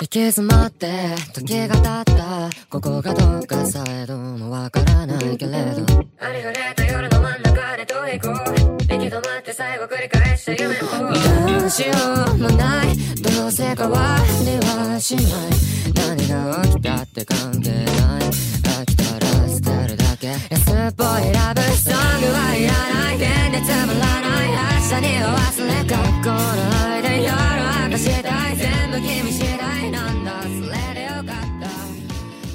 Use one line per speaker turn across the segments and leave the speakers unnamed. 行き詰まって時が経ったここがどうかさえどうもわからないけれどありふれた夜の真ん中でどう行こう行き止まって最後繰り返した夢もどうしようもないどうせ変わりはしない何が起きたって関係ない飽きたら捨てるだけ安っぽいラブソングはいらない現実つまらない明日には忘れ学校の間夜は明かしたい全部君次第なんだそれでよかった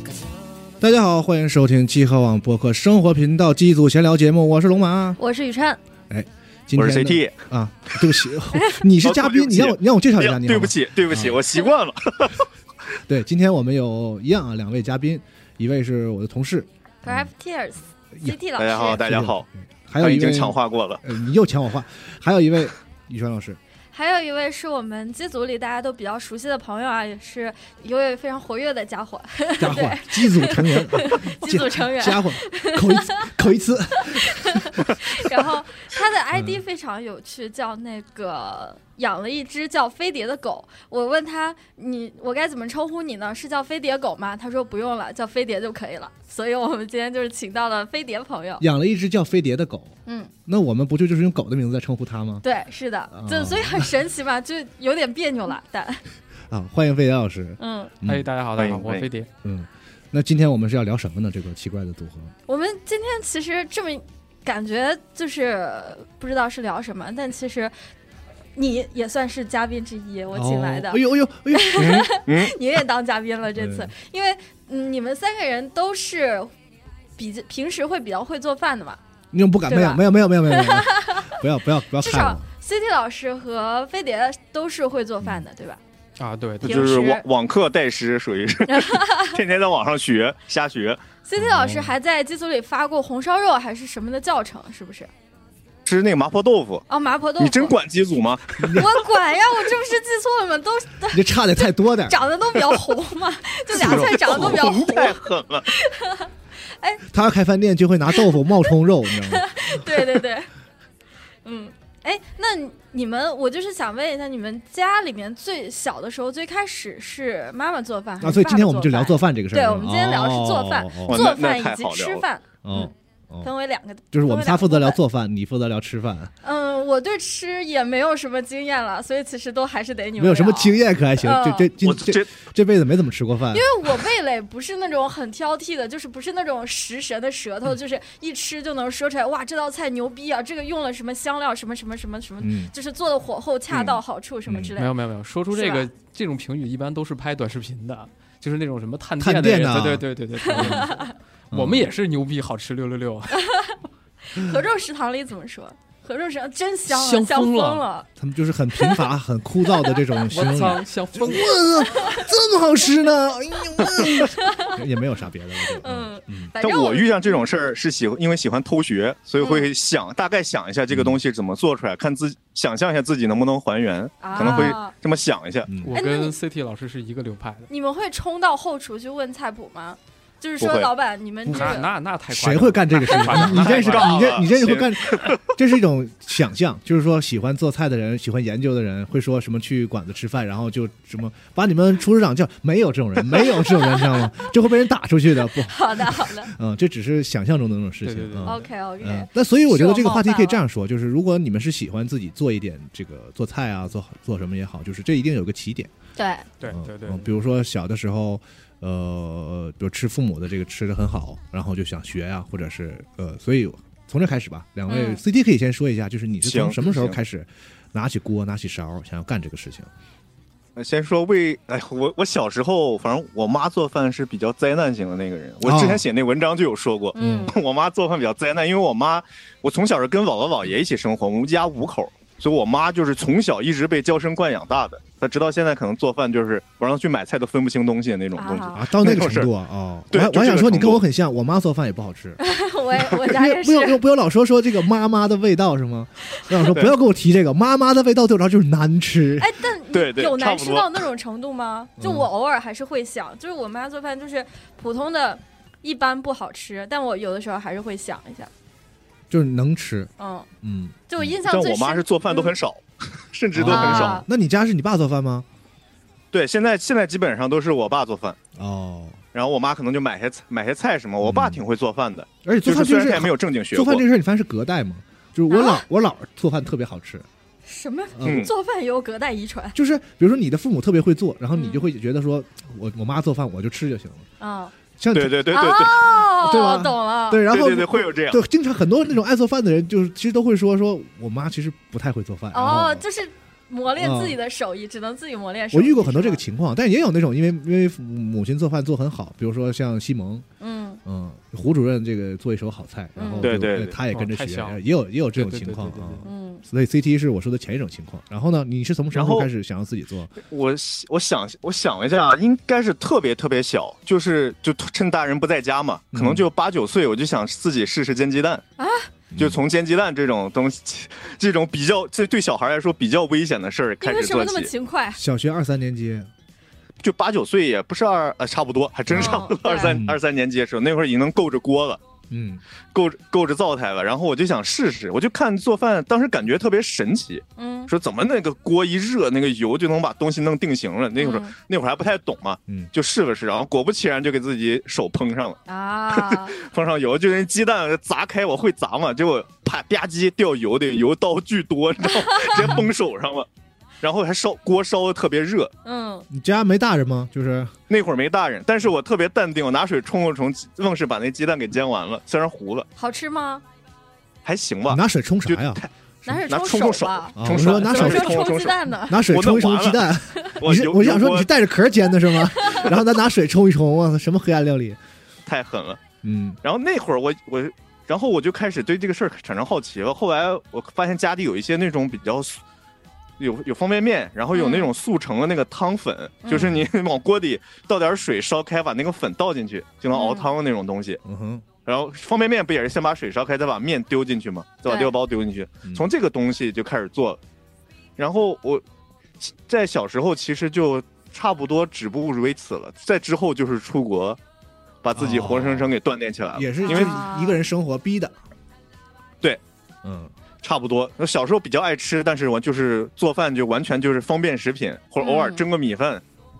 過剰
大家好，欢迎收听集合网播客生活频道机组闲聊节目，我是龙马，
我是雨辰，
今
我
天
是
的
CT，
啊，对不起， 你是嘉 宾，你让我你让我介绍一
哎
下
呀
你，
对不，起，对不起，
啊
我习惯了。
对，今天我们有一样啊，两位嘉宾，一位是我的同事，
Brave Tears
呀
CT 老
嗯哎大
师，
家好，大家好，
还有
他
一位
已经抢话过了。
呃，你又抢我话，还有一位宇川老 师，
还有一位是我们机组里大家都比较熟悉的朋友啊，也是一位非常活跃的家 伙，
家伙，机组成员，
机组 成员。
家伙，口一次口一次，
然后他
嗯
的 ID 非常有趣，叫那个养了一只叫飞碟的狗。我问他你我该怎么称呼你呢？是叫飞碟狗吗？他说不用了，叫飞碟就可以了。所以我们今天就是请到了飞碟朋友。
养了一只叫飞碟的狗，
嗯，
那我们不就就是用狗的名字来称呼它吗？
对，是的，就
哦
所以很神奇嘛，就有点别扭了，但
啊，欢迎飞碟老师，
嗯。
嗯
哎，大家好，大家好，
欢迎
我
欢迎
飞碟。
嗯，那今天我们是要聊什么呢？这个奇怪的组合，
我们今天其实这么感觉就是不知道是聊什么，但其实你也算是嘉宾之一，我请来的，
哦哎呦哎呦哎呦，
你也当嘉宾了这次
嗯，
因为、嗯、你们三个人都是比平时会比较会做饭的嘛，
你怎么不敢？
对
没有
吧
没有没有没有没有， 没有不要不要不要
至
看
少
我，
CT 老师和飞碟都是会做饭的，对吧？
啊，对
这
对，
就是
平时
网网课代师，属 于是天天在网上学瞎学。
CT 老师还在机组里发过红烧肉还是什么的教程，是不是？
吃那个麻婆豆腐，
哦，麻婆豆腐，
你真管机组吗？
我管呀，我这不是记错了吗？都都
你这差的太多点儿。
长得都比较红嘛，就俩菜长得都比较 红，
太狠了，
他要开饭店就会拿豆腐冒充肉，你知 道吗？
对对对，嗯，哎，那你你们，我就是想问一下，你们家里面最小的时候，最开始是妈妈做饭还
啊，
是
所以
爸
今
爸
天我们就聊做
做饭？
饭这个事儿。
对
是吧
我们今天聊的是做饭嗯
哦哦
哇
哦
那
做
那
饭
太
以及
好聊
吃
了
饭
哦哦
分
哦，
为两个，
就是我们仨负责聊
分为两个部分。
做饭，你负责聊吃饭，
嗯，我对吃也没有什么经验了，所以其实都还是得你们
没有什么
聊
经。验可还行。
嗯
这这
我
今这
这
这辈子没怎么吃过饭
因，为我味蕾不是那种很挑剔的，就是不是那种食神的舌
嗯
头，就是一吃就能说出来，哇，这道菜牛逼啊！这个用了什么香料，什么什么什么什么，
嗯，
就是做的火候恰到好处，什么之类
没
的。
有没有没有，说出
是
这个
吧
这种评语，一般都是拍短视频的，就是那种什么探
探店
店的
的
人，
啊
对对对对对对对。
嗯
我们也是牛逼，好吃六六六，
合众食堂里怎么说？合众食堂真香啊，
香
香
疯了
了！
他们就是很贫 乏、很枯燥的这种形
我
容语。嗯
操，想疯了！
嗯
这么好吃呢？哎呦，嗯 也没有啥别的。我觉得
嗯
嗯，
反
但
正
我遇上这种事儿是喜欢，因为喜欢偷学，所以会想大概想一下这个东西怎么做出来，看自想象一下自己能不能还原，
啊
可能会这么想一下。
嗯
我
哎那你
跟 CT 老师是一个流派的，
你们会冲到后厨去问菜谱吗？就是说
不，会
老板，你们这
那
个
那那太夸张
谁会干这个事情？你你
那
这是
太棒
你这
了
你这是会干， 这是一种想象，就是说喜欢做菜的人，喜欢研究的人会说什么去馆子吃饭，然后就什么把你们厨师长叫，没有这种人，没有这种人，你知 道吗？这会被人打出去 的，不，
好的好的
嗯，这只是想象中的那种事
对对
情
对
啊。
，OK OK，
嗯，那所以我觉得这个话题可以
是我冒犯了
这样说，就是如果你们是喜欢自己做一点这个做菜啊，做做什么也好，就是这一定有个起点。
对，
对
嗯
对对
嗯
对
比如说小的时候，呃，比如吃父母的这个吃的很好，然后就想学呀、或者是呃，所以从这开始吧。两位
嗯
CT 可以先说一下，就是你是从
行
什么时候
行
开始拿起锅、拿起勺，想要干这个事情？
呃先说为，哎，我我小时候，反正我妈做饭是比较灾难型的那个人。我
啊
之前写那文章就有说过，
嗯，
我妈做饭比较灾难，因为我妈，我从小是跟姥姥姥爷一起生活，我们家五口，所以我妈就是从小一直被娇生惯养大的。她直到现在可能做饭就是晚上去买菜都分不清东西的那种东西。
啊
啊，到那
那
个
种事
程
儿
度啊！ 哦，我
对
还
就
我还
这
想
个
说，你
程
跟我
度
很像，我妈做饭也不好 吃。
我也我
不
家也
是不用不
是，
用不用老说说这个妈妈的味道是吗？我想说不要跟我提这个妈妈的味道，对我来说就是难吃。
哎，但你
对对
有难
差
吃
不多嗯
到那种程度吗？就我偶尔还是会想，就是我妈做饭就是普通的，一般不好吃，但我有的时候还是会想一下，
就是能吃，
嗯，
嗯。
就我印象
像
最
我妈
深嗯
是做饭都很少，甚至都很少。
啊
那你家是你爸做饭吗？
对，现在现在基本上都是我爸做饭，
哦，
然后我妈可能就买些菜买些菜什么。我爸
嗯
挺会做饭的，
而且做
就
饭
是虽
这
然他也
事
没有正经学
做
过
饭这。事儿，你发现是隔代吗？就是我老
啊
我姥做饭特别好吃，
什么
嗯
做饭也有隔代遗传
就是比如说你的父母特别会做，然后你
嗯
就会觉得说，我我妈做饭我就吃就行了。
啊？
像
对对对对对
哦，
对吧
懂了。
对，然
对
后
对对，会有这样。
对，经常很多那种爱做饭的人，就是其实都会说说，我妈其实不太会做饭。然后嗯
哦，就是磨练自己的手艺，只能自己磨练手艺。
我遇过很多这个
是吧，
情况，但也有那种因为因为母母亲做饭做很好，比如说像西蒙，
嗯，
嗯，胡主任这个做一手好菜，然后就
嗯
对对
哎
对
他也跟着
哦太
学
香，了
也有也有这种
对对
情况
对对
啊
对对。
嗯，
所以 CT 是我说的前一种情况。然后呢，你是从什么时候
然后
开始想要自己做？
我想我想我想了一下，啊应该是特别特别小，就是就趁大人不在家嘛，可能就八九岁，我就想自己试试煎鸡蛋
啊，
就从煎鸡蛋这种东西，这种比较这对小孩来说比较危险的事儿
你
开
为
始
什么
做
那么
起。
勤 快？
小学二三年级，
就八九岁也不是二呃差不多，还真差不
哦
多二三
对
二三年级的时候，那会儿已经能够着锅了。
嗯
够着够着灶台了，然后我就想试试，我就看做饭，当时感觉特别神奇，
嗯，
说怎么那个锅一热，那个油就能把东西弄定型了。那会儿、
嗯
那会儿还不太懂嘛，
嗯，
就试了试，然后果不其然就给自己手碰上了，
啊，
碰上油，就那鸡蛋砸开，我会砸嘛，结果啪吧唧掉油，那个油倒巨多，你知 道吗？直接崩手上了，然后还烧锅烧的特别热。
嗯，
你家没大人吗？就是
那会儿没大人，但是我特别淡定，我拿水冲了冲，愣是把那鸡蛋给煎完了，虽然糊了，
好吃吗？
还行吧
你。拿水冲啥
就
呀？
拿水
拿
冲
冲冲
手吧。
啊，
冲
我
手
说拿
拿
怎
手
么
水
说
冲
冲
冲
鸡
手
蛋呢？
拿水
我
冲一
弄
冲
完
鸡蛋，
我
你是
油
我想
油
说
锅
你是带着壳煎的是 吗？然后再拿水冲一冲，哇塞，什么黑暗料理？
太狠了。
嗯
然后那会儿我我，然后我就开始对这个事儿产生好奇了。后来我发现家里有一些那种比较素有有方便面，然后有
嗯
那种速成的那个汤粉， 就是你往锅里倒点水烧开，把那个粉倒进去就能熬
嗯
汤的那种东西。
嗯哼，
然后方便面不也是先把水烧开，再把面丢进去吗？再把
对
料包丢进去
嗯，
从这个东西就开始做了。然后我其在小时候其实就差不多止步于此了，在之后就是出国，把自己活生生给锻炼起来了，
也是
因
因
为
为一个人生活逼的。
啊对，
嗯，
差不多。那小时候比较爱吃，但是我就是做饭就完全就是方便食品，或者偶尔
嗯
蒸个米饭、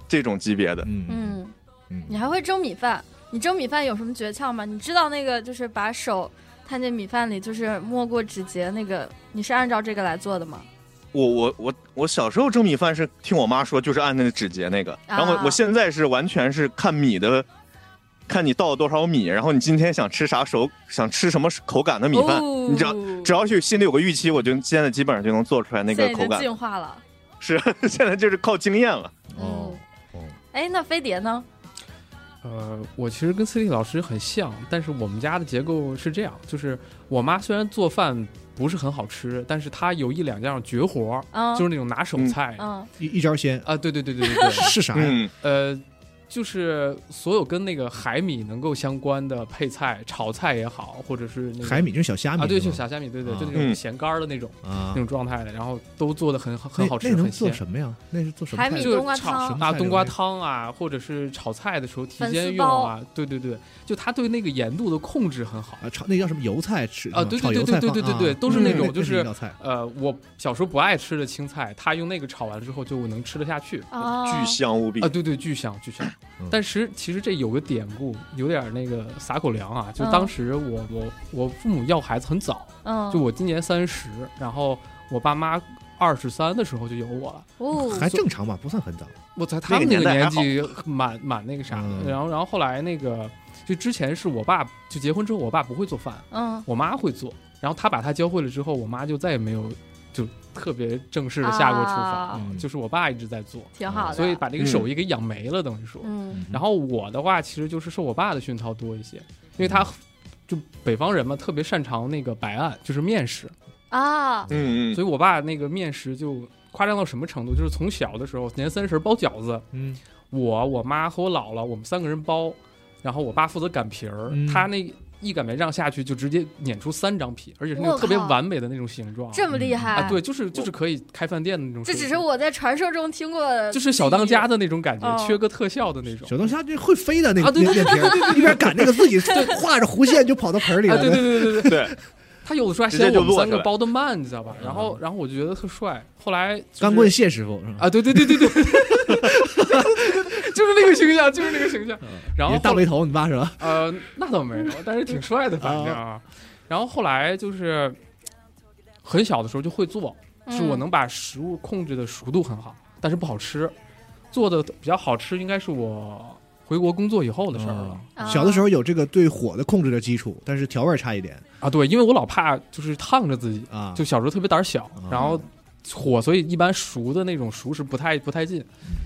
这种级别的。
嗯
嗯，你
嗯，
还会蒸米饭？你蒸米饭有什么诀窍吗？你知道那个就是把手探进米饭里，就是没过指节那个，你是按照这个来做的吗？
我我我我小时候蒸米饭是听我妈说，就是按那个指节那个，然后
啊
我我现在是完全是看米的，看你倒了多少米，然后你今天想吃啥手，想吃什么口感的米饭，
哦
你只要只要是心里有个预期，我就现在基本上就能做出来那个
现在
口
已经
感。
进化了。
是现在就是靠经验了。
哦
嗯，
哦，
哎，那飞碟呢？
呃，我其实跟思丽老师很像，但是我们家的结构是这样，就是我妈虽然做饭不是很好吃，但是她有一两样绝活儿，
嗯，
就是那种拿手菜啊、
嗯
一一招鲜
对对对对对对，
是啥呀？
嗯，
呃，就是所有跟那个海米能够相关的配菜、炒菜也好，或者是那个
海米就是小虾米
啊，对，
是
就
吧
小虾米，对对，
啊
就那种
嗯
咸干儿的那种、
啊
那，种状态的，然后都做的很好很
那
好吃，
那
很
能做
鲜。
什么呀？那是做什么
海
菜
米
就是
冬瓜
炒
汤
啊，
菜
冬瓜
有那个
汤啊，或者是炒菜的时候提
粉丝
前用啊，对对对，就他对那个盐度的控制很好。
啊？炒那叫什么油菜吃
啊对
炒
对
油
对
菜
对
放
对对
啊
对都
是那
嗯
种就
那
是
一道菜
呃，我小时候不爱吃的青菜，他用那个炒完之后就能吃得下去。
哦，
巨香无比
啊，。对对，巨香巨香
嗯。
但是其实这有个典故，有点那个撒狗粮啊。就
嗯
当时我我我父母要孩子很早，
嗯，
就我今年三十，然后我爸妈二十三的时候就有我了。
哦，
还正常吧，不算很早。
我在
那
他
个
们那
年
个
代还
年
好
纪蛮蛮那个啥的
嗯，
然后然后后来那个就之前是我爸就结婚之后，我爸不会做饭，
嗯，
我妈会做，然后他把他教会了之后，我妈就再也没有就特别正式的下过厨
啊
房，
嗯
就是我爸一直在做，
挺好的。
所以把这个手艺给养没了，等于说。
嗯
然后我的话其实就是受我爸的熏陶多一些，因为他就北方人嘛，特别擅长那个白案，就是面食，
啊，
嗯嗯
所以我爸那个面食就夸张到什么程度，就是从小的时候年三十包饺子。
嗯，
我、我妈和我姥姥，我们三个人包，然后我爸负责擀皮儿，
嗯
他那一擀面杖下去就直接碾出三张皮，而且是那
我靠
种特别完美的那种形状。
这么厉害
啊，对，就是就是可以开饭店的那种
这
水平。
只是我在传说中听过的，
就是小当家的那种感觉，
哦
缺个特效的那种。
小龙虾这会飞的那个
啊对
面
对
面皮儿，一边擀那个自己画着弧线就跑到盆儿里
啊，
了。
对对对对对对，
对，
他有的时候还
直接
嫌
就
我们
落
三
下
个
来嗯
包的慢，你知道吧？ 然后然后我就觉得特帅，后来就是
啊钢棍谢师傅是吧？
啊，对对对对对，呀，就是那个形
嗯
象。然后
你大
后来
背头，你爸是吧？
呃，那倒没有，但是挺帅的，反正啊。然后后来就是很小的时候就会做，
嗯
是我能把食物控制的熟度很好，但是不好吃。做的比较好吃，应该是我回国工作以后
嗯
的事儿
嗯
了。
啊
小的时候有这个对火的控制的基础，但是调味儿差一点
啊，对，因为我老怕就是烫着自己，
啊。
就小时候特别胆小
啊，
然后火，所以一般熟的那种熟食不太不太进，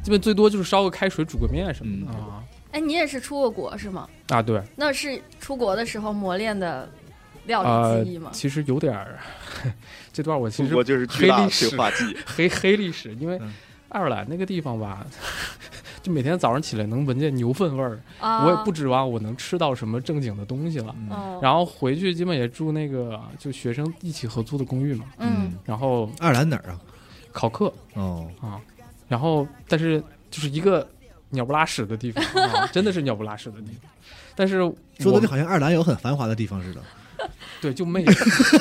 基本最多就是烧个开水煮个面什么的
嗯
啊
哎，你也是出过国是吗？
啊，对，
那是出国的时候磨练的料
呃
理技艺吗，？
其实有点儿， 这段我其实
我就是巨
黑
大
历
的
史
催化剂。
黑黑历史，因为
嗯
爱尔兰那个地方吧， 就每天早上起来能闻见牛粪味儿，
啊，
我也不指望我能吃到什么正经的东西了。
嗯
哦，
然后回去基本也住那个就学生一起合租的公寓嘛，
嗯，
然后
爱尔兰哪儿啊？
考课，
哦，
啊，然后但是就是一个鸟不拉屎的地方，啊、真的是鸟不拉屎的地方。但是
说的
我
就好像爱尔兰有很繁华的地方似的。
对，就没有，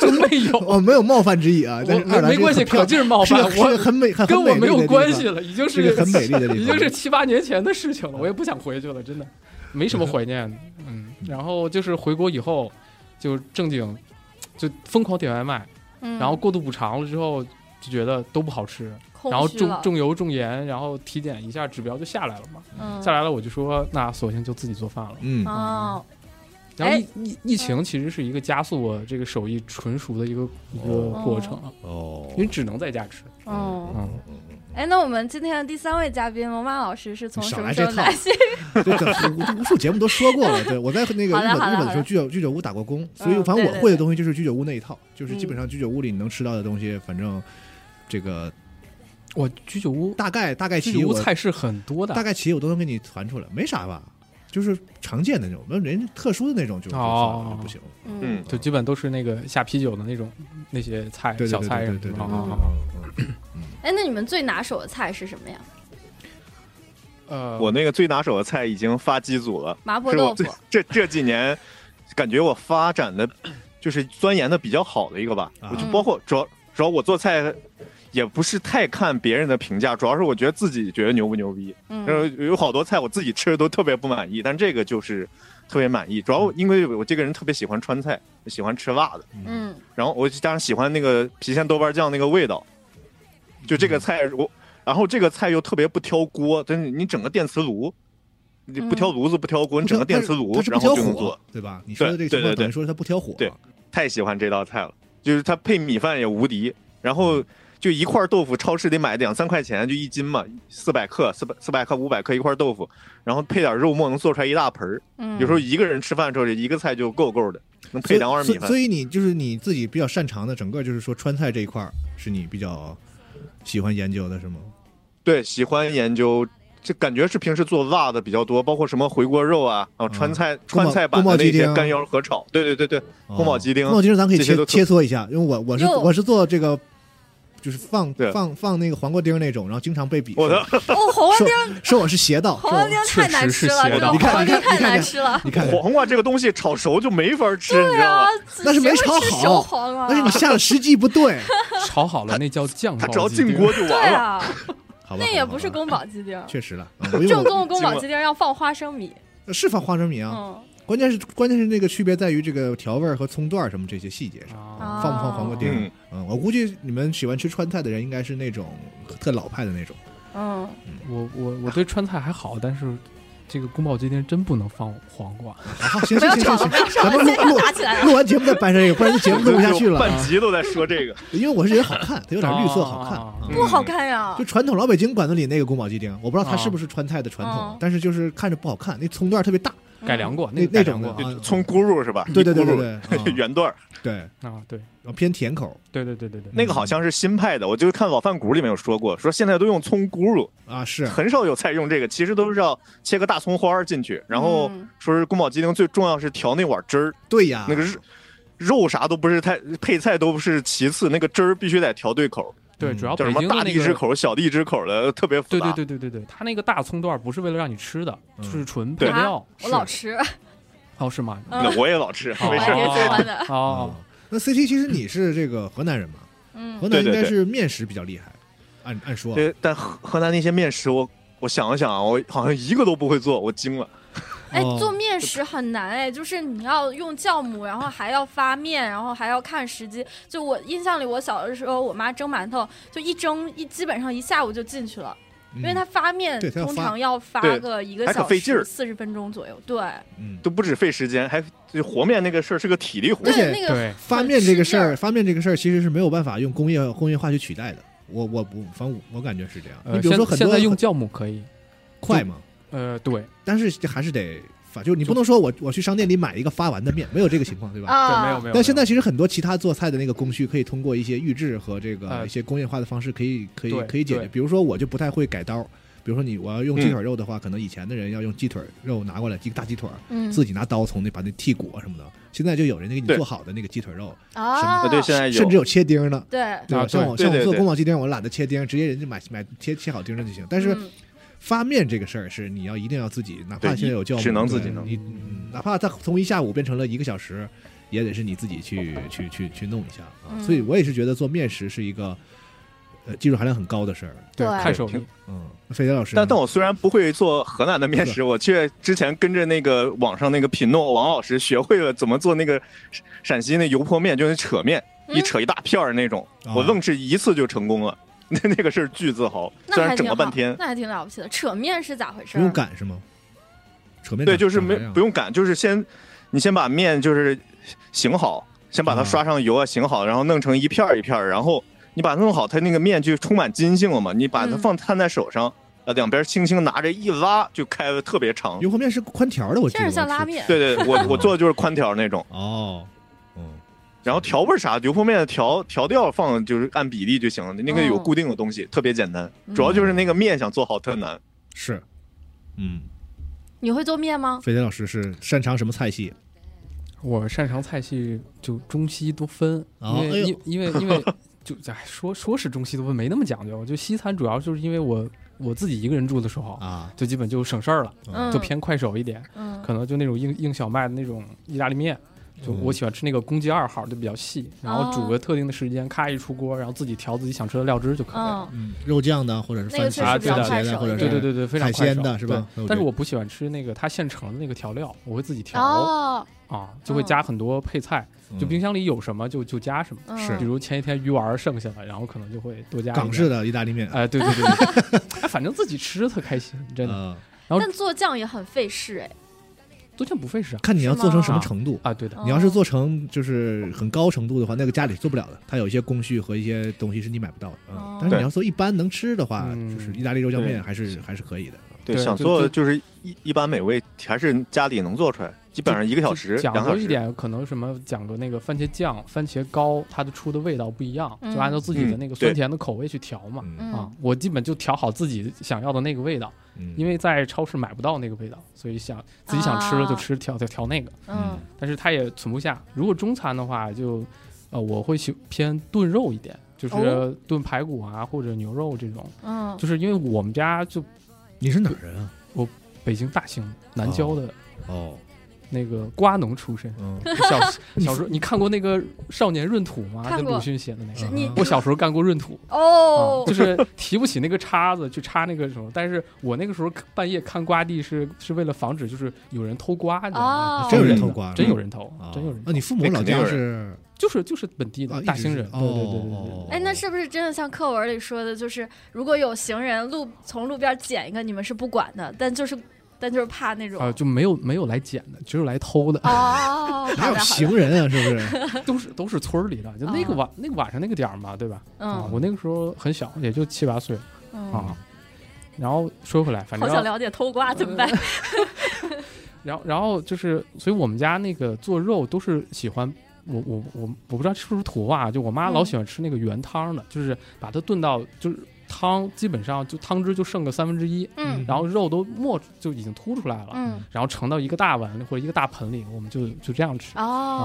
就没有，
哦，没有冒犯之意啊，但
嗯
是爱
我没
尔兰
没
是一个
关系，
很漂
可劲儿冒
是
犯
个是个
我。
很美，很
跟我没有关系
了。
了，已经
是个很美丽的地方
已经是七八年前的事情了，我也不想回去了，真的，没什么怀念的，嗯。然后就是回国以后，就正经，就疯狂点外卖，
嗯
然后过度补偿了之后，就觉得都不好吃，
空
然后
虚
重
了
重油重盐，然后体检一下指标就下来了嘛，
嗯
下来了，我就说那索性就自己做饭了。
嗯，
哦，
然后疫疫疫情其实是一个加速我这个手艺纯熟的一个一个过程，啊
哦
因为只能在家吃。
嗯，
嗯，
哎，那我们今天的第三位嘉宾龙妈老师是从
你
什
少
么
来
时候
这套
来 信？
对，这这无数节目都说过了。对我在那个日
好
本
了好了
日本的
好
时候，
了
居酒居酒屋打过工，所以
嗯
反正
对
我
对
会的
对
东西就是居酒屋那一套，就是基
嗯
本上居酒屋里你能吃到的东西，反正这个
我居酒屋
大概大概
居
齐
酒屋
我
菜式很多的
大概齐我都能给你传出来，没啥吧？就是常见的那种，那人家特殊的那种就就算了
哦
就不行了。
嗯
嗯，
就基本都是那个下啤酒的那种那些菜
对对
小
对
菜
对
什
对对
么的
对
啊。啊啊
对。
哎，那你们最拿手的菜是什么呀？
呃，
我那个最拿手的菜已经发机组了，
麻婆
是我
豆
最
腐，
这这几年感觉我发展的就是钻研的比较好的一个吧。
啊
我
嗯
就包括主要主要我做菜也不是太看别人的评价，主要是我觉得自己觉得牛不牛逼。然后
嗯
有好多菜我自己吃的都特别不满意，但这个就是特别满意。主要因为我这个人特别喜欢川菜，喜欢吃辣的，
嗯
然后我加上喜欢那个郫县豆瓣酱那个味道，就
嗯
这个菜我，然后这个菜又特别不挑锅，但是你整个电磁炉，你不挑炉子不挑锅，你整个电磁炉
它嗯是不
然
挑
后就能做
火，，对吧？你说的这个情
对对
况
对
等于说它不挑火，
对太喜欢这道菜了，就是它配米饭也无敌，然后。就一块豆腐，超市得买两三块钱，就一斤嘛，四百克、四百四百克、五百克一块豆腐，然后配点肉末，能做出来一大盆儿。
嗯，
有时候一个人吃饭的时候，一个菜就够够的，能
所
配
以
两碗
所
米
以
饭
所。以你就是你自己比较擅长的，整个就是说川菜这一块儿是你比较喜欢研究的，是吗？
对，喜欢研究，就感觉是平时做辣的比较多，包括什么回锅肉啊，啊
嗯
川菜
宫保
川菜版的
宫保鸡
那些
丁
干腰和炒。对对对对，
哦
宫保鸡丁
宫保鸡丁咱可以
这些
切
都
切磋一下，因为我我是
哟
我是做这个，就是放
对
放放那个黄瓜丁儿那种，然后经常被鄙视，
我的
哦，红光丁，
说我是邪道，
红光
说
丁太难吃了，
确实是
这
邪
个
道
红光丁
你看
太
你看
难吃了。
我你看看，
黄瓜这个东西炒熟就没法吃，你知道
啊
吗？，
哦那是没
谁
炒
会吃
好
熟黄啊
但是你下的时机不对，
炒好了那叫酱
它
烧
只要
鸡
进
丁
锅就
对
完了。
啊，
好吧？
那
好
也
吧
不是
好吧
宫保鸡 丁儿，
确实了，嗯我因为
正
我
宗的宫保鸡丁要放花生米。
是放花生米啊，
嗯，
关键是关键是那个区别在于这个调味儿和葱段儿什么这些细节上。
啊
啊
放不放黄瓜丁
嗯
儿？嗯，我估计你们喜欢吃川菜的人应该是那种特老派的那 种。
嗯，
我我我对川菜还好，但是这个宫保鸡丁真不能放黄瓜。
好，行
不
行
要
行
吵
行
了，
行
不要，吵
咱们
了，
录
现场
录
打起来了。
录完节目再掰扯这个，不然这节目录不下去
就
了。
半集都在说这个，
因为我是觉得好看，它有点绿色好看
啊
啊。
嗯
不好看呀
就，传统老北京馆子里那个宫保鸡丁，我不知道它是不是川菜的传统
啊，
但是就是看着不好看，那葱段特别大。
改良过，
嗯那
个改
那种
良过
的啊
嗯葱咕噜是吧？
对对对
一
对
咕噜
对 对啊
圆段儿，
对，然
啊，对
后偏甜口
对对对对对，
那个好像是新派的，我就看老饭骨里面有说过，说现在都用葱咕噜，
啊，是
很少有菜用这个，其实都是要切个大葱花儿进 去，然后
嗯
说是宫保鸡丁最重要是调那碗汁儿，
对呀
那，个肉肉啥都不是太，配菜都不是其次，那个汁儿必须得调对口，
对，
嗯
主要
叫
北
什么
京
大
的那
荔枝
个。
口、小荔枝口的，特别复
对
杂。
对对对对对，它那个大葱段儿不是为了让你吃的，
嗯
就是纯配
对
料
啊。我老吃，
哦是吗？
嗯
那我也老吃，
哦
没事
我也
儿。
挺喜欢的
哦哦，
嗯那 CT 其实你是这个河南人嘛？
嗯
河南应
对对
该
对
是面食比较厉害，按按说啊
对，但河河南那些面食，我我想了想啊，我好像一个都不会做，我惊了。
哎，
哦
做面食很难哎，就是你要用酵母，然后还要发面，然后还要看时机。就我印象里，我小的时候，我妈蒸馒头，就一蒸一基本上一下午就进去了，
嗯
因为它发面
对它要
通
发
常要发
对
个一个
还可
小
费劲
时，
儿
四十分钟左右。对，
嗯，
都不止费时间，还就和面那个事儿是个体力活
而。且
那个
对，
发面这个事儿，发面这个事儿其实是没有办法用工业工业化去取代的。我我不，反正我我感觉是这样。
呃
你比如说很
现
多
在用
很
酵母可以，
快嘛，
呃，对，
但是这还是得发，就是你不能说我我去商店里买一个发完的面，没有这个情况，对吧？
对，
啊，
没有没有。
但现在其实很多其他做菜的那个工序，可以通过一些预制和这个
呃
一些工业化的方式，可以可以
对
可以解决。
对
比如说我就不太会改刀，比如说你我要用鸡腿肉的话，可能以前的人要用鸡腿肉拿过来，一个大鸡腿儿，
嗯
自己拿刀从那把那剔骨啊什么的。现在就有人家给你
对
做好的那个鸡腿肉，
啊，
啊，对，现在有
甚至有切丁儿的。
对，
对吧？
啊
像我像
对
我
对
做
对
宫保鸡丁，我懒得切丁，直接人家买买切切好丁了就行。但是
嗯
发面这个事儿是你要一定要自己，哪怕
对
现在有酵母，
只能
对
自己弄
你嗯哪怕它从一下午变成了一个小时，也得是你自己去去去去弄一下啊。
嗯
所以我也是觉得做面食是一个呃技术含量很高的事儿。
对
对
看手艺，
嗯，那飞碟老师呢，
但但我虽然不会做河南的面食，我却之前跟着那个网上那个品诺王老师学会了怎么做那个陕陕西那油泼面，就是扯面，
嗯
一扯一大片儿那种。
啊
我愣是一次就成功了， 那那个事儿巨自豪，
那
虽
还
然整
挺
了半
好
天。
那还挺了不起的。扯面是咋回事
不
儿？啊
用擀是吗？扯面
啊对，
长
就是
长
没
啥样啊
不用擀，就是先你先把面就是醒好，先把它
啊
刷上油啊，醒好，然后弄成一片儿一片儿，然后你把它弄好，它那个面就充满筋性了嘛。你把它
嗯
放摊在手上，呃，两边轻轻拿着一拉，就开的特别长。
油泼面是宽条的，我记
听
得
着
我
像
吃
拉面，
对对， 我我做的就是宽条那种，
哦，嗯，
然后调味儿啥，油泼面的调调料放就是按比例就行了，那个有
哦嗯
固定的东西，特别简单。主要就是那个面想做好特难，
是，嗯，
你会做面吗？
飞碟老师是擅长什么菜系？
我擅长菜系就中西多分，
哦
因
哎
为
呦
因因为因为就哎说说是中西多分没那么讲究，就西餐主要就是因为我我自己一个人住的时候，
啊，
就基本就省事儿了，
嗯，
就偏快手一点，
嗯
可能就那种硬硬小麦的那种意大利面。
嗯
就我喜欢吃那个公鸡二号，就比较细，然后
哦
煮个特定的时间，咔一出锅，然后自己调自己想吃的料汁就可以了。
嗯，
嗯，肉酱的，或者是
那个
番
确
茄番
实比较
茄
快
的，
手
或者是
一
对
点
对对对，非常
海
快
鲜
手
的是吧
对
那我
但
觉
是
得
我不喜欢吃那个它现成的那个调料，我会自己调
哦，
啊，就会加很多配菜，就冰箱里有什么就就加什么。
嗯
嗯是
比如前一天鱼丸剩下了，然后可能就会多加一点
港式。的意大利面，
哎，对对对 对，哎，反正自己吃特开心，真的。
呃，
但做酱也很费事哎。
做酱不费事啊。
看你要做成什么
啊
程度。
啊，对的，
你要是做成就是很高程度的话，那个家里是做不了的，它有一些工序和一些东西是你买不到的。嗯
哦，
但是你要做一般能吃的话，
嗯
就是意大利肉酱
对
面还是还是可以的。
对，
对
想
就
做
就
就是一一般美味，还是家里能做出来，基本上一个小时、
讲
两
究
小
一
时。
点，可能什么讲究那个番茄酱、番茄膏，它的出的味道不一样，
嗯
就按照自己的
嗯
那个
对
酸甜的口味去调嘛。
嗯
嗯
啊，我基本就调好自己想要的那个味道，
嗯，
因为在超市买不到那个味道，所以想自己想吃
啊
了就吃，调调调那个。
嗯
嗯
但是它也存不下。如果中餐的话，就呃我会喜偏炖肉一点，就是
哦
炖排骨啊或者牛肉这种，
嗯，
就是因为我们家就
你是哪儿人啊？
北京大兴南郊的
哦，
那个瓜农出身。
嗯，
小小时候你看过那个《少年闰土》吗？
看
跟
过
鲁迅写的那
是
个。
你
我小时候干过闰土，
哦
啊，就是提不起那个叉子去插那个什么，但是我那个时候半夜看瓜地是是为了防止就是有人偷瓜，你知道吗
哦？
真有人
的啊
偷瓜
真有人偷
啊，
真有人
那
偷
你，父母
那
老
肯定
家
有
是
就是就是本地
啊
的
一
大
直
兴
是
人，
哦
对对对对对
哦
对。
哎，那是不是真的像课文里说的，就是如果有行人路从路边捡一个，你们是不管的，但就是但就是怕那种
啊、就没有没有来捡的，只有来偷的，
哦，
哪
好
有
的好的，
行人啊？是不是？
都是都是村儿里的，就那个晚、那个晚上那个点儿嘛，对吧？啊，
啊嗯
我那个时候很小，也就七八岁
嗯，
啊。然后说回来，反
好想
正
了解偷瓜怎么办？
然后然后就是，所以我们家那个做肉都是喜欢。我我我我不知道是不是土啊话，就我妈
嗯
老喜欢吃那个原汤的，就是把它炖到就是汤基本上就汤汁就剩个三分之一，
嗯
然后肉都没就已经凸出来了，
嗯
然后盛到一个大碗或者一个大盆里，我们就就这样吃。
哦
啊，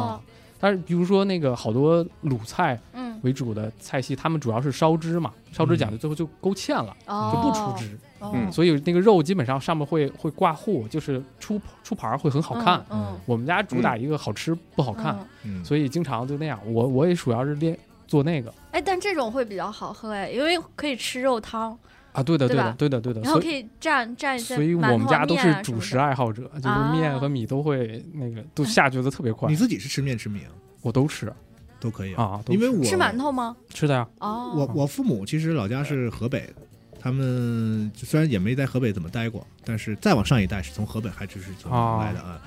但是比如说那个好多鲁菜
嗯
为主的菜系，他们主要是烧汁嘛，烧汁讲究最后就勾芡了，
哦，
就不出汁，
哦，
嗯
所以那个肉基本上上面会会挂糊，就是出出盘儿会很好看。
嗯，
我们家主打一个好吃不
好
好看，
嗯，
所以经常就那样。我我也主要是练做那个
哎，但这种会比较好喝哎，因为可以吃肉汤。
啊，对的，
对
对
吧
的，对的，对的。
然后
所
可
以，
以蘸蘸一些
所以我们家都
馒头
是
面啊什么
主
的啊
食爱好者，就是面和米都会那个都下决的特别快
你，
嗯
自己是吃面吃米啊，
我都吃
哎
都可以啊，
啊，都
因为
吃
我
吃馒头吗？
吃的呀，
哦，
嗯
我我父母其实老家是河北的，他们虽然也没在河北怎么待过，但是再往上一代是从河北还只是从
哦
来的啊。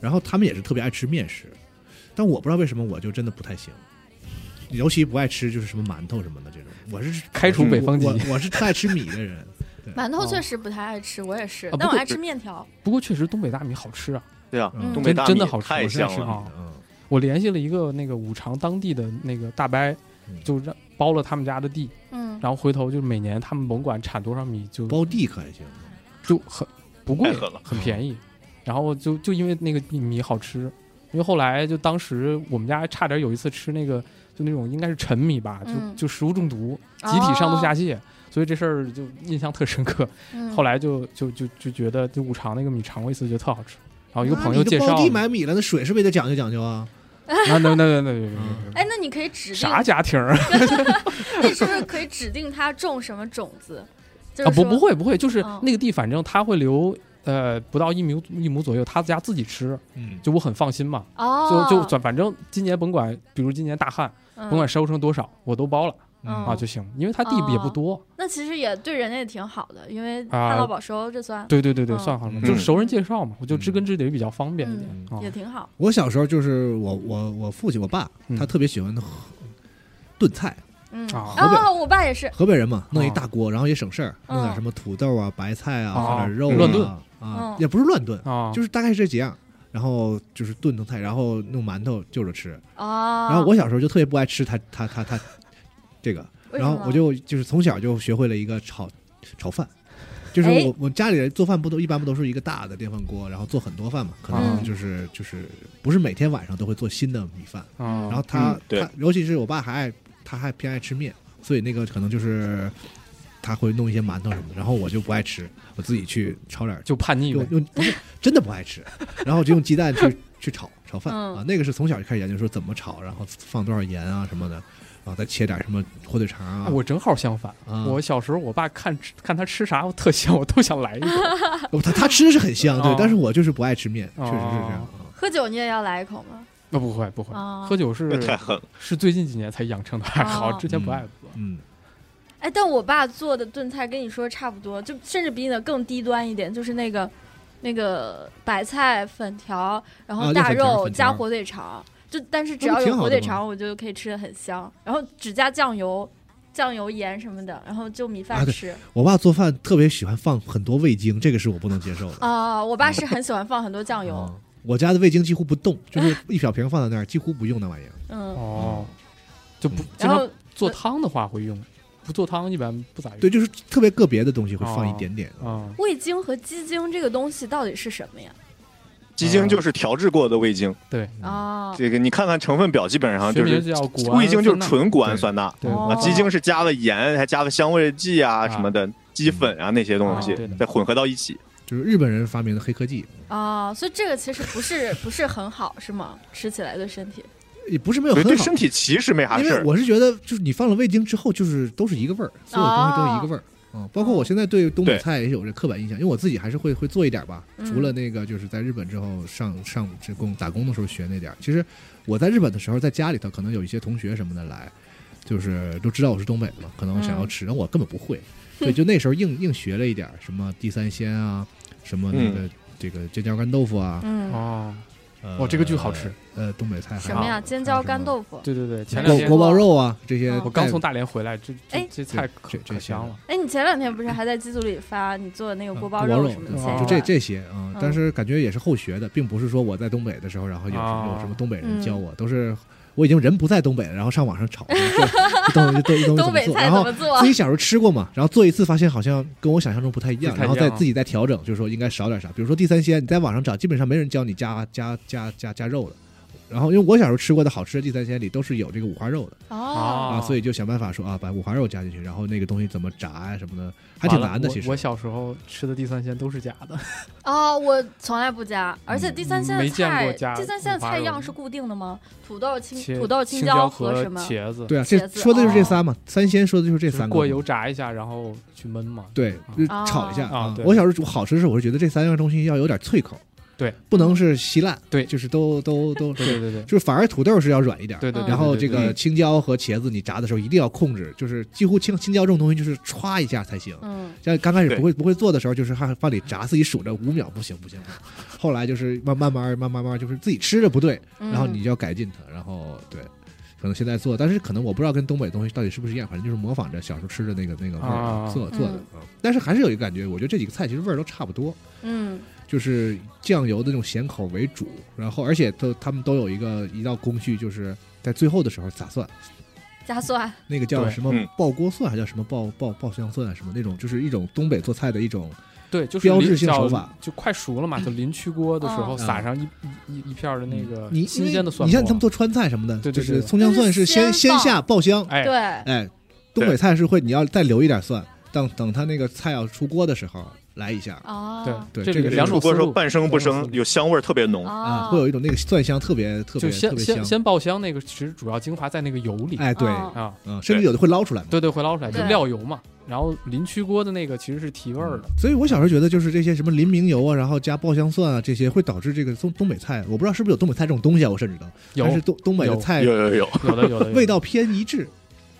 然后他们也是特别爱吃面食，但我不知道为什么我就真的不太行，尤其不爱吃就是什么馒头什么的这种。我是
开除北方籍
我我我是特爱吃米的 人，
馒头确实不太爱吃，我也是
哦啊，不
但我
过
爱吃面条。
不过确实东北大米好吃啊，
对啊，
嗯
东北
真
大米
真的好吃，
太
我是爱
香
吃
了。
啊
的。嗯
我联系了一个那个五常当地的那个大伯
嗯，
就让包了他们家的地，
嗯，
然后回头就是每年他们甭管产多少米，就
包地可还行，
就很不贵
太狠了，
很便宜。然后就就因为那个地米好吃，因为后来就当时我们家差点有一次吃那个就那种应该是陈米吧，就
嗯
就食物中毒，集体上吐下泻，所以这事儿就印象特深刻。
嗯
后来就就就就觉得就五常那个米尝过一次，觉得特好吃。然后哦一个
那
朋友
你
介
就
绍
包，地买米了，那水是不是也得讲究讲究啊？
那那那那那那
哎，那你可以指定，
啥 家庭儿啊？
那是不是可以指定它种什么种子？就是
啊不
说
不会不会，就是
嗯
那个地，反正他会留呃不到一亩一亩左右，他家自己吃，
嗯，
就我很放心嘛。
哦
就，就反反正今年甭管，比如今年大旱，
嗯
甭管收成多少，我都包了
嗯哦
啊就行，因为他地也不多。
那其实也对人家也挺好的，因为
啊
旱涝保收这算
对对对对，
嗯
算好了，
嗯
就是熟人介绍嘛，我就知
嗯
根知底比较方便一点
嗯
啊
也。挺好。
我小时候就是我我我父亲我爸，
嗯
他特别喜欢炖菜。
嗯，
啊
河北
哦，我爸也是，
河北人嘛，弄一大锅，然后也省事儿，弄点
哦嗯
什么土豆啊、白菜啊，
哦
放点肉啊
乱炖
啊
嗯，
也不是乱炖，
啊，
就是大概是这几样。然后就是炖成菜，然后弄馒头就着吃。
哦，
然后我小时候就特别不爱吃他他他 他这个，
为什
然后
么
我就就是从小就学会了一个炒炒饭，就是
哎
我我家里人做饭不都一般不都是一个大的电饭锅，然后做很多饭嘛，可能
嗯
就是就是不是每天晚上都会做新的米饭。
啊
然后他、
嗯对
他，尤其是我爸还爱，他还偏爱吃面，所以那个可能就是他会弄一些馒头什么的，然后我就不爱吃，我自己去炒点儿，
就叛逆
用
呗。
用不是真的不爱吃， 然后就用鸡蛋 去去炒炒饭、
嗯
啊，那个是从小就开始研究说怎么炒，然后放多少盐啊什么的，然后再切点什么火腿肠啊，
我正好相反，
啊
嗯
我小时候我爸看吃看他吃啥，我特香，我都想来 一口。
哦他他吃的是很香，对，
哦
但是我就是不爱吃面，确
哦
实是这样啊。
喝酒你也要来一口吗？
那不会不会
啊，
喝酒是
这太狠了，
是最近几年才养成的爱好，
哦
之前不爱喝。
嗯，
哎，但我爸做的炖菜跟你说的差不多，就甚至比你的更低端一点，就是那个那个白菜粉条，然
啊
后
就
大
粉条
肉
粉
加
条
火腿肠，就但是只
那不
要
挺
有
好
火
的
腿
吗
肠，我就可以吃的很香，然后只加酱油、酱油、盐什么的，然后就米
啊
饭
对
吃。
我爸做饭特别喜欢放很多味精，这个是我不能接受的。
啊、我爸是很喜欢放很多酱油，
啊我家的味精几乎不动，就是一小瓶放在那儿，几乎不用那玩意儿。
嗯，
哦，就不
嗯
然
经常
后
做汤的话会用，不做汤一般不咋用。
对，就是特别个别的东西会放一点点。
啊，
味精和鸡精这个东西到底是什么呀？
鸡精就是调制过的味精，
啊、
这个你看看成分表，基本上
学
就
名
是
就叫谷氨
味精就是
酸钠
纯谷氨酸钠
对
哦
啊，鸡精是加了盐，还加了香味剂啊
啊
什么的，鸡粉啊那些东西
啊对的
再混合到一起。
就是日本人发明的黑科技，
啊、所以这个其实不是不是很好，是吗？吃起来对身体。
也不是没有
所以
很
对
好，
身体其实没啥
因
事
为
儿。
我是觉得就是你放了味精之后，就是都是一个味儿，所有东西都是一
哦
个味儿。嗯，包括我现在对东北
对
菜也有这刻板印象，因为我自己还是会会做一点吧。
嗯
除了那个就是在日本之后上上这工打工的时候学那点儿，其实我在日本的时候，在家里头可能有一些同学什么的来，就是都知道我是东北的嘛，可能想要
嗯
吃，但我根本不 会，所以就那时候硬硬学了一点儿什么地三鲜啊，什么那个、这个尖椒干豆腐啊，
嗯，
哦，
呃
嗯哇这个巨好吃。
呃，东北菜还
什么呀？
有
尖椒干豆腐。
对对对，前
还有什么
两天
锅锅包肉啊这些
嗯
带。
我刚从大连回来，这这
哎
这菜可
这这
可香了。
哎，你前两天不是还在机组里发你做的那个
嗯
锅
锅
包
肉
什么的切
嗯
对
一
就
段？
这这些啊、
嗯
但是感觉也是后学的，并不是说我在东北的时候，然后有什么
啊
有什么东北人
嗯
教我，都是我已经人不在东北了，然后上网上炒， 东西东 西东西
东
怎么
北
做，
菜
然
怎
后
么做
自？己小时候吃过嘛，然后做一次发现好像跟我想象中不太一样，
不太
然
一样
后再
啊
自己再调整，就是说应该少点啥，比如说地三鲜，你在网上找，基本上没人教你加加加加加肉的。然后因为我小时候吃过的好吃的地三鲜里都是有这个五花肉的
啊
哦，
啊，所以就想办法说啊，把五花肉加进去，然后那个东西怎么炸呀什么的，还挺难的。
完了
其实
我我小时候吃的地三鲜都是假的，
哦，我从来不加，而且第三鲜的
没见
菜
过，加
第三鲜的
五花
菜
肉
样是固定的吗？土豆、青
切
嗯土豆、
青
椒
和
什么？
茄子，
对啊，这
茄子
说的就是这
哦
仨嘛，三鲜说的就是这
就是
三个
过
嘛
油炸一下，然后去焖嘛。
对，就是炒一下
啊对
我小时候煮好吃的时候，我是觉得这三样东西要有点脆口，
对，
不能是稀烂，
对
就是都都都
对对对
嗯
对
就是反而土豆是要软一点，
对对对。
然后这
对
个青椒和茄子你炸的时候一定要控制，就是几乎青青椒这种东西就是歘一下才行。
嗯，
像刚开始
对
不会不会做的时候，就是还往里炸，自己数着五秒，不行不行。不行后来就是慢慢慢慢慢慢慢，就是自己吃着不对，
嗯
然后你就要改进它，然后对，可能现在做，但是可能我不知道跟东北东西到底是不是一样，反正就是模仿着小时候吃的那个那个味儿
啊
做做的啊。但是还是有一个感觉，我觉得这几个菜其实味儿都差不多，
嗯
就是酱油的那种咸口为主，然后而且都他们都有一个一道工序，就是在最后的时候撒蒜，
加蒜，
那个叫
对
什么
嗯
爆锅蒜，还叫什么爆爆爆香蒜啊什么那种，就是一种东北做菜的一种
对，就是
标
临
志性
叫
手法
就快熟了嘛，就临去锅的时候
哦
嗯
撒上一一一一片儿的那个
你
嗯新鲜的蒜末。
你像他们做川菜什么的，
对
就
对
是
对
葱姜蒜是先
先
先
爆
下爆香，
哎，
对，
哎，东北菜是会你要再留一点蒜，等等它那个菜要出锅的时候来一下
哦，
对
这
这个
里两
出
种
锅的时
思
候
路
半生不
两种
生
思，路
有香味儿特别浓。
啊，
哦，
会有一种那个蒜香特别特别
就
特
先
别
先
香，
先爆香那个，其实主要精华在那个油里
哎对，
哦
啊，
嗯，甚至有的会捞出来嘛。
对对，会捞出来就
对
料油嘛。然后临去锅的那个其实是提味儿的，
所以我小时候觉得，就是这些什么林明油啊，然后加爆香蒜啊，这些会导致这个东东北菜，我不知道是不是有东北菜这种东西啊，我甚至都，
有
但是东东北的
有
菜
有有有，
有的有的有的
味道偏一致，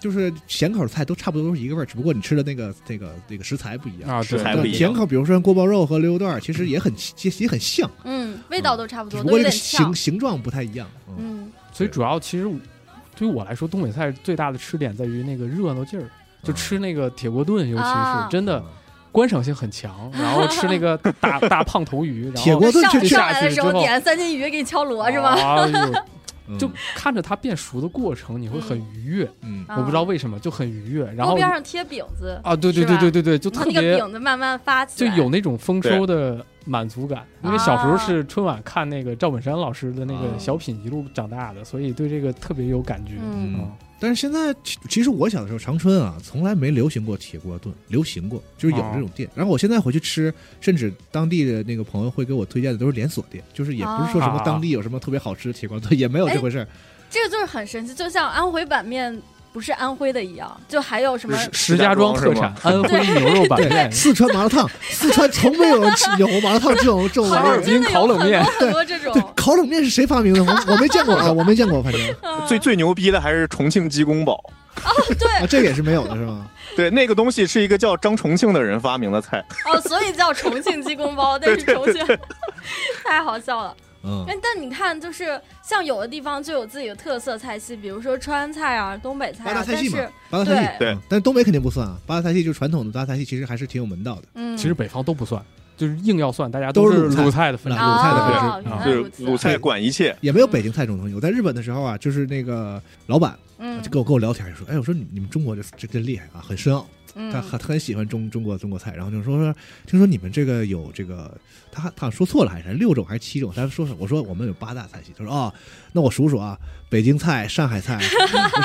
就是咸口菜都差不多都是一个味儿，只不过你吃的那个那个那个食材不一样。
啊，
食
对
材
对
不一样
甜口，比如说像锅包肉和溜肉段儿，其实也很也也很像，
嗯
味道都差不
只
多，
不
都
过
有
这个
点
形
呛。
形状不太一样。嗯
嗯，
所以主要其实我对于我来说，东北菜最大的吃点在于那个热闹劲儿，就
嗯
吃那个铁锅炖，尤其
啊
是真的观赏性很强。然后吃 那个大大胖头鱼，然
铁
后
锅炖
上
确实
上来的时候
下去之后
点三斤鱼给你敲锣是吗？
哎呦，
嗯
就看着它变熟的过程，你会很愉悦。
嗯，
我不知道为什么就很愉悦，然
啊锅
后
边上贴饼子，
啊，对对
是吧
对对对对，就
它
特
那个
别
饼子慢慢发起
就
来，
有那种丰收的满足感，因为小时候是春晚看那个赵本山老师的那
啊
个小品一路长大的，所以对这个特别有感觉。
嗯
嗯，但是现在其其实我小的时候，长春啊，从来没流行过铁锅炖，流行过就是有这种
哦
店。然后我现在回去吃，甚至当地的那个朋友会给我推荐的都是连锁店，就是也不是说什
哦
么
啊
当地有什么特别好吃的铁锅炖，也没有这回事儿。
这个就是很神奇，就像安徽板面不是安徽的一样，就还有什么
是
石家庄特产安徽牛肉板面
对，， 四川麻辣烫，四川从没有人吃有麻辣烫这种这种玩意
哈
儿
尔。滨烤冷面
好像真的有很多很多这
对
种，
烤冷面是谁发明的？我我没见过啊，我没见过，反正
嗯
最最牛逼的还是重庆鸡公煲，
啊，这个也是没有的，是吗？
对，那个东西是一个叫张重庆的人发明的菜。
哦，所以叫重庆鸡公 煲，但是重庆 太好笑了。
嗯
哎，但你看，就是像有的地方就有自己的特色菜系，比如说川菜啊、东北菜
八
啊
大，菜
但
系嘛
是，
八大菜系，
对
嗯但是东北肯定不算啊。八大菜系就是传统的八大菜系，其实还是挺有门道的。
嗯，
其实北方都不算，就是硬要算，大家
都是
是
鲁嗯
鲁菜的分支。
鲁菜的分支
哦原
啊
来
对
如，
鲁
此。
菜管一切。
也没有北京菜这种东西。我在日本的时候啊，就是那个老板啊
嗯
就跟我跟我聊天，就说：“哎，我说你你们中国这这真厉害啊，很深奥。
嗯
他很他很喜欢中中国中国菜，然后就说说听说你们这个有这个，他他好像说错了还是六种还是七种？他说是我说我们有八大菜系，他说哦，那我数数啊，北京菜、上海菜，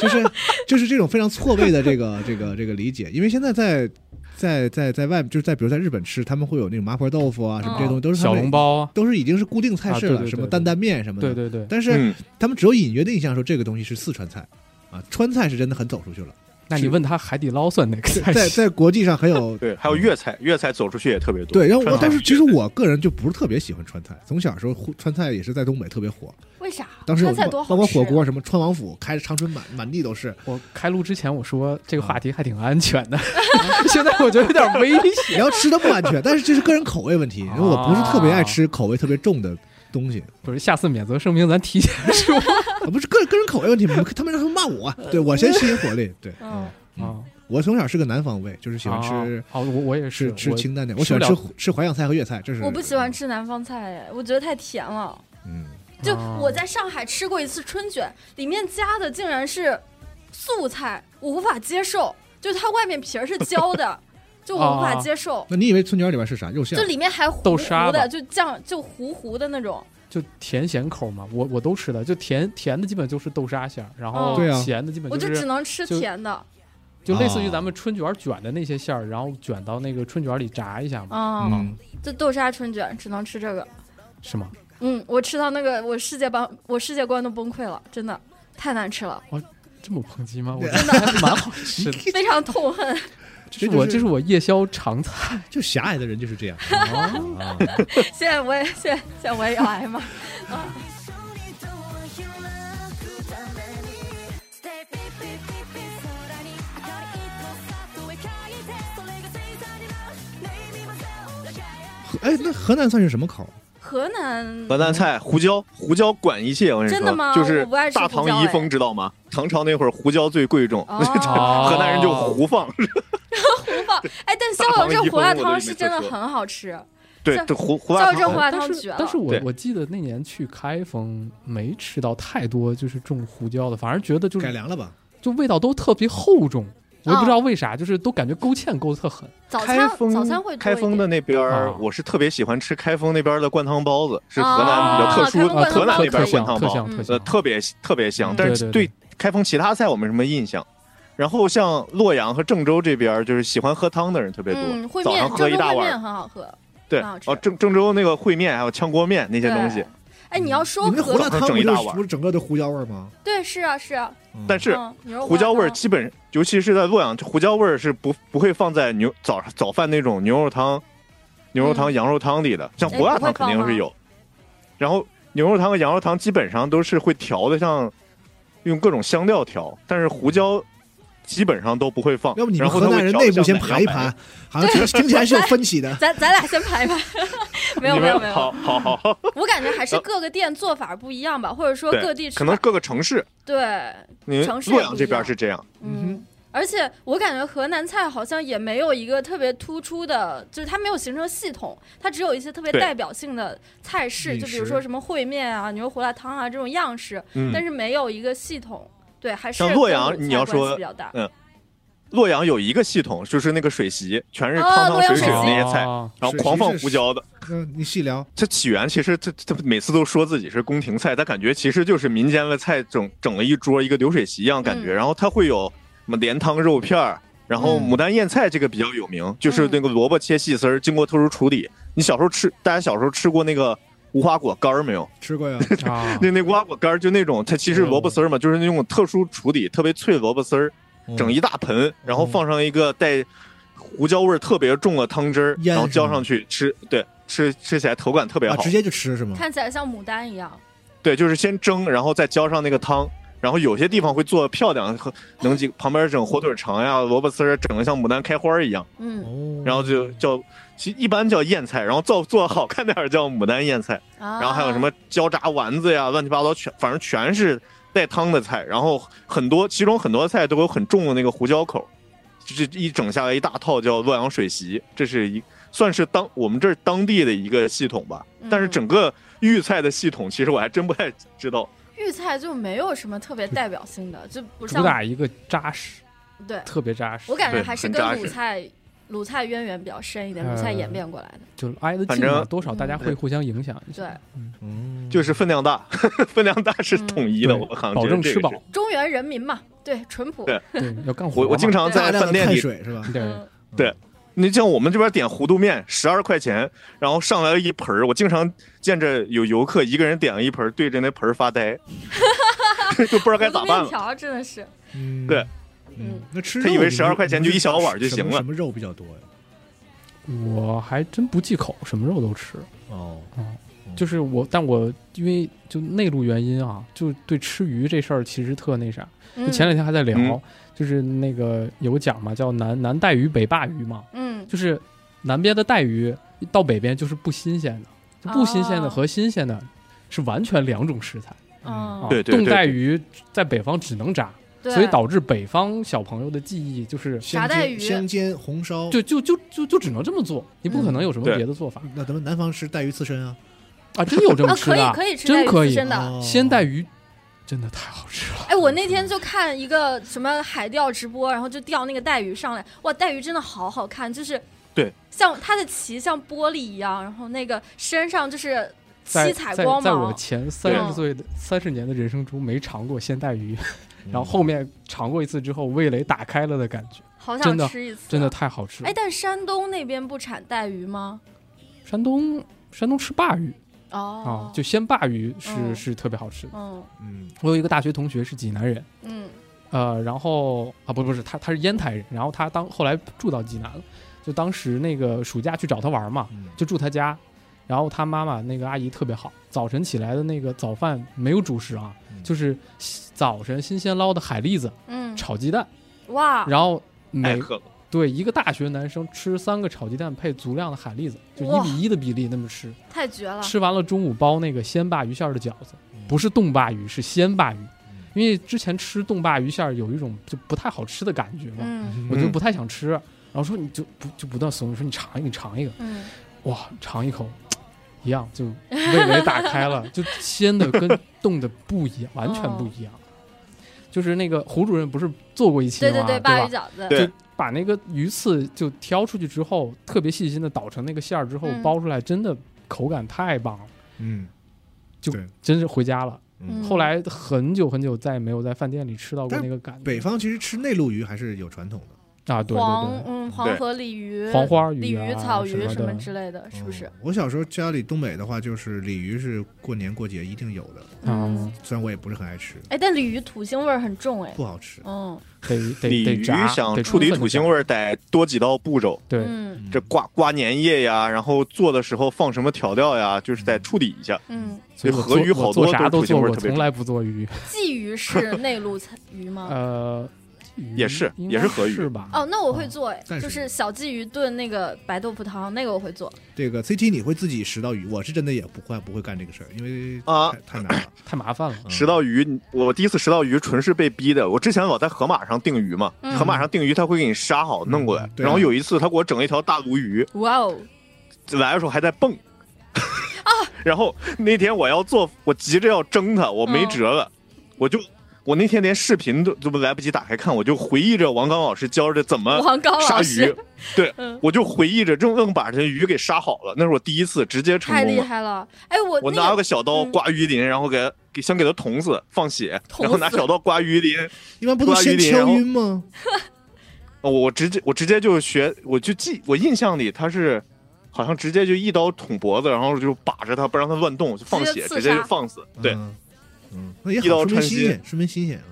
就是就是这种非常错位的这个这个这个理解，因为现在在。在在在外面，就是在比如在日本吃，他们会有那种麻婆豆腐啊，什么这些东西都是他
小
们
笼包啊，
都是已经是固定菜式了，
啊对对对
什么担担面什么的。
对对对，
但是
嗯，
他们只有隐约的印象说这个东西是四川菜，啊，川菜是真的很走出去了，
那你问他海底捞算哪个菜
在
系？
在国际上很有。
对，还有粤菜，粤菜走出去也特别多。
对，然后我
川菜
但是其实我个人就不是特别喜欢川菜，从小时候呼川菜也是在东北特别火，
为啥？
当时有
川
什
菜
么
多
包
好
括
吃啊
火锅什么川王府开着长春满满地都是，
我开录之前我说这个话题还挺安全的，
嗯
现在我觉得有点危险。
你要吃的不安全，但是这是个人口味问题，因为我不是特别爱吃口味特别重的东西，
哦
不是，下次免责声明咱提前说
啊不是个个人口味问题，你们他们让他们骂我，
呃
对我先吸引火力， 对，嗯
嗯，
啊。
我从小是个南方胃，就是喜欢吃
啊，啊我我也
吃
是
吃
我
清淡点，
吃
我喜欢
不
吃
了
吃淮扬菜和粤菜，这是
我不喜欢，吃南方菜，哎我觉得太甜了。
嗯，
就
啊
我在上海吃过一次春卷，里面加的竟然是素菜，我无法接受。就它外面皮儿是焦 的，就我无法接受。
啊那你以为春卷里边是啥肉馅
就？里面还糊
豆沙
糊的，
吧
就酱就糊糊的那种，
就甜咸口嘛，我我都吃的，就甜甜的基本就是豆沙馅儿，然
哦
后
对啊
咸的基本
我就只
是
能吃
就
甜的。
就类似于
哦
咱们春卷卷的那些馅儿，然后卷到那个春卷里炸一下嘛，
嗯，
嗯，
这豆沙春卷只能吃这个。
是吗？
嗯，我吃到那个，我世界观我世界观都崩溃了，真的太难吃了，
这么抨击吗？我觉
真
得
的
还蛮好吃的，
非常痛恨。
这
这是
就是
我这是我夜宵常菜。
就狭隘的人就是这样。 啊
现在我也现在现在我也要挨骂。
哎，那河南算是什么口？
河南
河南菜胡椒，胡椒管一切。我跟你说，
真的吗
就是
我不爱吃
大
胡椒哎
唐遗风，知道吗？唐朝那会儿胡椒最贵重，
哦
河南人就 胡放。
不放哎，但
大
逍遥
唐
镇
一
胡辣
风我都
汤
没
是
听
真的
说
很好吃，
对
像，
这胡胡
照
辣
这胡
汤，
辣
但
汤
是
绝
但是
了。
我
对
我记得那年去开封没吃到太多就是重胡椒的，反而觉得就
改
是
良了吧？
就味道都特别厚重，我也不知
哦
道为啥，就是都感觉勾芡勾得特狠。
早
开
餐
封
早餐会多一点
开封的那边儿
啊，
我是特别喜欢吃开封那边儿的灌汤包子，是河南比较特殊，
啊开封灌汤
呃河南
包子
那边儿
特
可以
灌
香
汤
特
包，
香
嗯
特
呃，
香，
特别特别香
嗯，
但是
对对
对开封其他菜我没什么印象。然后像洛阳和郑州这边儿，就是喜欢喝汤的人特别多，
嗯，烩
早
面
上喝
郑
一
州
大
烩
碗
面
儿。
很好喝。
对，
很好吃
哦，郑郑州那个烩面还有炝锅面那些
对
东西，。
哎，你要说
你们
河
胡辣汤
整
不
一大
就是
碗
不是整个都胡椒味儿吗？
对是啊是啊，
嗯
但是
嗯牛肉
胡椒味儿
汤
基本，尤其是在洛阳，胡椒味儿是不不会放在牛早早饭那种牛肉汤、牛肉汤、羊肉汤里的，像
嗯哎
胡辣
不会
汤肯定
放吗。
是有。然后牛肉汤和羊肉汤基本上都是会调的像，用各种香料调，但是胡椒基本上都不会放。
嗯要不你们
然后
河
它
南
会
人
调
内
得
部
像
先
奶
盘一
白
盘，好像觉得 听起来是有分歧的
咱咱俩先排一排， 没有
你
没
们
有没有，
好好好 好，
我感觉还是各个店做法不一样吧，或者说
对
各地吃
可能
法
各个城市，
对，
你
城市也
洛
不
阳
一
这边
样
是这样，
嗯。而且我感觉河南菜好像也没有一个特别突出的，就是它没有形成系统，它只有一些特别
对
代表性的菜式，
饮
就比如
食
说什么烩面啊、牛肉胡辣汤啊这种样式，
嗯
但是没有一个系统。对，还是
像
跟
洛阳
鲁菜
你要说
关系比较大。
洛阳有一个系统，就是那个水席，全是
哦
汤汤
洛阳
水水
水
的
席
那些菜，
哦
然后狂放
水席是
胡椒的。
嗯，你细聊。
它起源其实它它每次都说自己是宫廷菜，但感觉其实就是民间的菜整整了一桌一个流水席一样感觉。
嗯
然后它会有什么莲汤肉片儿，然后
嗯
牡丹燕菜这个比较有名，就是那个萝卜切细丝儿，经过特殊处理。你小时候吃，大家小时候吃过那个无花果干儿没有？
吃 过呀，
啊，
那那无花果干儿就那种，它其实萝卜
嗯
丝儿嘛，就是那种特殊处理，特别脆的萝卜丝儿，整一大盆，然后放上一个带胡椒味儿特别重的汤汁儿，
腌
然后浇
上
上去吃，对，吃吃起来口感特别
啊，
好
直。接就吃是吗？
看起来像牡丹一样，
对，就是先蒸，然后再浇上那个汤。然后有些地方会做得漂亮，和 能几旁边整火腿肠呀、萝卜丝儿，整的像牡丹开花儿一样。
嗯
哦，
然后就叫，其一般叫燕菜，然后做做得好看点儿叫牡丹燕菜。
啊，
嗯然后还有什么焦炸丸子呀，乱七八糟，全反正全是带汤的菜。然后很多，其中很多菜都有很重的那个胡椒口，就是一整下来一大套叫洛阳水席，这是一算是当我们这儿当地的一个系统吧。但是
嗯
整个豫菜的系统，其实我还真不太知道。
豫菜就没有什么特别代表性 的，就不
主
像
打一个扎实，
对
特别扎实。
我感觉
对
还是
很
跟
扎
鲁
实嗯
菜鲁菜渊源比较深一点，鲁菜演变过来的。
就挨得
反
近嘛，
正
多少大家
嗯
会互相影响一下。
对
嗯
就是分量大， 分量大是
嗯
统一的，
对
我好像
保
觉得
证
这
吃
个
饱
是。。
中原人民嘛，对，淳朴。
对
对，要干活
我
嘛。
我经常
大
在
量
饭
的
店
碳
里，
水是吧？
对，
嗯，
你像我们这边点糊涂面十二块钱，然后上来了一盆儿，我经常见着有游客一个人点了一盆儿，对着那盆儿 发呆，就不知道该
胡
咋
子
办
面
了。
条真的是，
嗯
对，
嗯，那吃
他以
肉
为
你们
12块钱
你们
就一小碗
什
就行
么
了
什么肉比较多呀？
嗯
我还真不忌口，什么肉都吃。
哦，
就是我，但我因为就内陆原因啊，就对吃鱼这事儿其实特那啥。就
嗯
前两天还在聊，
嗯
就是那个有个讲嘛，叫南南带鱼北灞鱼嘛，
嗯
就是南边的带鱼到北边就是不新鲜的，就不新鲜的
哦
和新鲜的是完全两种食材。
嗯
啊、
对对对
冻带鱼在北方只能炸，
对，
所以导致北方小朋友的记忆就是
香
炸带
煎
鱼
香煎、红烧，
就就就就就只能这么做，你不可能有什么
对
别的做法、
那咱们南方吃带鱼刺身啊，
啊！真有这么
啊
吃
可
的啊，
以可以吃带
真
鱼
可
刺
以。嗯
身的。
哦
鲜带鱼真的太好吃了，
哎，我那天就看一个什么海钓直播，然后就钓那个带鱼上来，哇，带鱼真的好好看，就是
对，
像它的鳍像玻璃一样，然后那个身上就是
在
七彩
在
光
在我
芒。
前三
嗯
十岁的三十年的人生中没尝过鲜带鱼，然后后面尝过一次之后，味蕾打开了的感觉，
好
真
想
的
吃一次，
真的。太好吃了
哎，。但山东那边不产带鱼吗？
山东山东吃鲅鱼啊
哦，，
就鲜鲅鱼是
嗯
是特别好吃的。
嗯
嗯
我有一个大学同学是济南人，
嗯
呃，然后啊不不是他他是烟台人，然后他当后来住到济南了，就当时那个暑假去找他玩嘛，
嗯
就住他家，然后他妈妈那个阿姨特别好，早晨起来的那个早饭没有主食啊，
嗯
就是早晨新鲜捞的海蛎子
嗯，啊
炒鸡蛋，
哇，
然后
太
每
渴了。
对一个大学男生吃三个炒鸡蛋配足量的海蛎子，就一
哇
比一的比例那么吃，
太绝了。
吃完了中午包那个鲜鲅鱼馅儿的饺子
嗯，
不是冻鲅鱼，是鲜鲅鱼
嗯，
因为之前吃冻鲅鱼馅儿有一种就不太好吃的感觉嘛，
嗯
我就不太想吃，然后说你就不就不断怂恿说你尝一个，你尝一个，
嗯，
哇，尝一口。一样就味蕾打 开了，就鲜的跟冻的不一样，完全不
哦
一样。就是那个胡主任不是做过一期
对
吗？
对对，
吧
鲅鱼饺子，
对
就把那个鱼刺就挑出去之后，特别细心的捣成那个馅儿之后
嗯
包出来，真的口感太棒了，
嗯，
就
对
真是回家了。
嗯
后来很久很久再也没有在饭店里吃到过
但
那个感觉。
北方其实吃内陆鱼还是有传统的，
啊，对
黄
对
嗯黄河鲤鱼、
对，黄花
鲤
鱼、啊、
鱼、草鱼
什
什么
的啊
之类的，是不是
嗯？？我小时候家里东北的话，就是鲤鱼是过年过节一定有的，
嗯
嗯，，
虽然我也不是很爱吃，
哎，但鲤鱼土腥味儿很重哎。
不好吃。
嗯
得得
鲤
得
鱼
炸，
想
得
处理
充分地
土腥
炸
味，儿，得多几道步骤。
对，
嗯
这刮刮粘液呀，然后做的时候放什么调料呀，就是得处理一下。
嗯，
所
所以
以我
河
做
鱼
我
好
做
多
啥
都
都
是土腥
做
味儿
过，
特别
从来不做鱼。
鲫鱼是内陆菜鱼吗？
呃，
也是
鱼应
也是
该
河鱼
是吧？
嗯哦，那我
嗯
会做哎，
但是
就是小鲫鱼炖那个白豆腐汤，那个我会做。
这个 CT 你会自己拾到鱼，我是真的也不会不会干这个事儿，因为
啊
太太难 了。
太麻烦了。
嗯
食到鱼，我第一次食到鱼纯是被逼的。我之前老在河马上订鱼嘛，
嗯
河马上订鱼他会给你杀好弄过来
嗯，对啊
然后有一次他给我整了一条大鲈鱼，
哇哦，
来的时候还在蹦。
啊
然后那天我要做，我急着要蒸它，我没辙
哦
了，我就我那天连视频都都来不及打开看，我就回忆着王刚老师教着怎么
王刚
杀
老
啊鱼
师，
对
嗯，
我就回忆着正愣把这鱼给杀好了，那是我第一次直接成
太
功
厉
了。
害了！哎，我
我拿
那
了
个
个小刀
嗯
刮鱼鳞，然后给给先给它捅死，放血，
捅
然后拿
死
小刀刮鱼鳞。
一般不都
刮
先
鱼鳞然
敲
后
晕吗？
哦我直接我直接就学，我就记我印象里他是好像直接就一刀捅脖子，然后就把着它不让它乱动，就放
直接
血，
刺
直接就
杀
放死。 对，
嗯，嗯，那也
一刀
好，说明
穿
新
心
鲜，说明新鲜啊。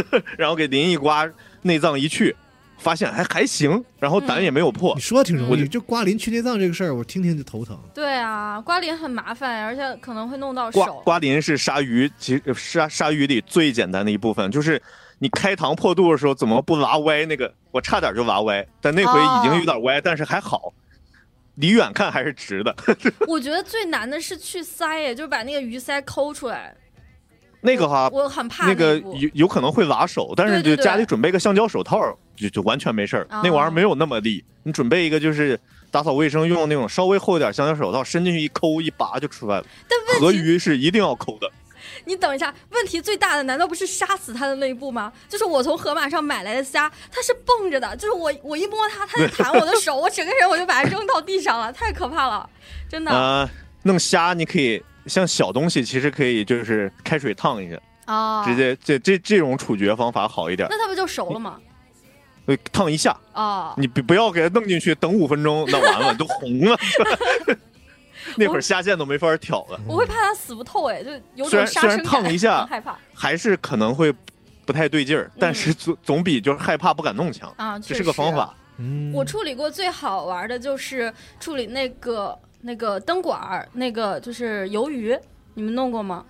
然后给鳞一刮，内脏一去，发现还还行，然后
嗯
胆也没有破
你。说的挺容
我
易，
就
就刮鳞去内脏这个事儿，我听听就头疼。
对啊，刮鳞很麻烦，而且可能会弄到
刮
手。
刮鳞是杀鱼，其呃杀杀鱼里最简单的一部分，就是你开膛破肚的时候怎么不拉歪那个？我差点就拉歪，但那回已
哦
经有点歪，但是还好，离远看还是直的。
我觉得最难的是去鳃，哎，就是把那个鱼鳃抠出来。
那个哈，
我很怕
啊那个
一步
有有可能会拉手，但是
对对
就
对
家里准备个橡胶手套，就就完全没事儿。那玩意
哦
儿没有那么利，你准备一个就是打扫卫生用那种稍微厚一点橡胶手套，伸进去一抠一拔就出来了。
但
河
问题，
鱼是一定要抠的，
你等一下，问题最大的难道不是杀死它的那一步吗？就是我从河马上买来的虾，它是蹦着的，就是我我一摸它，它在弹我的手，我整个人我就把它扔到地上了，太可怕了，真的啊！
呃，弄虾你可以像小东西，其实可以就是开水烫一下，
哦啊
直接这这这种处决方法好一点，
那它不就熟了吗？
呃烫一下，
啊，
你不不要给它弄进去，等五分钟，那完了都红了。 那会儿下线都没法挑了，
我会怕它死不透，哎，就有
虽
种
然
杀
虽
生
然烫
感，
一下
很害怕
还是可能会不太对劲儿，但是总总比就是害怕不敢弄强，
啊，
这
嗯确
是个
实
方法。
嗯，
我处理过最好玩的就是处理那个那个灯管儿，那个就是鱿鱼，你们弄过吗？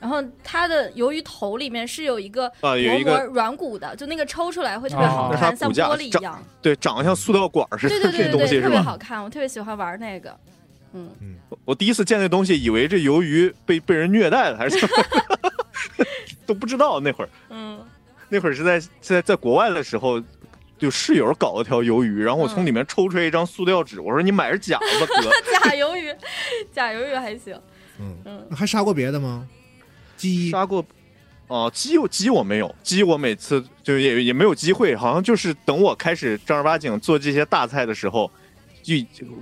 然后它的鱿鱼头里面是有一个
啊有
薄
一个
膜软骨的，就那个抽出来会特别好
哦
啊那
看，
是它
像
骨架
玻璃一样。
对，长得像塑料管儿似
对对
的
对
这
对
东
对，
西
特
是
别
吧？
好看，我特别喜欢玩那个。嗯，
我第一次见那东西，以为这鱿鱼被被人虐待了，还是 都不知道那会儿。
嗯，
那会儿是在在在国外的时候，就室友搞了条鱿鱼，然后我
嗯
从里面抽出来一张塑料纸，我说你买是假的吧，哥。
假鱿鱼，假鱿鱼还行。
嗯，
嗯，
还杀过别的吗？鸡，
杀过，哦、鸡我鸡我没有，鸡我每次就也也没有机会，好像就是等我开始正儿八经做这些大菜的时候，就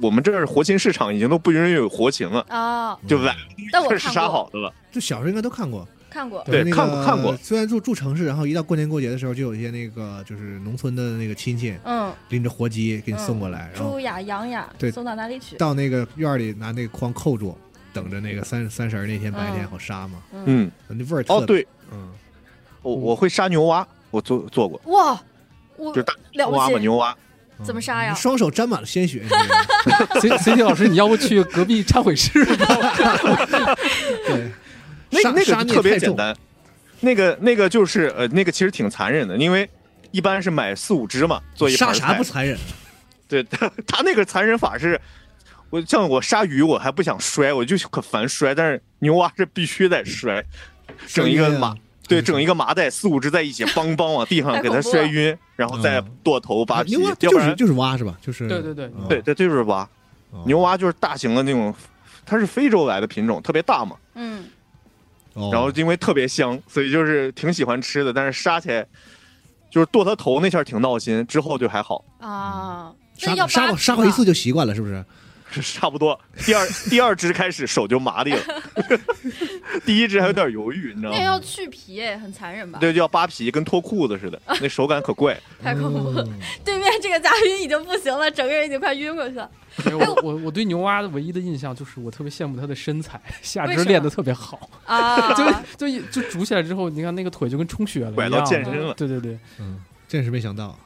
我们这儿活禽市场已经都不允许有活禽了，
啊，
就
嗯
崴
但我
这是
看
杀
过，
好的了。
就小时候应该都看过，
看过，
对
那个
看过看过
虽然住住城市，然后一到过年过节的时候，就有一些那个就是农村的那个亲戚
嗯，
拎着活鸡给你送过来，然后
猪呀、羊呀
对，
送到哪里去？
到那个院儿里拿那个筐扣住，等着那个三三十儿那天白天
嗯
好杀嘛，
嗯，
那味儿特
哦，
别，
对，
嗯，
我我会杀牛蛙，我做做过，
哇，我
就是大
了
蛙
不
嘛，
起，
牛蛙。
嗯
怎么杀哎呀
你双手沾满了鲜血，你这个
随随体老师，你要不去隔壁忏悔室吧？
对，
那
杀
那
杀
个
孽
特别
太
简
重，
单，那个那个就是呃，那个其实挺残忍的，因为一般是买四五只嘛， 做一
杀
盘
啥
菜
不。残忍？
对 他他那个残忍法是，我像我杀鱼我还不想摔，我就可烦摔，但是牛蛙是必须得摔，整一
杀
个
孽啊
麻对整一个麻袋，四五只在一起，梆梆往地
太
上给
恐
它
怖
摔
了
晕，然后再
嗯
剁头扒皮
牛蛙，
要不
就是
然
就是蛙是吧？就是
对对对
嗯
对对，这就是蛙，
哦
牛蛙就是大型的那种，它是非洲来的品种，特别大嘛。
嗯，
哦
然后因为特别香，所以就是挺喜欢吃的。但是杀起来，就是剁他头那下挺闹心，之后就还好，
啊，那
杀
要
过杀
扒
过
皮
杀过一
吧
次就习惯了，是不是？
是差不多。第二第二只开始手就麻利了， 第一只还有点犹豫，你知道
那个
吗？
要去皮，哎很残忍吧？
对，就要扒皮，跟脱裤子似的，那手感可怪。
太恐怖了！
嗯
对面这个嘉宾已经不行了，整个人已经快晕过去了。
没有我我我对牛蛙的唯一的印象就是我特别羡慕它的身材，下
为
肢
什么
练得特别好，
啊，
就就就煮起来之后，你看那个腿就跟充血了一
拐
样
到
的，
健身了
对对对，
嗯，真是没想到，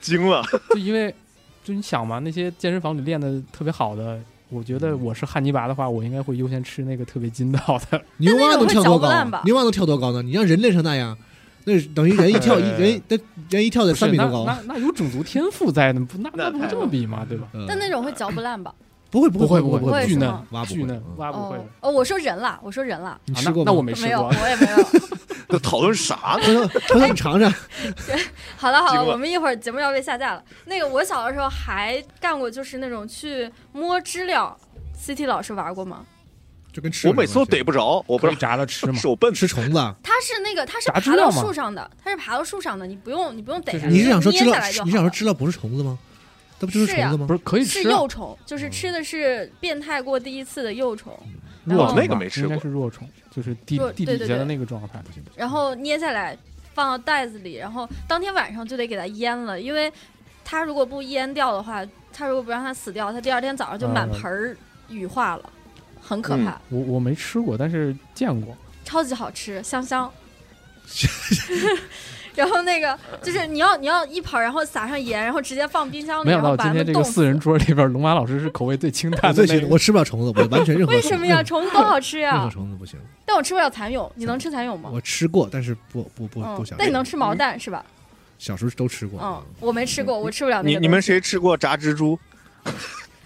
惊了，
就因为就你想嘛，那些健身房里练的特别好的。我觉
嗯
得我是汉尼拔的话，我应该会优先吃那个特别筋道的。
牛蛙能跳多
那个会嚼不烂吧
高？牛蛙能跳多高呢？你让人练成那样，那是等于人一跳一人那人一跳得
不是
呃三米
那
多高。
那那有种族天赋在呢，不那
那
那不
太
这么比嘛，对吧？
嗯
但那种会嚼不烂吧？
不会不会
会不
不会
巨
是
嫩
吗
蛙不
巨
会
嫩
嗯
蛙不会
哦
的。啊
哦，我说人了，我说人了，
你吃
那
过吗？
那我没吃
没有，
过，
我也没 有。
这讨论啥呢？
回头回头你尝尝，
好了好
经
了，
过
我们一会儿节目要被下架了。那个我小的时候还干过，就是那种去摸知了。CT 老师玩过吗？
就跟吃
我
有
每次都
关系
逮不着，我不知
可以
道
炸了吃嘛。
手笨。
吃虫子。
它是那个，它是
炸知
爬到
了吗
树上的，它是爬到树上的，你不用你不用逮
就是
它，
你是想说知
捏
了
下来就？好
你想说
了。
知了不是虫子吗？它不就是
是
虫
呀
子吗
不？是可以
是
吃啊，
幼虫，就是吃的是变态过第一次的幼虫，
嗯弱虫吧
那个没吃过
应该是弱虫，就是地
弱
地
对
底
对
下的
对
那个状态。
然后捏下来放到袋子里，然后当天晚上就得给它腌了，因为它如果不腌掉的话，它如果不让它死掉，它第二天早上就满嗯
嗯
盆儿羽化了，很可怕，
我我没吃过，但是见过。
超级好吃，香 香。然后那个就是你要你要一盆儿，然后撒上盐，然后直接放冰箱里，
没想
然后
到
把它
今
们
天这
冻
个
死
四人桌里边，龙马老师是口味最清
我
淡的
最
那
喜
个。
我吃不了虫子，我完全任何
为什么呀？
虫
虫子多好吃
任何
呀！
虫子不行。
但我吃不了蚕蛹，你能吃蚕蛹吗？
我吃过，但是不不不
嗯
不想。
但你能吃毛蛋是吧？
小时候都吃过。
嗯，我没吃过，我吃不了那
你
个
你们
东西
谁吃过炸蜘蛛？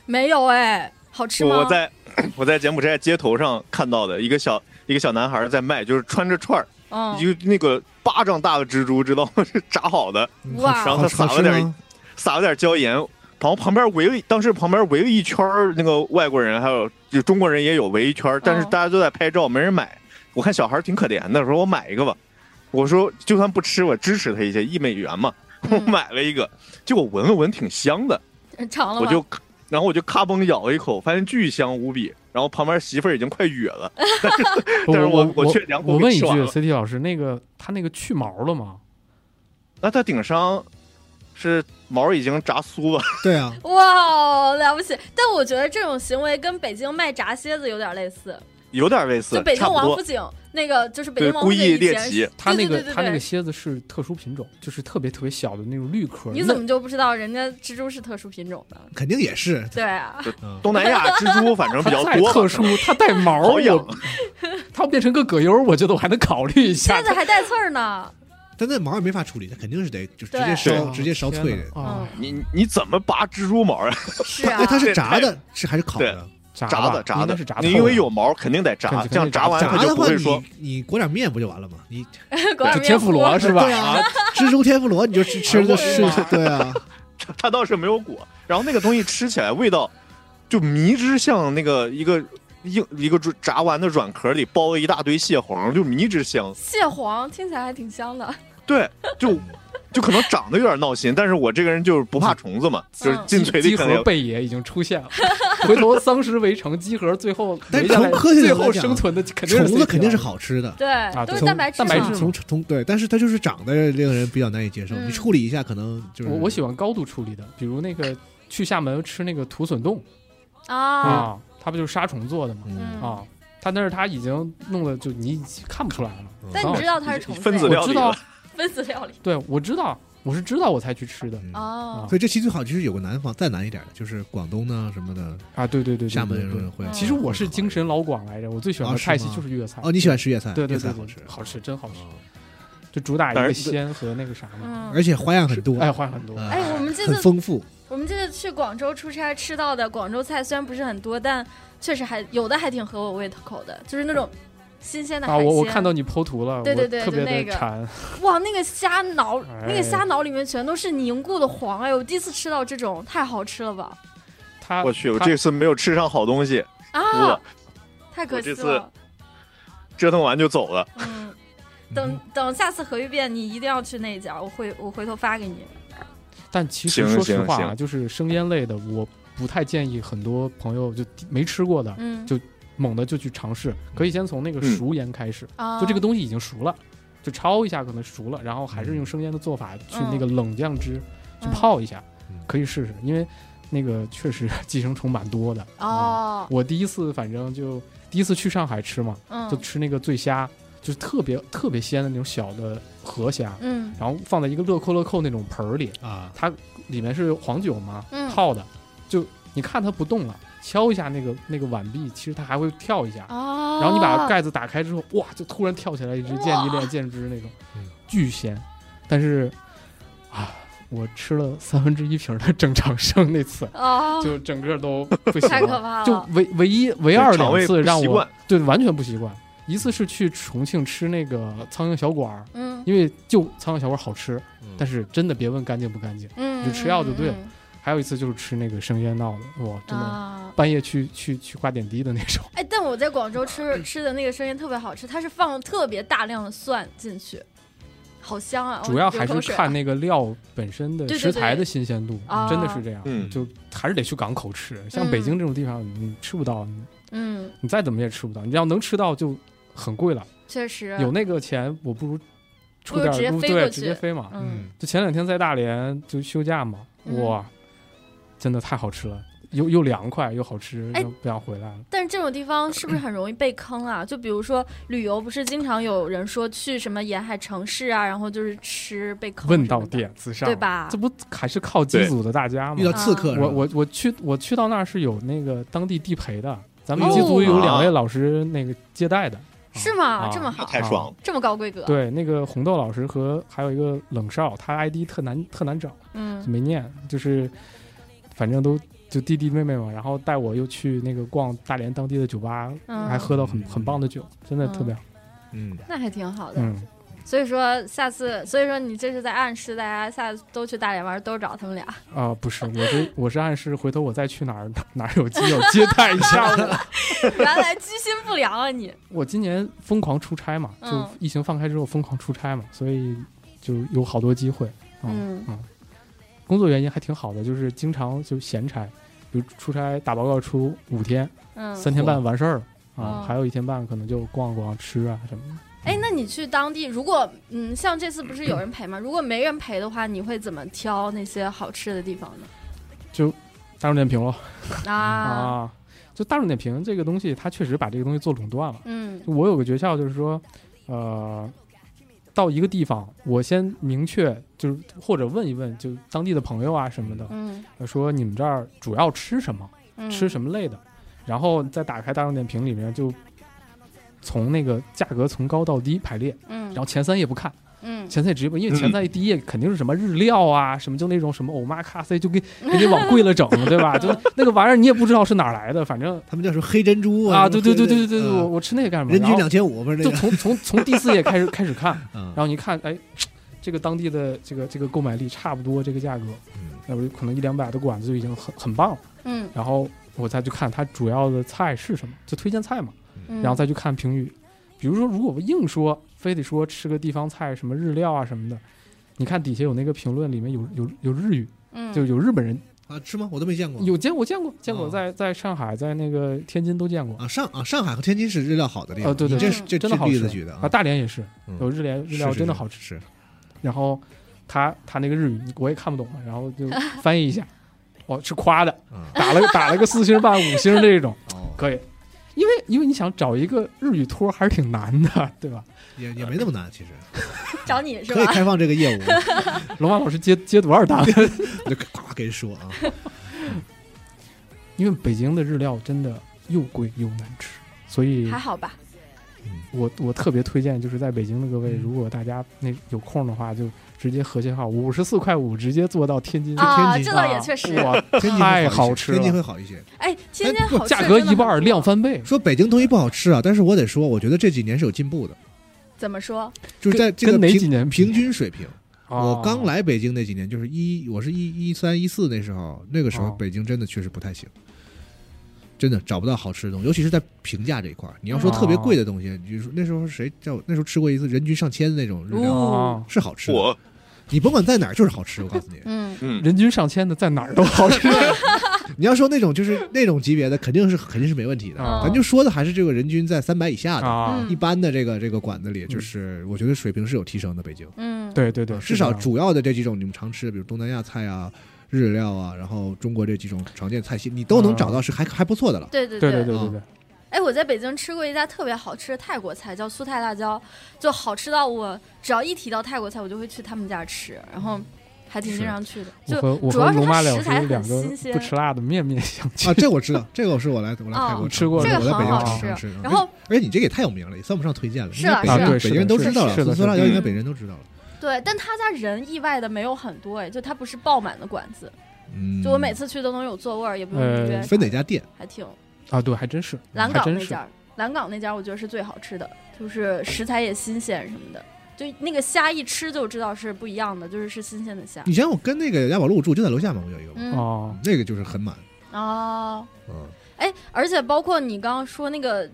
没有哎？好吃吗？
我在我在柬埔寨街头上看到的一个小一个小男孩在卖，就是穿着串儿，
嗯，
一个那个巴掌大的蜘蛛，知道吗？是炸好的，
嗯
哇
好
然
后它
好
撒了
吃
点
吗
撒了点椒盐，旁旁边围了一，当时旁边围了一圈儿那个外国人，还有就中国人也有围一圈儿，但
嗯
是大家都在拍照，没人买。我看小孩儿挺可怜的，说我买一个吧。我说就算不吃，我支持他一下，一美元嘛。 我
嗯
买了一个，结果闻了闻挺香的，
尝了
我
吗？
就然后我就咔嘣咬了一口，发现巨香无比。然后旁边媳妇儿已经快哕了，
嗯
但是
我
我我却两口
我
给
问一句
吃完了
，CT 老师，那个他那个去毛了吗？
那它顶上是毛已经炸酥了，
对啊，
哇，了不起！但我觉得这种行为跟北京卖炸蝎子有点类似，
有点类
就
似，
北京
差不
王
多
府。井那个，就是北
对，
京王
故
府井
意
以
猎
前
奇
是，
他那
对
个
对对
他那
对
个蝎子是特殊品种，就是特别特别小的那种绿壳。
你怎么就不知道人家蜘蛛是特殊品种呢？
肯定也是。
对啊，
嗯
东南亚蜘蛛反正比
那
较
它再
多
特
吧，
殊，它带毛，
好养
我。它要变成个葛优，我觉得我还能考虑一下
蝎。子还带刺儿呢。
但那毛也没法处理，它肯定是得就直接
对
烧，
啊
直接烧
天
脆
哪
的。
啊！
你你怎么拔蜘蛛毛 啊？
嗯是
它
啊，
哎，它是
这
炸的，是还是烤
对
的？
炸
炸
吧
的炸
应该
的，
是炸的，
你因为有毛肯定得
肯
炸，
定
这样炸完
炸
它
炸
就
的
不
话，
会说
你你裹点面不就完了吗？你
果嗯然
就
没
天妇罗是吧？
对啊，蜘蛛天妇罗你就吃吃的是，对啊，
它 它倒是没有果。然后那个东西吃起来味道就迷之像那个一个硬一个炸完的软壳里包了 一大堆蟹黄，就迷之香。
蟹黄听起来还挺香的，
对，就就可能长得有点闹心，但是我这个人就是不
嗯
怕虫子嘛，就是进嘴里
鸡
可能
盒
有。
贝爷已经出现了，回头丧尸围城，鸡盒最后
但
围下
从
来
科学角
最
度来
后
讲
生存的肯定是
虫子肯定是
CPR
好吃的，
对，都
啊对
是蛋白质
蛋白
嘛
质。
从从对，但是它就是长得令人比较难以接受，
嗯
你处理一下可能就是
我我喜欢高度处理的，比如那个去厦门吃那个土笋冻
啊，
啊，它不就是杀虫做的吗？
嗯
嗯
啊，它那是它已经弄的，就你已经看不出来了。
嗯
但你知道它是虫子
分子
呀
料
我
理
知道
了，
分子料理
对我知道，我是知道我才去吃的
嗯
哦，
所以这期最好就是有个南方再难一点的，就是广东呢什么的，
啊，对对对，对
厦门
对对
人会。
其实我是精神老广来着，我最喜欢
啊
的
是
菜系
吗
就是粤菜。
哦，你喜欢吃粤菜，
对对
粤菜
对，
好
对
吃，
好吃，真好吃，
哦
就主打一
但
个
是
鲜和那个啥嘛，
嗯
而，且花样很多，
哎，换很多。
啊
哎，我们这
很
次
丰富。
我们这次去广州出差吃到的广州菜虽然不是很多，但确实还有的还挺合我胃口的，就是那种新鲜的海
啊，
鲜。
我我看到你剖图了，
对对
我
对
特
就
别
那
的
个
馋。
哇，那个虾脑，
哎
那个虾脑里面全都是凝固的黄，哎，我第一次吃到这种，太好吃了吧！
他
我去，我
他
这次没有吃上好东西，哭
啊
了，，
太可惜
我这
了。
折腾完就走了。
嗯，等等下次合玉变，你一定要去那一家，我会我回头发给你。
但其实
行
说实
行
话啊，
行
就是生腌类的，我不太建议很多朋友就没吃过的，
嗯，
就猛的就去尝试。可以先从那个
嗯
熟腌开始，
啊，
就这个东西已经熟了，就焯一下可能熟了，然后还
嗯
是用生腌的做法去那个冷酱汁去
嗯
泡一下
嗯，
可以试试，因为那个确实 寄生虫蛮多的。
哦，
我第一次反正就第一次去上海吃嘛，
嗯
就吃那个醉虾，就是特别特别鲜的那种小的河虾，
嗯
然后放在一个乐扣乐扣那种盆儿里，
啊，
它里面是黄酒嘛
嗯
泡的，就你看它不动了，敲一下那个那个碗壁，其实它还会跳一下。
哦，
然后你把盖子打开之后，哇，就突然跳起来一只剑一链剑枝那种
嗯，
巨鲜。但是啊，我吃了三分之一瓶的正常生那次，
哦，
就整个都不行
太可
了。
怕了，
就唯唯一唯二
对肠
两
胃
次让
不习
我
惯
对完全不习惯。一次是去重庆吃那个苍蝇小馆儿，
嗯
因为就苍蝇小馆儿好吃，
嗯
但
是
是真的别问干净不干净。
嗯，
就吃药就对了
嗯。
还有一次就是吃那个生腌闹的，哇，
嗯
真的
啊，
半夜去去去挂点滴的那种。
哎，但我在广州吃吃的那个生腌特别好吃，它是放了特别大量的蒜进去，好香啊！我
主要
流
还
口
是
水
看
了
那个料本身的
对对
食材
对
的新鲜度，
啊
真的是这样。
嗯
就还是得去港口吃，像北京这种地方，你吃不到，你
嗯，
你再怎么也吃不到。你要能吃到就很贵了，
确实
有那个钱，我不如出点
不如直接
路
飞过
对，
去
直接飞嘛。
嗯，
就前两天在大连就休假嘛，
嗯
哇，真的太好吃了，又又凉快又好吃，
哎
又不想回来了。
但是这种地方是不是很容易被坑啊？就比如说旅游，不是经常有人说去什么沿海城市啊，然后就是吃被坑
问
什么
到
的，
点子上，
对？吧
这？不还是靠机
对
组的大家吗？
遇到刺 客，
嗯我我我去我去到那儿是有那个当地地陪的，咱们
哦
机组有两位老师那个接待的，
啊是吗？
啊
这么好，
太爽了，
这么高规格，
对，那个红豆老师和还有一个冷少，他 ID 特难特难找，
嗯
没念，就是反正都就弟弟妹妹嘛，然后带我又去那个逛大连当地的酒吧，
嗯，
还喝到很很棒的酒，真的
嗯
特别好，
嗯，
那还挺好的。
嗯，
所以说下次，所以说你这是在暗示大家下次都去大连玩，都找他们俩。
啊、不是，我是我是暗示回头我再去哪儿哪儿有基友接待一下我。
原来居心不良啊你！
我今年疯狂出差嘛，就
嗯
疫情放开之后疯狂出差嘛，所以就有好多机会。嗯
嗯
工作原因还挺好的，就是经常就闲差，比如出差打报告出五天，
嗯，
三天半完事儿了啊，
哦
还有一天半可能就逛逛吃啊什么的。
哎，那你去当地，如果嗯，像这次不是有人陪吗？如果没人陪的话，你会怎么挑那些好吃的地方呢？
大众点评咯
啊，
啊，就大众点评这个东西，它确实把这个东西做垄断了。
嗯
就我有个诀窍，就是说，呃，到一个地方，我先明确就是或者问一问，就当地的朋友啊什么的，
嗯
说你们这儿主要吃什么，
嗯，
吃什么类的，然后再打开大众点评里面就从那个价格从高到低排列，
嗯
然后前三页不看，
嗯
前三页直接不，因
嗯
为前三页第一页肯定是什么日料啊，什么就那种什么欧玛咖啡，就给给你往贵了整，对吧？就那个玩意儿你也不知道是哪儿来的，反正
他们叫什么黑珍珠
啊，
什
对
么
对对
黑
对
珍
对对，
嗯
我我吃那个干嘛？
人均
然后
两千五不是那
就
个，
从 从从第四页开始开始看，
嗯
然后你看，哎，这个当地的这个这个购买力差不多这个价格，
嗯
要不可能一两百的馆子就已经很很棒了。
嗯，
然后我再去看它主要的菜是什么，就推荐菜嘛，
嗯
然后再去看评语。比如说，如果我硬说，非得说吃个地方菜，什么日料啊什么的，你看底下有那个评论，里面有有有日语，
嗯，
就有日本人，
啊，吃吗？我都没见过。
有见我见过见过，
哦
在在上海，在那个天津都见过
啊，上啊，上海和天津是日料好的地方。
啊对对
你这
对。
是这
真
这
的好
例
吃
子举的
啊，大连也是
嗯
有日联日
是
料
是
真的
是
好吃，
是
然后他他那个日语我也看不懂嘛，然后就翻译一 下，哦是夸的，
啊，
打了打了个四星半五星这种
哦，
可以，因为因为你想找一个日语托儿还是挺难的， 对吧？
也也没那么难，其实
找你是
可以
吧？
开放这个业务，
龙马老师接接多 少单？
我就夸给说啊，
因为北京的日料真的又贵又难吃，所以
还好吧，
我我特别推荐，就是在北京的各位，
嗯
如果大家那有空的话，就直接和谐号五十四块五直接坐到天津去
啊，
天津
这倒也确实。
哇，
天津
太
会好
好
一些
吃
天津
了，
会好一些。
哎，天津
哎
好吃，
价格
真的
一半儿
很多
量翻倍，
说北京东西不好吃啊，但是我得说，我觉得这几年是有进步的，
怎么说？
就是在
跟
这个
跟哪几
平
年比
平？均水平。
哦
我刚来北京那几年，就是一我是一一三一四那时候，那个时候
哦
北京真的确实不太行，真的找不到好吃的东西，尤其是在平价这一块儿。你要说
哦
特别贵的东西，你说那时候是谁叫我那时候吃过一次人均上千的那种日料，
哦，
是好吃的。
我
你甭管在哪儿就是好吃，我告 诉你
嗯，
嗯，
人均上千的在哪儿 都好吃
你要说那种就是那种级别的，肯定是肯定是没问题的。
啊
咱就说的还是这个人均在三百以下的，
啊！
一般的这个这个馆子里，
嗯
就是我觉得水平是有提升的。北京，
嗯，
对对
至
对，啊是这
少
样
主要的这几种你们常吃的，比如东南亚菜啊、日料啊，然后中国这几种常见菜系，你都能
啊
找到是还还不错的了。
对对
对对对对对，
哎，我在北京吃过一家特别好吃的泰国菜，叫苏泰辣椒，就好吃到我只要一提到泰国菜，我就会去他们家吃，然后还挺经常去的。
嗯我
就
和我
主要
和
是
龙
它
妈老
食
师
材很
两个
新鲜
不吃辣的面面 相觑
啊，这我知道，这个我是我来我来泰国
哦
吃过
我
这
在
个
北
很好
京
吃
常吃。
然后
而且你这个也太有名了，也算不上推荐了，
是啊
因为
是啊
北京北
是的
京人都知道了，
是的
苏苏辣
是
椒
的
应该
嗯
北京人都知道了。
对，但他家人意外的没有很多，哎，就他不是爆满的馆子，
嗯，
就我每次去都能有座位儿，也不用预约，
呃
分哪家店
还挺。
啊！对，还真是，
蓝
还
港
真
那
是
家，儿，蓝港那家儿我觉得是最好吃的，就是食材也新鲜什么的，就那个虾一吃就知道是不一样的，就是是新鲜的虾
你想想，我跟那个雅宝路我住就在楼下嘛，我有一个嘛，
嗯，
哦，
那个就是很满，
哦。
嗯，
哎，而且包括你刚刚说那个。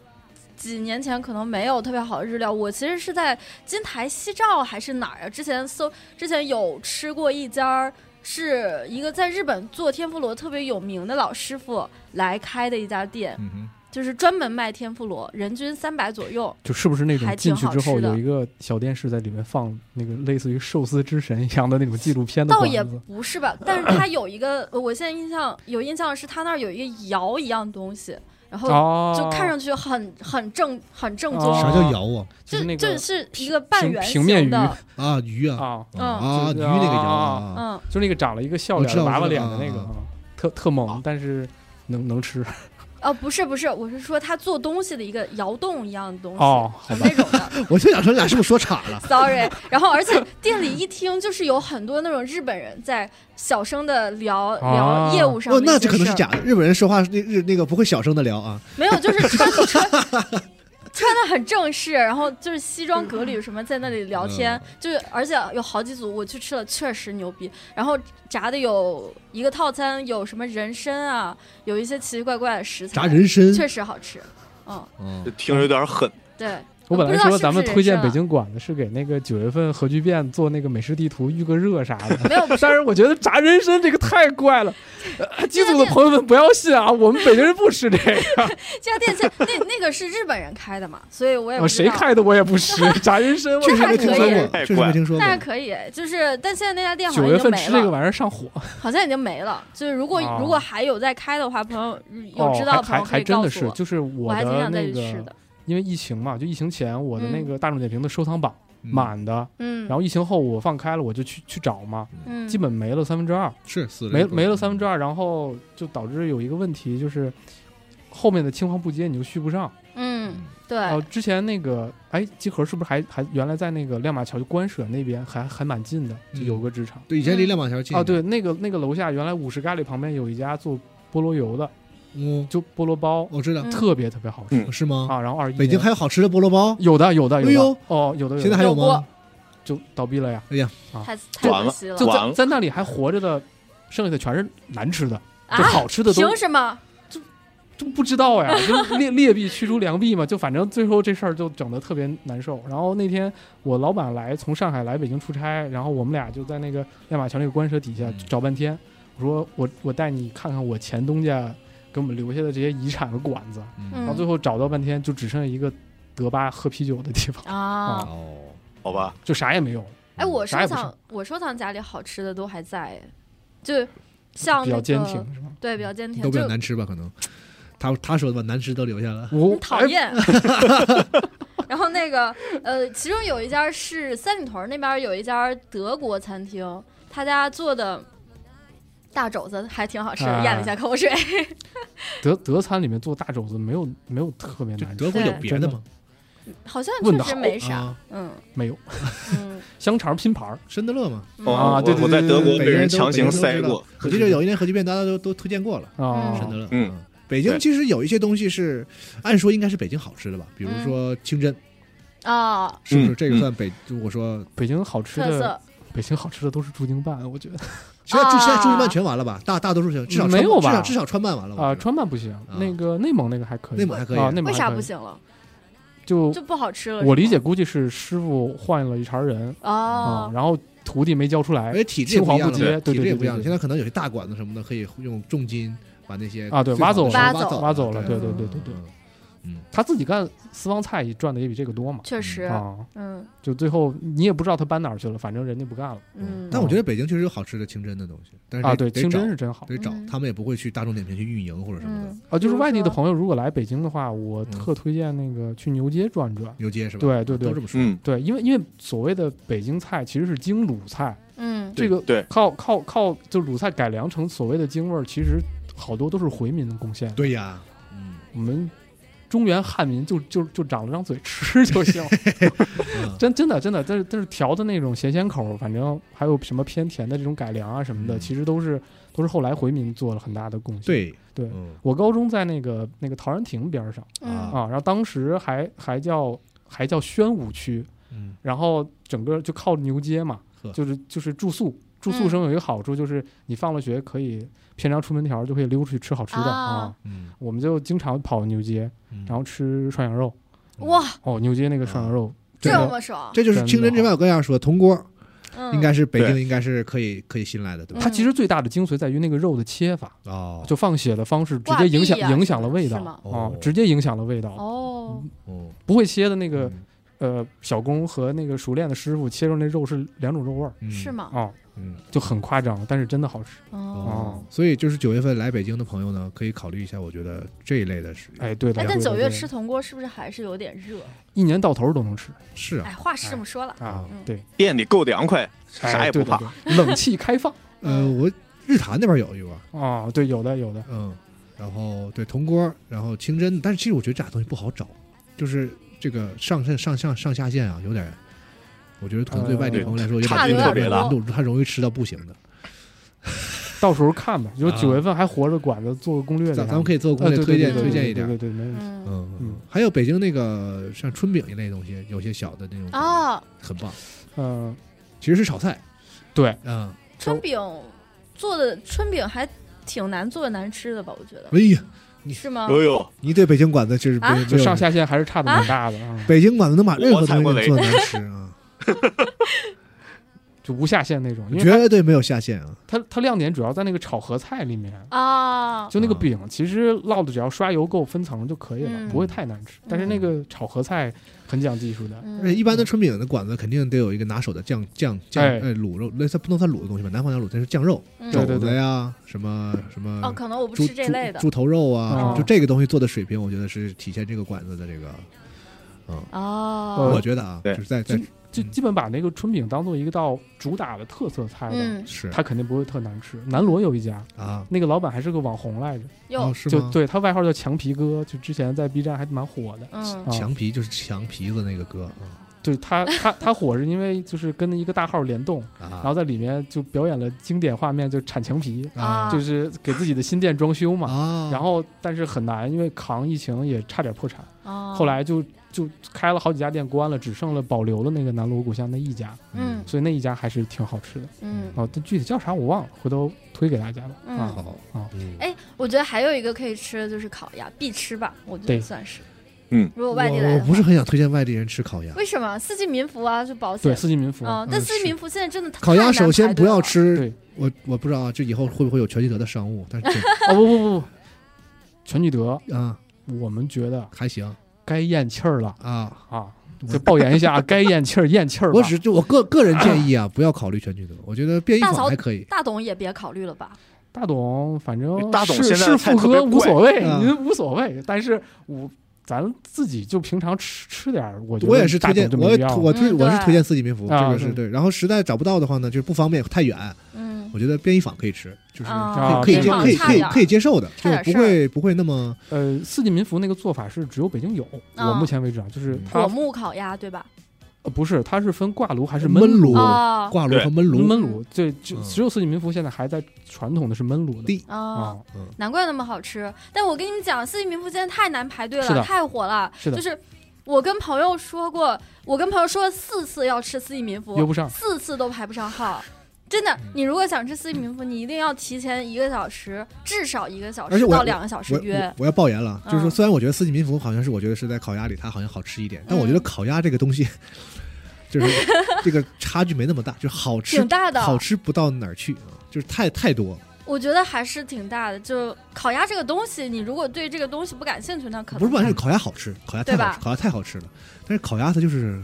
几年前可能没有特别好的日料，我其实是在金台西照还是哪儿啊？之前搜之前有吃过一家儿，是一个在日本做天妇罗特别有名的老师傅来开的一家店，
嗯哼，
就是专门卖天妇罗，人均三百左右。
就是不是那
还
种
挺
进去
好
之后
吃的
有一个小电视在里面放那个类似于寿司之神一样的那种纪录片的
倒
馆
也
子
不是吧，但是它有一个，呃我现在印象有印象是它那儿有一个窑一样东西，然后
哦，
就看上去很很正很正宗，
哦
啥叫窑啊？
就是那
就
个
是一
平
个半
平
圆
平面
形
鱼
的，
啊，鱼啊，
啊，
嗯
啊，
就
鱼
是
那个窑
啊
啊，
嗯，
就是那个长了一个笑
我
脸
知道
儿、
我知
娃娃
道
脸的那个，
啊
啊特特萌，但是能能吃
哦，不是不是，我是说它做东西的一个窑洞一样的东西，
哦，好吧
那，种的。
我就想说，你俩是不是说岔了？
Sorry，然后而且店里一听就是有很多那种日本人在小声的聊
啊
聊业务上
哦，
的一些事儿，
那这可能是假的。日本人说话那日那个不会小声的聊啊，
没有，就是 穿穿穿的很正式，然后就是西装革履什么，在那里聊天，
嗯
就是而且有好几组我去吃了，确实牛逼。然后炸的有一个套餐，有什么人参啊，有一些奇奇怪怪的食材，
炸人参。
确实好吃。嗯，
嗯
这听着有点狠，
对，
我本
不
来
知道
说
是
咱
不
们
是
推荐
人参啊
北京馆子是给那个九月份核聚变做那个美食地图预个热啥的，
没有不是
但是我觉得炸人参这个太怪了，呃机组的朋友们不要信啊，我们北京人不吃这个。
这家店是那那个是日本人开的嘛，所以我也
啊，
不知
谁
道。
开的我也 不吃，炸人参我
确实
还
没听说
可以
过，确实没听说过
嗯
但。是可以，就是但现在那家店好
九
像
月
已经
份
没
吃这个
了，
玩意儿上火，
好像已经没了。就是如果、
哦
如果还有在开的话，朋友有
哦
知道的朋
还还
友可
还
以
真
告
的
诉
是，
我，
就是我
我还挺
的
想再
那
去吃
个
的，。
因为疫情嘛，就疫情前我的那
嗯
个大众点评的收藏榜
嗯
满的，
嗯，
然后疫情后我放开了，我就去去找嘛，
嗯，
基本没了三分之二，
是死
没没了三分之
二。
二，然后就导致有一个问题就是。后面的青黄不接你就续不上，
嗯，对，
然后哦之前那个哎集合是不是还还原来在那个亮马桥就官舍那边还还蛮近的，就
嗯
有个职场。
对，以前离亮马桥近
啊，对，，那个那个楼下原来五十咖喱旁边有一家做菠萝油的，
嗯，
就菠萝包，
我知道
嗯，
特别特别好吃
嗯
是吗？
啊。然后二一
北京
年
还有好吃的菠萝包，
有的有的
哎
有
呦
的哦，有的有
现在
的
还有
有
吗
过？
就倒闭了呀。
太太
完
可
了
惜了
就
完
在
了
在那里还活着的，剩下的全是难吃的，
啊！
就好吃的都
凭什么？
都不知道呀，就 劣劣币驱逐良币嘛，就反正最后这事儿就整得特别难受。然后那天我老板来从上海来北京出差，然后我们俩就在那个亮马桥那个官舍底下
嗯
找半天。我说我我带你看看我前东家给我们留下的这些遗产和馆子，然后
嗯
最后找到半天就只剩下一个德巴喝啤酒的地方，
啊。
哦，
好吧，
就啥也没有，
哎，我
啥
收
也不
藏我收藏夹里好吃的都还在，哎就像那
比较
个
坚挺，是吧？
对比较坚挺，
都比较
就
难吃吧？可能他他说的吧，难吃都留下了。
我哎
很讨 厌。 然后那个呃，其中有一家是三里屯那边有一家德国餐厅，他家做的大肘子还挺好吃的，
哎
咽了一下口水。
德德餐里面做大肘子没有没有特别
就
难吃，
德国有
对
别的吗？
好像
问得
确实
好
没啥
啊，
嗯
没有
嗯
香肠拼盘儿，
申德勒嘛，
哦
啊
我
对对
我
对
在
对
德国
对
被
北京
人
都
强行塞
北京都
过
知道。我记得有一年核聚变，大家都都推荐过了，
啊，
嗯
申德勒。
嗯，
北京
对
其实有一些东西是，按说应该是北京好吃的吧，比如
嗯
说清真，
啊，
是不是？
嗯
这个算北？就我说
北京好吃
特
的，
色
北京好吃的都是驻京办，我觉得
现在驻
啊
现在驻京办全完了吧？大大多数全至少川
没有吧
至少至少川办完了吧
啊，川办不行，那个内蒙那个还可以，
内蒙还可以
啊，内蒙
为
还
啥
可以
不？行了？
就
就不好吃了。
我
是
理
吗
解，估计是师傅换了一茬人啊
哦，，
然后徒弟没教出来
而且体制也不一样
青黄
了，
不接
体制也不一样了。
对对对对对
现在可能有些大馆子什么的，可以用重金把那些
啊对
最好的
挖走
全挖
了挖
走
挖走了，
了，
对对
嗯
对对对，
嗯
他自己干私房菜赚的也比这个多嘛，
确实，
啊，
嗯
就最后你也不知道他搬哪儿去了，反正人家不干了
嗯。
但我觉得北京确实有好吃的清真的东西，但是
啊，
得
对，
得
清真
找
是真好
得找
嗯，
他们也不会去大众点评去运营或者什么的
嗯。，
啊，就是外
比
地的
如说
朋友如果来北京的话，我
嗯
特推荐那个去牛街转转，
牛街是吧？
对对对
都这么说。
嗯，
对，因为因为所谓的北京菜其实是京鲁菜，
嗯
这个
对
靠靠靠，就鲁菜改良成所谓的京味儿，其实好多都是回民的贡献。
对呀， 嗯
我们中原汉民就就就长了张嘴吃 就行，
嗯
真真的真的，但是但是调的那种咸咸口儿，反正还有什么偏甜的这种改良啊什么的，
嗯
其实都是都是后来回民做了很大的贡献。，
对
对
嗯
我高中在那个那个陶然亭边儿上
嗯
啊，然后当时还还叫还叫宣武区，
嗯
然后整个就靠牛街嘛
呵，
就是就是住宿。住
嗯
宿生有一个好处就是，你放了学可以偏张出门条就可以溜出去吃好吃的
啊
啊。
嗯
我们就经常跑牛街，
嗯，
然后吃涮羊肉。
嗯哇，
哦，牛街那个涮羊肉，
这
真的
么爽，
这就是清真这边有各样说铜锅，
嗯
应该是北京
对
应该是可以可以新来的，对吧？
它其实最大的精髓在于那个肉的切法，
哦，
就放血的方式直
挂
接影响
壁啊
影响了味
是吗
道啊
哦，
直接影响了味道。
哦，
哦嗯
不会切的那
这
个呃小工和那个熟练的师傅切出那肉是两种肉味儿
是？吗？
嗯
啊，
嗯嗯
就很夸张，但是真的好吃。
哦
哦，
所以就是九月份来北京的朋友呢，可以考虑一下，我觉得这一类的是，
哎，对的
哎，
呀。
但
对的
九月
对的
吃铜锅是不是还是有点热？
一年到头都能吃
是啊，
哎，话是这么说了，
哦
啊
嗯，
对，
店里够凉快，
哎
啥也不
对的
怕。
对冷气开放
呃，我日坛那边有一个，
啊，对，有的有的，
嗯，然后对铜锅，然后清真，但是其实我觉得这俩东西不好找，就是这个上上上上上下线啊，有点，我觉得可能对
呃
外地朋友来说有点
差距特别大
难度，他容易吃到不行的。
到时候看吧。就是
啊
九月份还活着馆子做个攻略的啥
咱
的，
咱们可以做个攻
呃
略
对
推荐
对对
推
对
荐
对
一点
对，对对，没问题。
嗯，
嗯嗯
嗯，
还有北京那个像春饼一类的东西，有些小的那种
哦，
很棒，
嗯，
其实是炒菜，
对，
嗯，
春饼做的春饼还挺难做难吃的吧？我觉得
哎呀，
是吗
哎？呦，
你对北京馆子就是没
啊
没有
就上下线还是差的蛮大的啊，
北京馆子能把任何
我踩
东
过
西
雷
做难吃啊，
就无下限那 种，因为
绝对没有下限啊，
它它它亮点主要在那个炒合菜里面。
啊，
就那个
啊
饼，其实烙的只要刷油够分层就可以
嗯
了，不会太难吃。但是那个炒合菜很讲技术的，
而且
嗯
一般的春饼的馆子肯定得有一个拿手的酱酱酱，
哎
呃，卤肉，那它不能算卤的东西吧？南方叫卤，但是酱肉、
嗯
对
肘子呀，什么什
哦，
么
可能我不
猪
吃
猪
这类的
猪头肉啊
哦，
就这个东西做的水平，我觉得是体现这个馆子的这个，
哦，
呃
我觉得啊，
对
就是在在
就基本把那个春饼当做一个道主打的特色菜的，
嗯，
是
它肯定不会特难吃。南锣有一家，
啊，
那个老板还是个网红来着，
哟
哦，是
就
吗？
对他外号叫墙皮哥，就之前在 B 站还蛮火的。
嗯
啊
墙皮就是墙皮子那个歌嗯
对他，他他火是因为就是跟一个大号联动，
啊
然后在里面就表演了经典画面，就铲墙皮，
啊啊
就是给自己的新店装修嘛。
啊，
然后但是很难，因为扛疫情也差点破产。
哦，
后来就就开了好几家店，关了，只剩了保留了那个南锣鼓巷那一家，
嗯
所以那一家还是挺好吃的。
嗯，
哦，但具体叫啥我忘了，回头推给大家吧。
嗯
啊，
好
啊，
嗯
哎，我觉得还有一个可以吃的就是烤鸭，必吃吧，我觉得
对
算是。
嗯，
如果
我
外地
我
来的话
不是很想推荐外地人吃烤鸭。
为什么四季民福啊就保
对，
险？
四季民福。
嗯，但四季
是
民福现在真的
烤
太
鸭
难
首先
排
不
队
要
了，
吃
对，
我我不知道啊，就以后会不会有全聚德的商务，但是
哦不不不不，全聚德，
这啊
我们觉得
还行
该咽气儿了
啊。
啊，就爆言 一下，啊，该咽气儿咽气儿吧。
我只就我个个人建议啊，不要考虑全聚德，我觉得便宜
大
坊
嫂
还可以。
大董也别考虑了吧。
大董，反正
哎大董
是
现在
是
菜
副
特别
歌
贵
无所谓，
嗯
您无所谓，但是我咱自己就平常吃吃点儿，我觉得
我也是推荐
大，董就
我
没
也
必要
我推
嗯
我是
对
推荐四季民福，这
啊
个是对。然后实在找不到的话呢，就是不方便太远，
嗯
我觉得便宜坊可以吃，就是
啊
可以可以
便宜
接
坊
可以
差
可以
点儿
可以接受的，
差
就
点
不
事儿
会不会那么
呃，四季民福那个做法是只有北京有，
啊
我目前为止啊，就是它
果木烤鸭对吧？
呃不是，它是分挂炉还是
焖炉
炉？
哦
挂炉和焖炉。
焖炉，对，就
嗯
只有四季民福现在还在传统的是焖炉的
第
哦，
啊，
难怪那么好吃。但我跟你们讲，四季民福现在太难排队
是
了，
的
太火了。
是的
就是我跟朋友说过，我跟朋友说了四次要吃四季民
约
福，
不上。
四次都排不上号。真的，
嗯
你如果想吃四季民福，你一定要提前一个小时，至少一个小
而且
时
我
到两个小时
我
约
我。我要爆言了，就是说，
嗯
虽然我觉得四季民福好像是我觉得是在烤鸭里它好像好吃一点，但我
嗯
觉得烤鸭这个东西，就是这个差距没那么大，就是好吃
挺大的，
好吃不到哪儿去，啊就是太太多。
我觉得还是挺大的。就烤鸭这个东西，你如果对这个东西不感兴趣，那可能
不是不管是烤鸭好吃，烤鸭太
对
好
吧
吃，烤鸭太好吃了，但是烤鸭它就是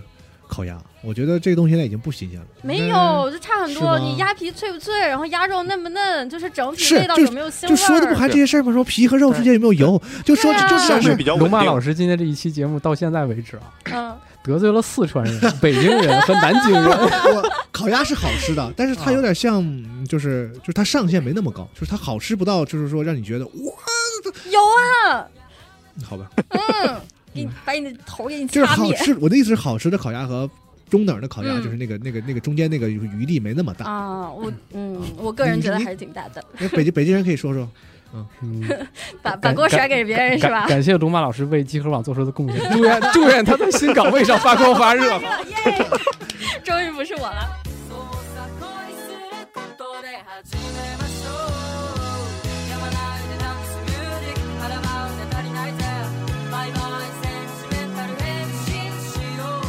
烤鸭，我觉得这个东西现在已经不新鲜了。
没有，就差很
嗯是
多
吗。
你鸭皮脆不脆，然后鸭肉嫩不嫩，就是整体
是
味道
就
有没有腥
就
味儿？
说的不还这些事儿吗？说皮和肉之间有没有油？就说
对啊
就
相
是
对 比较稳
龙马老
定。
师今天这一期节目到现在为止啊，
嗯，
得罪了四川人、 北京人和南京人。
我烤鸭是好吃的，但是它有点像，就是就是它上限没那么高，就是它好吃不到，就是说让你觉得哇，
有啊，
好吧，
嗯，给你把你的头给你
就是
掐
好
灭
吃。我的意思是，好吃的烤鸭和中等的烤鸭，
嗯
就是那个那个那个中间那个余地没那么大。
啊！我嗯，我个人觉得还是挺大的，
那北京北京人可以说说，
嗯，
把把锅甩给别人是
感
吧？
感谢龙马老师为集合网做出的贡 献，祝愿祝愿他在新岗位上发光发热。
终于不是我了，
「そうさ恋することで始めましょう」「やまないでダンスミュージック」「アラバウで足りないぜ」「バイバイセンチメンタル変身しよう」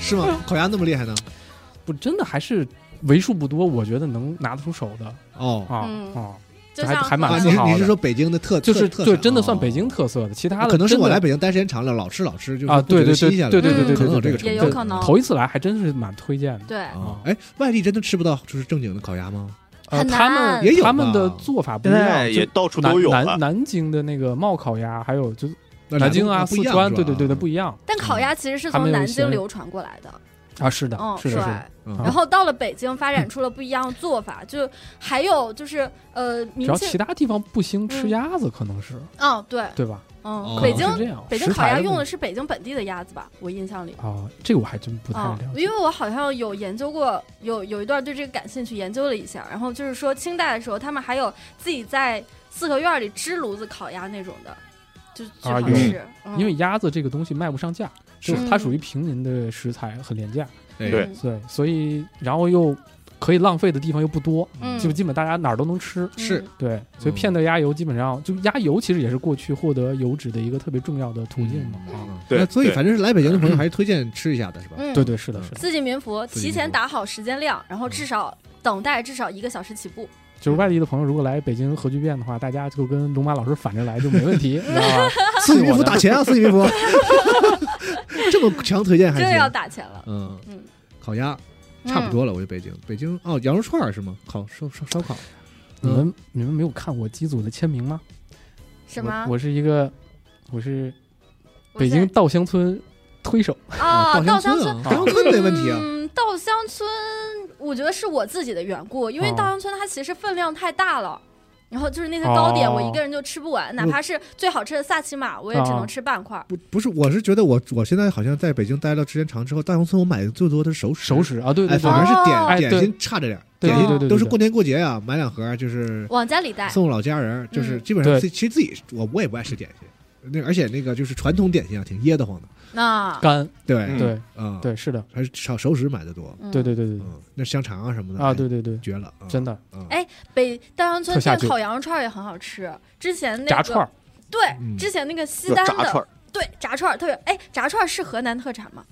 是
嗯
吗？烤鸭那么厉害呢？
不，真的还是为数不多，我觉得能拿得出手的
哦，
啊
嗯
啊，
就
还
像
还蛮
啊，
自
你是
豪的
你是说北京的特
就是
特
对，
产
真的
哦
算北京特色的，其他的
可能是
真的
我来北京待时间长了，老吃老吃，就是
啊，
不觉
对
得
对对
新鲜了
对对对对
可能有
对
这个
对对，
成
嗯也
分。
有可能
头一次来还真是蛮推荐的。
对，
啊，哎，外地真的吃不到就是正经的烤鸭吗？
呃，
很
他
难
们
也有
他们
吧
的做法不
现
一
在
样，
也
就
到处
南
都有啊了
南，南京的那个冒烤鸭，还有就是
那
南京啊、
不
四
一样
川，
是吧嗯
对对对对，不一样
但烤鸭其实是
他们
从
有一
南
些
京流传过来的，
啊，是的
嗯，，
是的，是的
吧，
嗯
然后到了北京，发展出了不一样的做法，就还有就是呃，
只
民
要
间
其他地方不兴吃
嗯
鸭子，可能是
嗯，对，
对吧？
嗯
哦，
北
可
京
能是这样，
北京
食
烤
材
鸭
的
用
问
的
题
是北京本地的鸭子吧？我印象里。
啊，这个我还真不太
啊
了，解
因。为我好像有研究过，有有一段对这个感兴趣，研究了一下，然后就是说清代的时候，他们还有自己在四合院里支炉子烤鸭那种的，就就
啊
好
有
吃，嗯
因为鸭子这个东西卖不上价，
是
就是它属于平民的食材，很廉价，
对
对
嗯
对，所以然后又可以浪费的地方又不多，
嗯
就基本大家哪儿都能吃，
是
嗯
对，所
嗯
以骗得鸭油基本上就鸭油其实也是过去获得油脂的一个特别重要的途径嘛，啊，
嗯
对
那所以
对
反正是来北京的朋友还是推荐吃一下的是吧？
嗯，
对对是的是的，
四季民福
四季民
提
福
前打好时间量，然后至少等待至少一个小时起步，
就是外地的朋友如果来北京核聚变的话，大家就跟龙马老师反着来就没问题，你知道吧？
四季民福打钱啊，四季民福，这么强推荐还
这个要
行。
打钱了，
嗯
嗯，
烤鸭差不多了，我觉得北京北京哦，羊肉串儿是吗？烤烧烧烧烤，
你们你们没有看我机组的签名吗？
嗯什么
我？我是一个，我是
我
北
现
京稻香村推手，
嗯
在啊，稻
稻
香
香
村
啊，稻香村没问题啊。
嗯，稻香村，我觉得是我自己的缘故，因为
哦
稻香村它其实分量太大了。然后就是那些糕点，
哦
我一个人就吃不完，哪怕是最好吃的萨琪玛，我也只能吃半块儿。
不不是，我是觉得我我现在好像在北京待了时间长之后，稻香村我买的最多的是熟食，
手指啊，对
哎，
对对
反而是点、
哦
哎
点
对
心差着点儿，
对
点
对
心
对对，
都是
对
过年过节啊，买两盒儿就是
往家里带，
送老家人儿，就是
哎嗯
基本上
对
自其实自己我我也不爱吃点心，那而且那个就是传统点心啊，挺噎得慌的。
那
干，
对
嗯
对
啊，，
对，是的，
还是炒熟食买的多。
对对对对对
嗯，那香肠啊什么的
啊，对，对对
哎，绝了，
真的
的
哎北大杨村
特下
那
酒
烤羊肉串儿也很好吃，之前那个
炸串儿，
对，
嗯
之前那个西
这
单
炸串
的
儿，
对炸串儿特别哎，炸串儿是河南特产吗？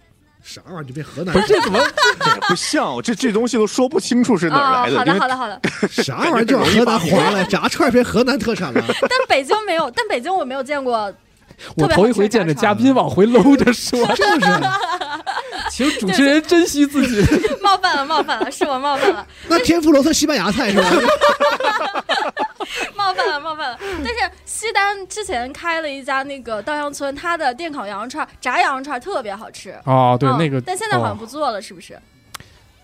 啥玩意儿就被河南
不是这怎么
这哎也不像，这这东西都说不清楚是哪儿
啊，
来的，
好
因
的
为
好的好的，
啥玩意儿就往河南划来，炸串儿变河南特产 了。
但北京没有，但北京我没有见过
我头一回见着嘉宾往回搂 着说，
就是，
请主持人珍惜自己。
冒犯了，冒犯了，是我冒犯了，
那天妇罗特西班牙菜是吧？
冒犯了，冒犯了。但是西单之前开了一家那个稻香村，它的电烤羊肉串、炸羊肉串特别好吃。
哦，对，
嗯
那个，
但现在好像
哦
不做了，是不是？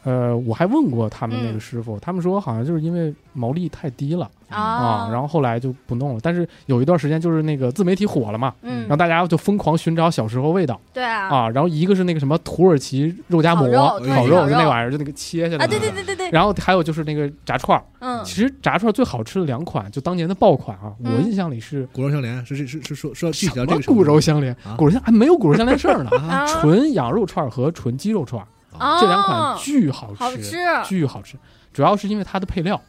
呃，我还问过他们那个
嗯
师傅，他们说好像就是因为毛利太低了
哦
啊，然
后
后后来就不弄了。但是有一段时间就是那个自媒体火了嘛，
嗯
然后，大家就疯狂寻找小时候味道
对啊，
啊，然后一个是那个什么土耳其肉夹馍哎
烤肉土
耳
烤
其
肉
烤
就那
肉
玩意儿，就那个切下来
啊，对
的那
对
个
对对对，
然后还有就是那个炸串儿，
嗯
其实炸串儿最好吃的两款，就当年的爆款啊，我
嗯
印象里是
骨肉相连是是是是说说具体到
什
这
么
个程
骨
度
肉相连
啊，，
骨肉相还哎没有骨肉相连事儿呢
啊，
啊，
纯羊肉串儿和纯鸡肉串儿
啊
这两款巨好
好
吃，
吃，啊
巨好吃，主要是因为它的配料，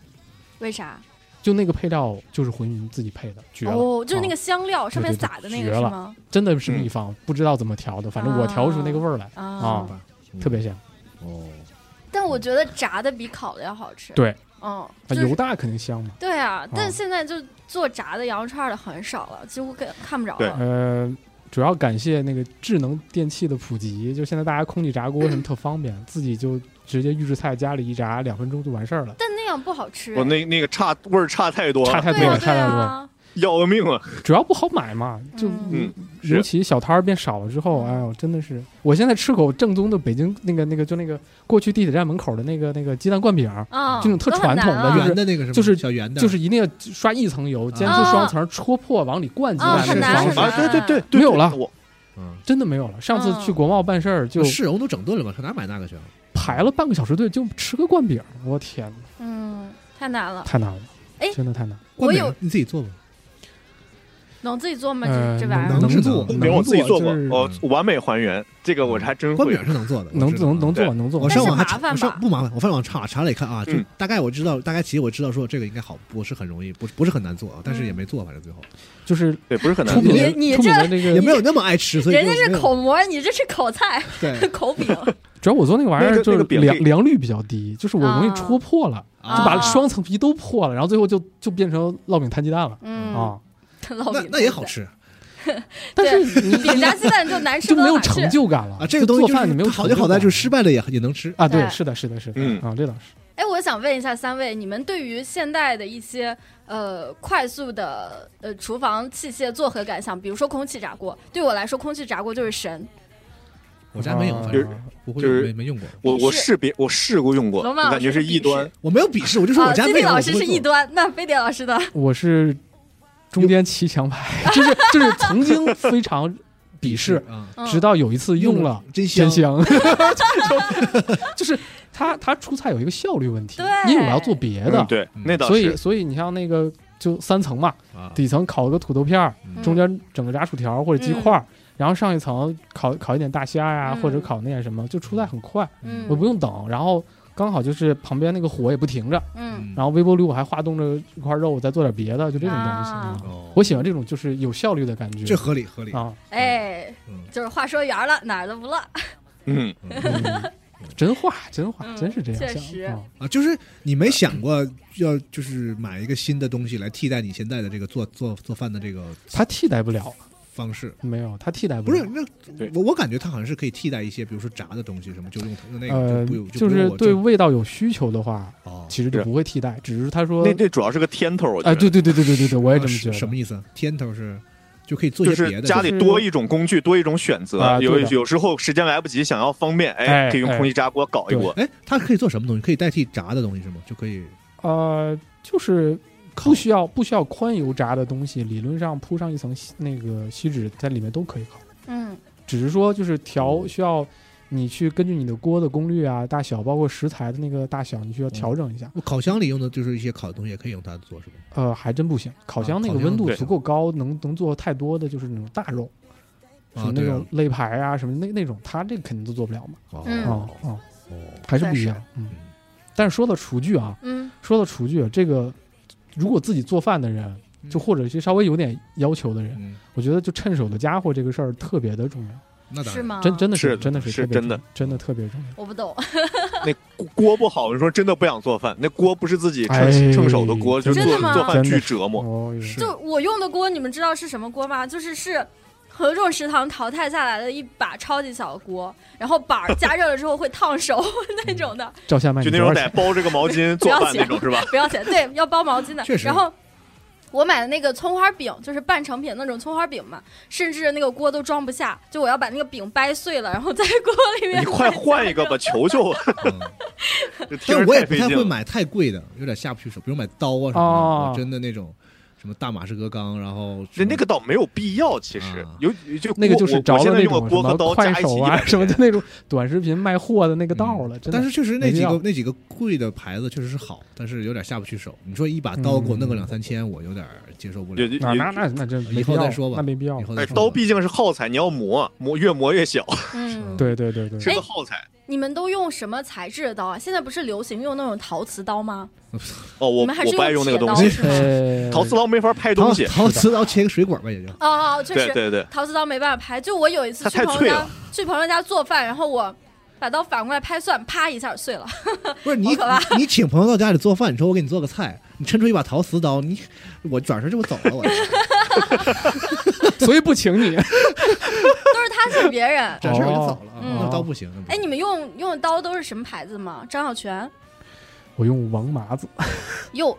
为啥？
就那个配料就是浑云自己配的，绝了，
哦，就是那个
啊
香料上面
对对对
撒的那
绝
个是
了
吗？
真的是
嗯
秘方，不知道怎么调的，反正我调不出那个味儿来，
啊
啊，特别香。
哦，
但我觉得炸的比烤的要好吃。
对，
嗯，
啊，
就是
油大肯定香嘛，
对啊，但
啊
现在就做炸的羊肉串儿的很少了，几乎看看不着
对
了。
呃。主要感谢那个智能电器的普及，就现在大家空气炸锅什么特方便，自己就直接预制菜家里一炸，两分钟就完事儿了，
但那样不好吃。
我那那个差味儿差太多了，
差太
对
多
啊
了，
对
差太多了。
啊，
要了命了。
主要不好买嘛，就
嗯
尤
是
其小摊儿变少了之后，哎呦，真的是，我现在吃口正宗的北京那个那个，就那个过去地铁站门口的那个那个鸡蛋灌饼儿，
啊，
这种特传统的
都很难啊
就是
圆的那个什么
就是
小圆的，
就是一定要刷一层油，煎出双层，戳破往里灌鸡
啊
蛋，
很
那
难
方
很
式
难
啊，对对对，对
没有了
我
嗯，
真的没有了。上次
嗯
去国贸办事儿就
就市容都整顿了吧？上哪买那个去啊？
排了半个小时队，就吃个灌饼儿，我天呐，
嗯，太难了。
太难了
哎，
真的太难。
我
冠冕
有
你自己做吧，
能自己做吗？
呃
这这玩意
能
儿
能
制
做
作，
饼我自己做过，
就是
我完美还原，这个我还真
冠
会
冕。是能做的，
能
我知道啊
能能
对
做能做，
我
是
上网还
麻
查，
烦
我
吧
上不麻烦，我上网查查了一看啊，就
嗯
大概我知道，大概其实我知道说这个应该好，不是很容易，不是不是很难做啊，
嗯
但是也没做，反正最后
就是
对，不是很难
出
做
品。的
你你
出品的那
也
个，
没有那么爱吃，所以
人家
就是没有
口蘑，你这是口菜、
对
口 饼。
主要我做那个玩意
那
儿
个
就
那个
是
饼
良
可以
良率比较低，就是我容易
啊
戳破了。就
啊
把双层皮都破了，然后最后就就变成烙饼摊鸡蛋了
嗯，
啊！
老
那
饼
那也好吃
但
对
是你
饼炸鸡蛋就难吃
就
不到
没有
哪去
成就感了
啊，这个东西
做
就是
饭你没有
它好就好在就是失败了也也能吃，
啊，对
对，
是的，是的，是的，
嗯
啊，这倒是
哎，我想问一下三位，你们对于现代的一些呃快速的呃厨房器械作何感想？比如说空气炸锅，对我来说，空气炸锅就是神。
我家没有，
啊
反
就
正
是
不会
就是
没没用过，
我我
是
试别我试过用过，
龙
我
马老
感觉
师
是
是
异
鄙视
端。
我没有鄙视，我就说
啊，
我家
金
没
立
有，
老
我
师
不
是
会做
异端，那非典老师呢？
我是中间骑墙排， 就是就是曾经非常鄙视，
啊，
嗯
直到有一次用了
真
真
香，
香，就是它它出菜有一个效率问题，
对
因为我要做别的
嗯，，对，
嗯
那倒
所以
是。
所以你像那个就三层嘛，
啊
底层烤个土豆片儿，
嗯
中间整个炸薯条或者鸡块儿，然后上一层烤烤一点大虾呀、
嗯
或者烤那点什么，就出菜很快，
嗯，
我不用等，然后刚好就是旁边那个火也不停着，
嗯，
然后微波炉我还化冻着一块肉，我再做点别的，就这种东西。
啊
嗯
哦
我喜欢这种就是有效率的感觉
这合理合理，
啊，
哎
嗯，
就是话说圆了，哪儿都不落。
嗯，
嗯真话真话
嗯，
真是这样
确
想
实
啊。
啊，就是你没想过要就是买一个新的东西来替代你现在的这个做做做饭的这个
它替代不了，
方式，
没有它替代
不
了
是。那
对
我我感觉它好像是可以替代一些，比如说炸的东西什么，就用它用那个
呃
就不用，
就
不
是
用我
对
蒸
味道有需求的话，
哦，
其实就是不会替代，只是他说
那这主要是个天头，我觉
呃啊，
得。
对对对对对对对，我也这么
啊
觉
是
得。
什么意思？天头是就可以做
就
一些
是
别的，
家里
就是
多一种工具，多一种选
啊
择。
对
有
的
有时候时间来不及，想要方便，
哎
哎，可以用空气炸锅搞一锅。
哎，它可以做什么东西？可以代替炸的东西是吗？就可以
呃，就是不需要不需要宽油炸的东西，理论上铺上一层锡那个锡纸，在里面都可以烤，
嗯
只是说就是调需要你去根据你的锅的功率啊、大小，包括食材的那个大小，你需要调整一下。
烤箱里用的就是一些烤的东西，也可以用它做，是吧？
呃，还真不行，烤
啊
箱那
烤
个
箱
温度
对
足够高，能能做太多的就是那种大肉，什
啊，
么那
对
种
啊，
肋排啊，什么那那种，它这个肯定都做不了嘛。
哦
嗯
啊啊，
哦，
还是不一
但
样。嗯，但是说到厨具啊，
嗯
说到厨具，这个如果自己做饭的人，
嗯
就或者是稍微有点要求的人，
嗯，
我觉得就趁手的家伙这个事儿特别的重要，
那当
是
然，
吗？
真真的
是的
真的
是
特别
真的
重真的特别重要。
我不懂，
那锅锅不好，你说真的不想做饭，那锅不是自己
哎
趁趁手的锅，就做
真的吗
做饭
真的
巨
是
折磨。
哦，是
就我用的锅，你们知道是什么锅吗？就是是合众食堂淘汰下来的一把超级小的锅，然后板儿加热了之后会烫手 那种的，
照相卖
就
你
那
多
种
少
得
钱？
包着个 毛巾做饭那种是吧？
不要钱，对，要包毛巾的
确。实
然后我买的那个葱花饼，就是半成品那种葱花饼嘛，甚至那个锅都装不下，就我要把那个饼掰碎了，然后在锅里面。
你快换 一个吧，求求！
嗯
这听
但
着
我也
太
不
费
太
劲
会
了。
买太贵的，有点下不去手。比如买刀啊什么的，
哦
我真的那种什么大马士革钢，然后什
这
么
那个倒没有必要，其实
啊
有就
那个
锅
就是
我
着
我现
了
在
那
用的
种什
锅和
么
刀
快
加一起嗯
手
一
啊
百
什么的
元。
那种短视频卖货的那个道了，真的
嗯但是确实那
没必
几个
要
那几个贵的牌子确实是好，但是有点下不去手。你说一把刀给
嗯
我弄个两三千，我有点接受不
也
了。
也
啊那那那那真没
以
必
后
要
再说吧
那没必要
以。后再
哎，
说
刀
吧
毕竟是耗材，你要磨磨，越磨越小，
嗯，
对对对对，
是个耗材。
你们都用什么材质的刀啊？现在不是流行用那种陶瓷刀吗？
哦，我
你们还
我
是
不爱用
用
那
铁
个
刀
东西，
是吗？
呃，
陶瓷刀没法拍东
陶
西。
陶瓷刀切个水管吧，也就
哦哦，哦确
对
实，
对对，
陶瓷刀没办法拍。就我有一次
它
去
太
朋友
脆
家
了，
去朋友家做饭，然后我把刀反过来拍蒜，啪一下碎了。
不是你
好可怕
你你请朋友到家里做饭，你说我给你做个菜，你抻出一把陶瓷刀，你我转身就走了， 我。
所以不请你。哦
都是他请别人
转身我就走了。
哦
嗯
那刀不行，那不行
哎，你们用用的刀都是什么牌子吗？张小泉，
我用王麻子，
哟，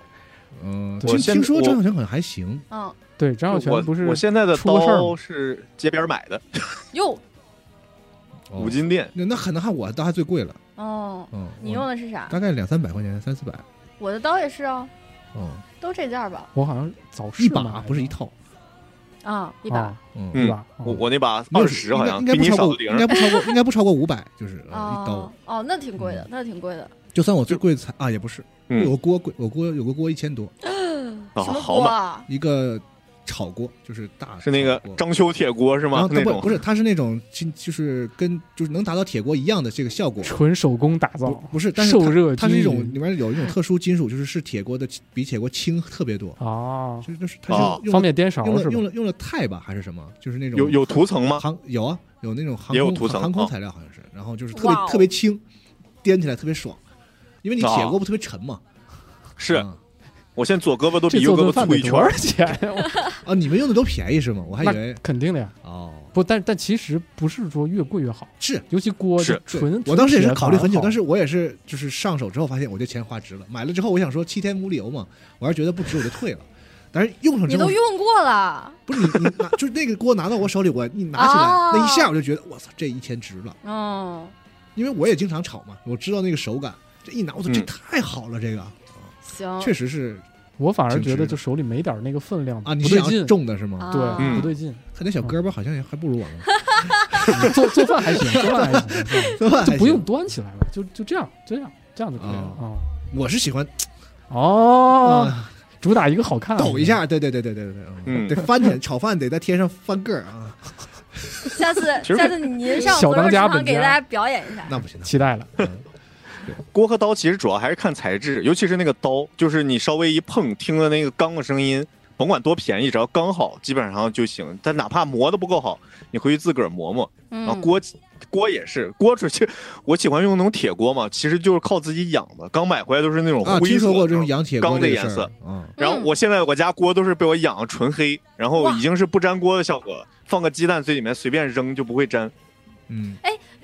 嗯，
我
听
现
听说
我
张小泉好像还行，
嗯，
对张小
我
泉不是
我现在的
出个事儿
刀
吗
是街边买的，
哟，
哦
五金店。
那那可能还我刀还最贵了，
哦，
嗯，
你
我
用的是啥？
大概两三百块钱，三四百，
我的刀也是哦，
嗯，
都这价儿吧？
我好像早市
一把
买
不是一
的
套，
啊，一
啊
把。
嗯
一
嗯
把。
我
哦
我那把
没有
二十好像
应该
比
应
你
该不
少
超
个
过，
零
应。该不超过，应该不超过五百，就是呃一刀
哦。哦，那挺贵的，那挺贵的。
就算我最贵的菜啊，也不是，
嗯
我锅贵，我锅有个锅一千多，
啊，
什么
好
锅
嘛，
啊？
一个炒锅，就是大
是那个
炒锅
章丘铁锅是
然
吗
后？
那
啊不
种
不是，它是那种就就是跟就是能达到铁锅一样的这个效果，
纯手工打
不
造，
不是，但是
受
它
热
它是一种
均匀
里面有一种特殊金属，就是是铁锅的比铁锅轻特别多，
啊，
就是就是它
哦
是用了
方便颠勺
用
是
了
吧
用？了用了钛吧还是什么，就是那种
有有涂层吗？
航有啊有那种航
也有
空
涂层
航空
哦
材料好像是，然后就是特
哇哦
别特别轻，颠起来特别爽，因为你铁
哦
锅不特别沉嘛，
是
啊
我现在左胳膊都
这
比右
做
胳膊
顿饭
粗
得
一圈
多
儿
少。钱 呀？
啊，你们用的都便宜是吗？我还以
那
为
肯定的呀。
哦。
不，但但其实不是说越贵越好，
是
尤其锅
是
就纯。
我当时也是考虑很久，但
是
是我也是就是上手之后发现我这钱花值了。买了之后我想说七天无理由嘛，我要是觉得不值我就退了。但是用上
你
之
都
后，
用过了？
不是你你拿就是那个锅拿到我手里，我一拿起来、
哦
那一下我就觉得我操这一钱值了，
嗯，
因为我也经常炒嘛，我知道那个手感。这一拿我操这
嗯
太好了，
哦
这个、
行，
确实是
我反而
挺
觉
值
得
的
就手里没点儿那个分量，
啊，你
不
是
对
想要
劲。
重的是吗？
啊
对，
嗯
不对劲。
看那小胳膊好像也还不如我 呢，
做做饭还行，做 饭还行
对
做饭，
吧
就不用端起来了，就就这样，就这样，这样就可以了啊。
我是喜欢
哦，
啊
主打一个好看，
抖一。下，对对对对对对，
嗯
得翻起来炒饭得在天上翻个儿啊，
下次
其实
下次您上
小
合
当
众食
家
堂
本
给
家
大家表演一下。
那不行，那不行
期待了，
锅和刀其实主要还是看材质，尤其是那个刀，就是你稍微一碰，听的那个钢的声音，甭管多便宜，只要刚好，基本上就行。但哪怕磨的不够好，你回去自个儿磨磨。然后
嗯，
锅锅也是，锅出去，我喜欢用那种铁锅嘛，其实就是靠自己养的。刚买回来都是那种
啊，
灰
听
色
说
的
过这种洋铁锅
钢的
这个
颜
事儿
色，
啊，
然后我现在我家锅都是被我养纯黑，然后已经是不粘锅的效果，放个鸡蛋最里面随便扔就不会粘，
嗯，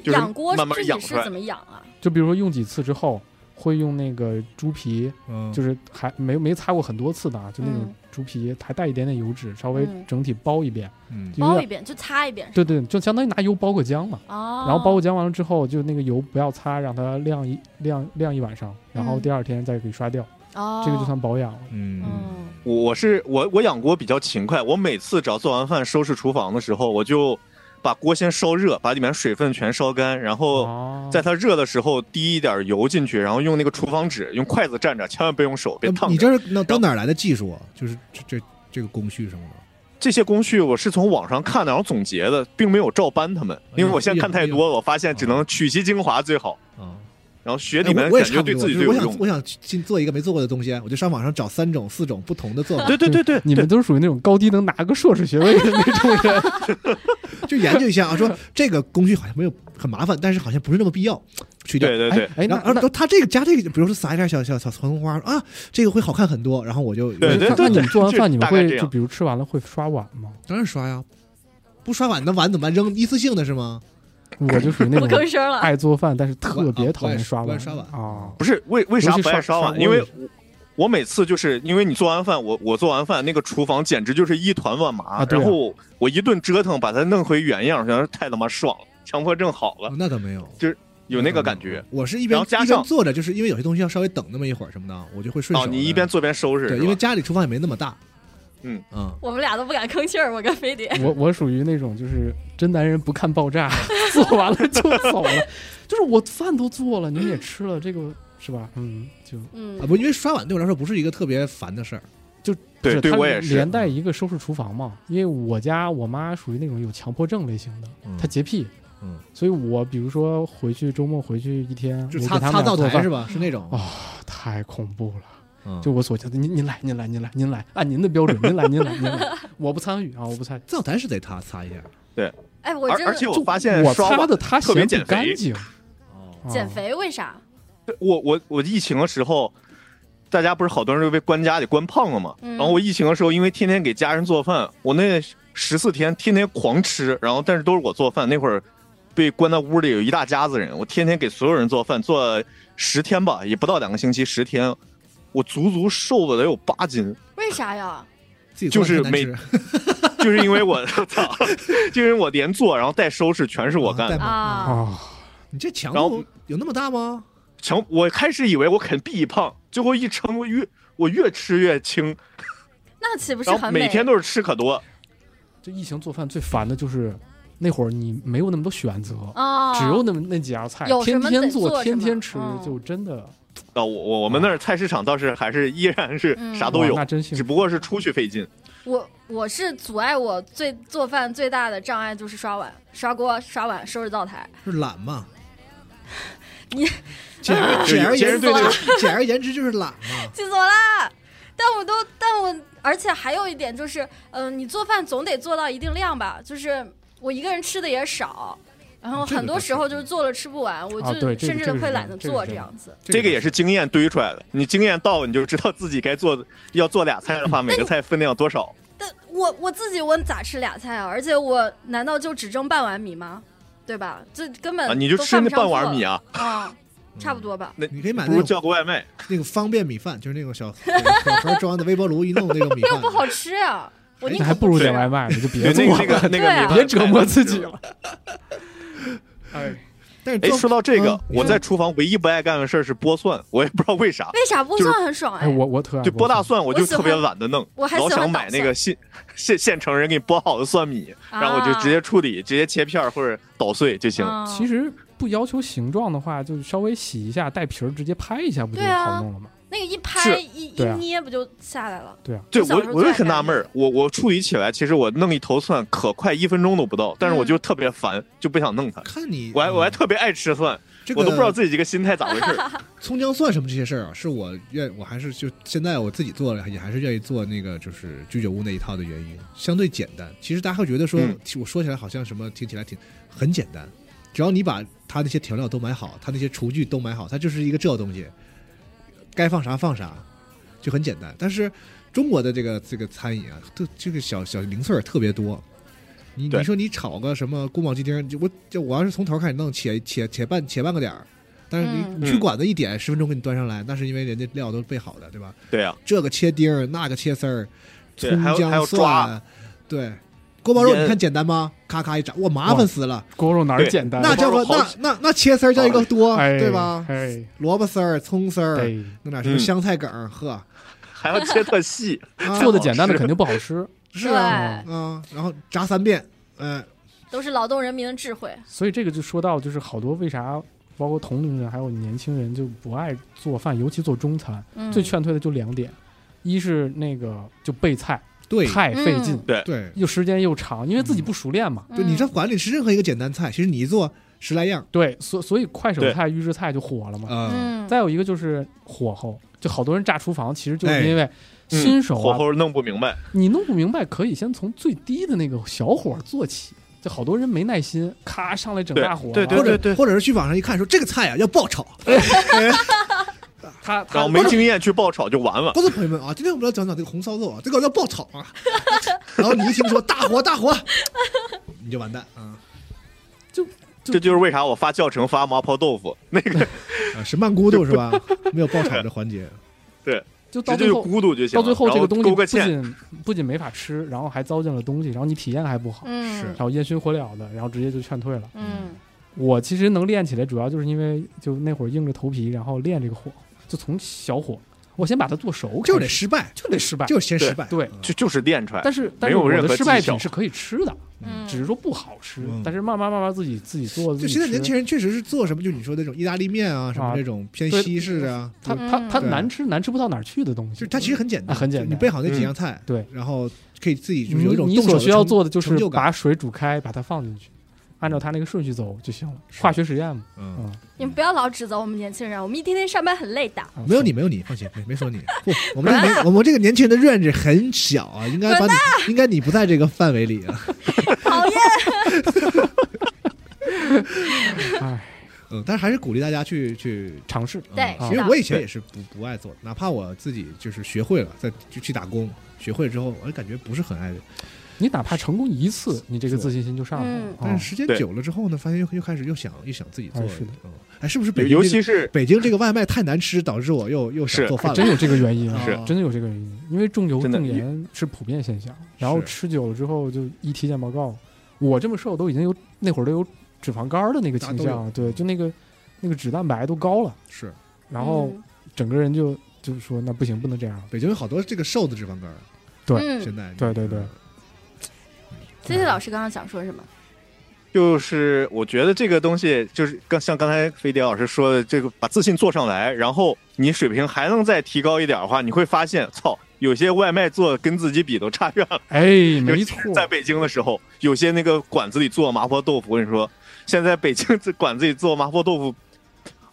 就是
养锅
慢慢
具
养
体
出
是
来
怎。么养啊？
就比如说用几次之后，会用那个猪皮，
嗯
就是还没没擦过很多次的啊，就那种
嗯
猪皮，还带一点点油脂，稍微
嗯
整体包一遍，
嗯
就有
包
点
一遍就擦一遍。
对对，就相当于拿油包个浆嘛。
哦，
然后包个浆完了之后，就那个油不要擦，让它晾一晾晾一晚上，然后
嗯
第二天再给刷掉，
哦，
这个就算保养了。
嗯
嗯
我我是我我养锅比较勤快，我每次只要做完饭收拾厨房的时候，我就把锅先烧热，把里面水分全烧干，然后
哦
在它热的时候滴一点油进去，然后用那个厨房纸用筷子蘸着，千万别用手，别烫着。
呃你这是那到哪儿来的技术啊？就是这这这个工序什么的。
这些工序我是从网上看的，然后总结的，并没有照搬他们，
哎
因为我现在看太多了，我发现只能取其精华最好，
啊，
然后学
哎
里面
我我也
感
差
觉
不多
对自己
就是
最
我
有
想
用。
我想去做一个没做过的东西，我就上网上找三种、四种不同的做法，
对对对对，
你们都是属于那种高低能拿个硕士学位的那种 人。哎
就研究一下啊。说这个工序好像没有很麻烦，但是好像不是那么必要，去掉。
对对对
哎，那
然后，然
那
后他这个加这个，比如说撒一点小小小红花啊，这个会好看很多。然后我就
对对
那那你们做完
就
饭，你们
大概这
会
样
就比如吃完了会刷碗 吗？
当然刷呀，不刷碗那碗怎么办？扔一次性的是吗？
我就属于那
不吭
种
声 了。
爱做饭，但是特别讨厌
啊
刷
不爱
碗。
刷碗
啊，
不是为为啥
尤其
不爱
刷
刷
刷
碗？
锅
因为
也
我我每次就是因为你做完饭，我我做完饭那个厨房简直就是一团乱麻，
啊对啊
然后我一顿折腾把它弄回原样，然后太他妈爽了，强迫症好了
嗯
哦，那倒没有，
有那个感觉。
我是一边
然后加
一边
上
坐着，就是因为有些东西要稍微等那么一会儿什么的，我就会顺手
哦，
的。
你一边做边收拾，
对，
是
因为
吧
家里厨房也没那么大。
嗯
嗯，
我们俩都不敢吭气儿，我跟飞碟。
我我属于那种就是真男人不看 爆炸，做完了就走了，就是我饭都做了，你们也吃了，这个是吧？嗯，就
啊
嗯，
不，因为刷碗对我来说不是一个特别烦的事儿。
不
对
是
对
它
我也是
连，带一个收拾厨房嘛，因为我家我妈属于那种有强迫症类型的，
嗯
她洁癖，
嗯，
所以我比如说回去周末回去一天，
就
我
擦
给他
擦
们俩
灶
做
台
饭
是吧？是那种
哦太恐怖了。
嗯
就我所见的，您您来，您来，您来，您来，按您的标准，您来，您来，您 来，我不参与啊，我不参与。
灶台是得擦擦一下。
哎，我
而
真
而且
的
我
就
发现
我
刷
擦
碗
的他
特
嫌
别
不
减
干
肥
净，
哦，
啊
减肥为啥？
对我我我疫情的时候，大家不是好多人都被关家里关胖了嘛。
嗯
然后我疫情的时候，因为天天给家人做饭，我那十四天天天狂吃，然后但是都是我做饭。那会儿被关在屋里有一大家子人，我天天给所有人做饭，做十天吧，也不到两个星期，十天。我足足瘦了得有八斤，
为啥呀？
自己做
就是
饭太难
每
吃
就是因 为我操，就是因为我连做然后带收拾全是我
啊
干
带
的。
忙
啊，
啊，
你这强
然后
度有那么大吗？
成，我开始以为我肯必胖，最后一称我越我越吃越轻，
那岂不是
然后
很
每
美？
天都是吃可多。
这疫情做饭最烦的就是那会儿你没有那么多选择，
啊，
只有那么那几样菜
有，什
天
么
天
得
做，
做
天
什
天
么
吃
嗯，
就真的
啊，我我我们那儿菜市场倒是还是依然是
嗯
啥都有，
哦哇那真幸
只
福。
不过是出去费劲。
我我是阻碍我最做饭最大的障碍就是刷碗、刷锅、刷碗、收拾灶台。
是懒嘛？
你
简而
就
简而
有些
言
人
之
对这个，
简而言之就是懒嘛。
气死我啦！但我都，但我，而且还有一点就是，嗯、你做饭总得做到一定量吧，就是我一个人吃的也少。然后
这个
很多
倒是
时候就是做了吃不完，我
啊对
就
这个
甚至
这个是
会
这
懒得
样这个
做
是
这
这
样子。
这个也是经验堆出来的，你经验到了，你就知道自己该做要做俩菜的话，每个菜分量多少。
但我我自己我咋吃俩菜啊？而且我难道就只蒸半碗米吗？对吧？这根本
啊，你
嗯
就
都
吃
犯
那
不上
半碗
做
米啊，
啊，差不多吧。
你可
啊
以买
不如
那种
叫个外卖。
那个方便米饭，就是那种小小盒装的微波炉一弄那种米
那
饭，
又 不好吃呀、 我宁
那
可
还不如
吃啊
点外卖呢，就别
对，
做
那 个那 个那
了，
对啊
个米饭，
别折磨自己 了。哎，
但是
哎，
做
说到这个
嗯，
我在厨房唯一不爱干的事儿是剥蒜，我也不知道 为啥。
为啥剥
就是
蒜很爽哎？
哎，我我特爱
就剥大
啊蒜。
蒜，我就
我喜
特
欢
别懒得弄，
我还
老
喜欢
想
捣
买那
蒜
个现现现成人给你剥好的蒜米，然后我就直接处理，直接切片儿或者捣碎就行。
啊
其实不要求形状的话，就稍微洗一下，带皮儿直接拍一下，不就
对啊
好弄了吗？
那个一拍
是
一一
对啊
捏不就下来了？
对
就小
我
时候，
我
最
就
爱
很
干
纳
这
闷儿，我我处理起来，其实我弄一头蒜可快，一分钟都不到，但是我
嗯
就特别烦，就不想弄它。
看你，
我还我还
嗯
特别爱吃蒜，
这个
我都不知道自己这个心态咋回事儿。
葱姜蒜什么这些事儿啊，是我愿我还是就现在我自己做了，也还是愿意做那个就是居酒屋那一套的原因，相对简单。其实大家会觉得说，
嗯
其我说起来好像什么，听起来挺很简单，只要你把它那些调料都买好，它那些厨具都买好，它就是一个这东西，该放啥放啥，就很简单。但是中国的这个这个餐饮啊，这这个小小零碎儿特别多。你
对
你说你炒个什么宫保鸡丁，就我就我要是从头开始弄，且且且半且半个点儿，但是你、
嗯
你去
嗯
馆子一点，十分钟给你端上来，那是因为人家料都备好的，对吧？
对啊呀、
这个切丁儿，那个切丝儿，
对
葱
还有还
姜
有抓
蒜，对，锅包肉
腌
你看简单吗？咔咔一炸，哇，麻烦死了！
锅肉哪儿
对
简单？
那家伙
锅包肉
那那
好
那切丝儿叫一个多，
哎，
对吧？
哎，
萝卜丝儿、葱丝儿，
对，
弄点什么
嗯
香菜梗儿，呵，
还要切特 细，
啊
嗯
做的简单的肯定不好吃。
是啊
对
啊，然后炸三遍，嗯，
都是劳动人民的智慧。
所以这个就说到，就是好多为啥，包括同龄人还有年轻人就不爱做饭，尤其做中餐，
嗯，
最劝退的就两点，一是那个就备菜
对
太费劲，
嗯
对，
又时间又长，因为自己不熟练嘛。
就你这馆里吃任何一个简单菜，其实你一做十来样，
对，所所以快手
对
菜、预制菜就火了嘛。
啊，
嗯，
再有一个就是火候，就好多人炸厨房，其实就是因为
嗯
新手
火
啊，
候弄不明白，
你弄不明白，可以先从最低的那个小火做起。就好多人没耐心，咔上来整大火，
对对
或
完了
者或者是去网上一看说这个菜啊要爆炒，
他
然
他
后没经验去爆炒就完 了。
不是朋友们啊，今天我们要讲讲这个红烧肉啊，这个要爆炒啊， 然后你一听说大火大火， 你就完蛋啊，
就
这就是为啥我发教程发麻婆豆腐，那个
啊是慢咕嘟是 吧？没有爆炒的环节，
就到
直接
最
就
后
咕嘟就行
到
了。
最后这
然
个东西
勾
不
个芡，
仅不仅没法吃，然后还糟践了东西，然后你体验还不好，
嗯
是
然后烟熏火燎的，然后直接就劝退了。
嗯
我其实能练起来，主要就是因为就那会儿硬着头皮，然后练这个火，就从小火，我先把它做熟，
就是得
开始
失败，
就得失败。
就是先失败，啊
对
就就是练出来。
但是但是
没有
我
任
的
何
失败
技巧
品是可以吃的，
嗯，
只是说不好吃
嗯。
但是慢慢慢慢自己自己做，
就
自己
现在年
吃
轻，人确实是做什么，就你说那种意大利面啊，什么
啊
这种偏
对
西式的啊，
他
嗯
他他
对
难吃难吃不到哪儿去的东
就
西
是。它其实很简单，
啊很简单
就你备好那几样菜，
对，
然后可以自己就是
你
有一种
你
动手
所
的
需要
成
做的就是
成就感
把水煮开，把它放进去，按照它那个顺序走就行了。化学实验嘛，
嗯，
嗯，
你们不要老指责我们年轻人，我们一天天上班很累的。
啊
没有你，没有你，放心，没没说 你，不，我们这个年我们这个年轻人的 range 很小啊，应该把你 应该你不在这个范围里啊，
讨 厌，
哎，
嗯，但是还是鼓励大家去去。
尝试。
对
嗯
是
其实
的
我以前也是不不爱做，哪怕我自己就是学会了，再就去打工，学会之后，我感觉不是很爱
你哪怕成功一次，你这个自信心就上来了啊
嗯。
但是时间
对
久了之后呢，发现又又开始又想又想自己做
哦哎
了，
是的
嗯，哎，是不是北京
尤
这个
其是
北京这个外卖太难吃，导致我又又想
是
做
还
饭
哎真
了？啊
有这个原因，啊
是
真的有这个原因，因为重油
真的
重盐是普遍现象，然后
是
吃久了之后就一体检报告，我这么瘦都已经有那会儿都有脂肪肝儿的那个倾
大家啊都
向，对，就那个那个脂蛋白都高了，
是
然
嗯
后整个人就就说那不行，不能 这样，
北京有好多这个瘦的脂肪肝儿，
嗯，
现在
对对对，
C C 老师刚刚想说什么？
就是我觉得这个东西就是刚像刚才飞碟老师说的，这个把自信做上来，然后你水平还能再提高一点的话，你会发现，操，有些外卖做得跟自己比都差远了。
哎，没错，
在北京的时候，有些那个馆子里做麻婆豆腐，我跟你说，现在北京这馆子里做麻婆豆腐，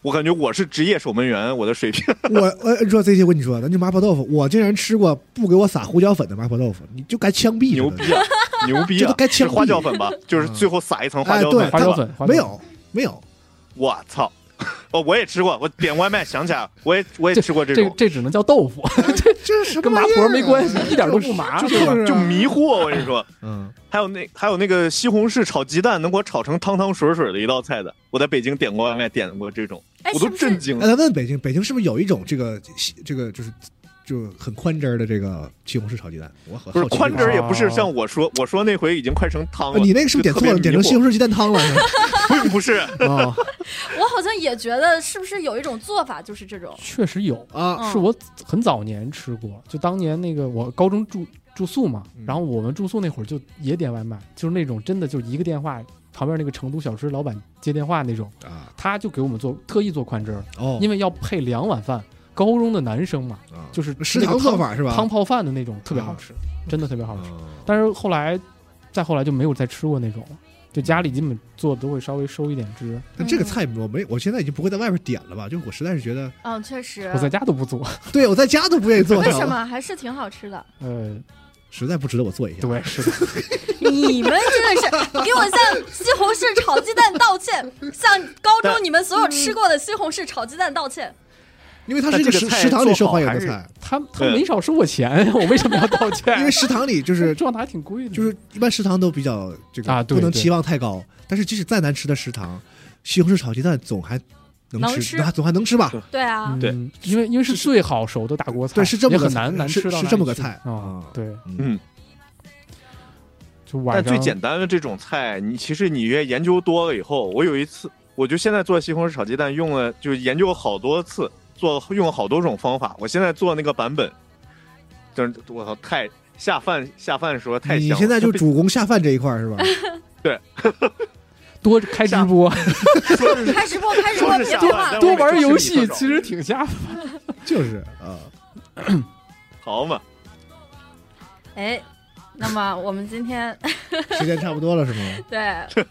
我感觉我是职业守门员，我的水平。
我呃我你说这些，我跟你说，咱就麻婆豆腐，我竟然吃过不给我撒胡椒粉的麻婆豆腐，你就该枪毙
牛
了
逼啊，牛逼
这
啊
都！该
是
枪毙
花椒粉吧？就是最后撒一层啊花椒
哎
粉
对，
花椒粉
没，有没有，
我操！ 哦，我也吃过，我点外卖想起来了，我也我也吃过这
花椒粉这
种
个，这只能叫豆腐，
这是什么
跟麻
玩意
婆
儿
没
啊
关系，一点都不麻，
就是啊
就迷惑。我跟你说，
嗯，
还有那还有那个西红柿炒鸡蛋，能给我炒成汤汤水水的一道菜的，我在北京点过外卖，点过这种，
哎，
我
是
都
不
震
是
惊
哎，
了。
咱问北京，北京是不是有一种这个这个就是就很宽汁儿的这个西红柿炒鸡蛋？我很
不是
好奇
宽
这
汁
个
儿，也不是像我说，我说那回已经快成汤
啊
了。
你那个是不是点错了，点成西红
柿？
柿鸡蛋汤了？是吧
不是，
哦
我好像也觉得，是不是有一种做法就是这种？
确实有，
啊，
嗯
是我很早年吃过，就当年那个我高中住住宿嘛
嗯，
然后我们住宿那会儿就也点外卖，就是那种真的就一个电话，旁边那个成都小吃老板接电话那种，
啊
他就给我们做特意做宽汁儿，
哦，
因为要配两碗饭。高中的男生嘛，
啊
就是嗯
食
那个
堂做
汤
法是吧？
汤泡饭的那种特别好吃，真的特别好吃。
哦
但是后来，再后来就没有再吃过那种了，就家里基本做的都会稍微收一点汁，
但这个菜我没，我现在已经不会在外边点了吧？就我实在是觉得，
嗯，确实
我。在家都不做。
对我在家都不愿意做，
为
你知
什
道吗？
么还是挺好吃的？
呃，
实在不值得我做一下。
对，是的。
你们真的是给我向西红柿炒鸡蛋道歉，向高中你们所有吃过的西红柿炒鸡蛋道歉。
因为它是一
但这
食
个菜
食堂里受
做好
欢迎的
还是
菜，
他他
对
没少收我钱， 我为什么要道 歉？
因为食堂里 就是
撞的还挺贵的，
就是一般食堂都比较这个
啊对
不能
对
期望太高。但是即使再难吃的食堂，西红柿炒鸡蛋总还能
能
吃，
吃
那总还能吃吧？
对
对啊
嗯，
对，
因为因为是最好熟的大锅菜，
对是这么
也
个
很
菜
难难
是
吃到
是
哪
这么
里
个
去
菜
啊
啊，
对，
嗯，
嗯，
就晚
但
上
最简单的这种菜，你其实你越研究多了以后，我有一次，我就现在做西红柿炒鸡蛋用了，就研究好多次，做用了好多种方法。我现在做那个版本，就是我操，太下饭下饭的时候太香
你
了。
现在就主攻下饭这一块儿是吧？
多开直播，
开直播，开直播，
说是
别
下
别
饭
忘，了
但
多
我每
玩
次
游
吃米
戏
饭
其实挺下饭。
就是啊，
好嘛，
哎，那么我们今天
时间差不多了是吗？
对，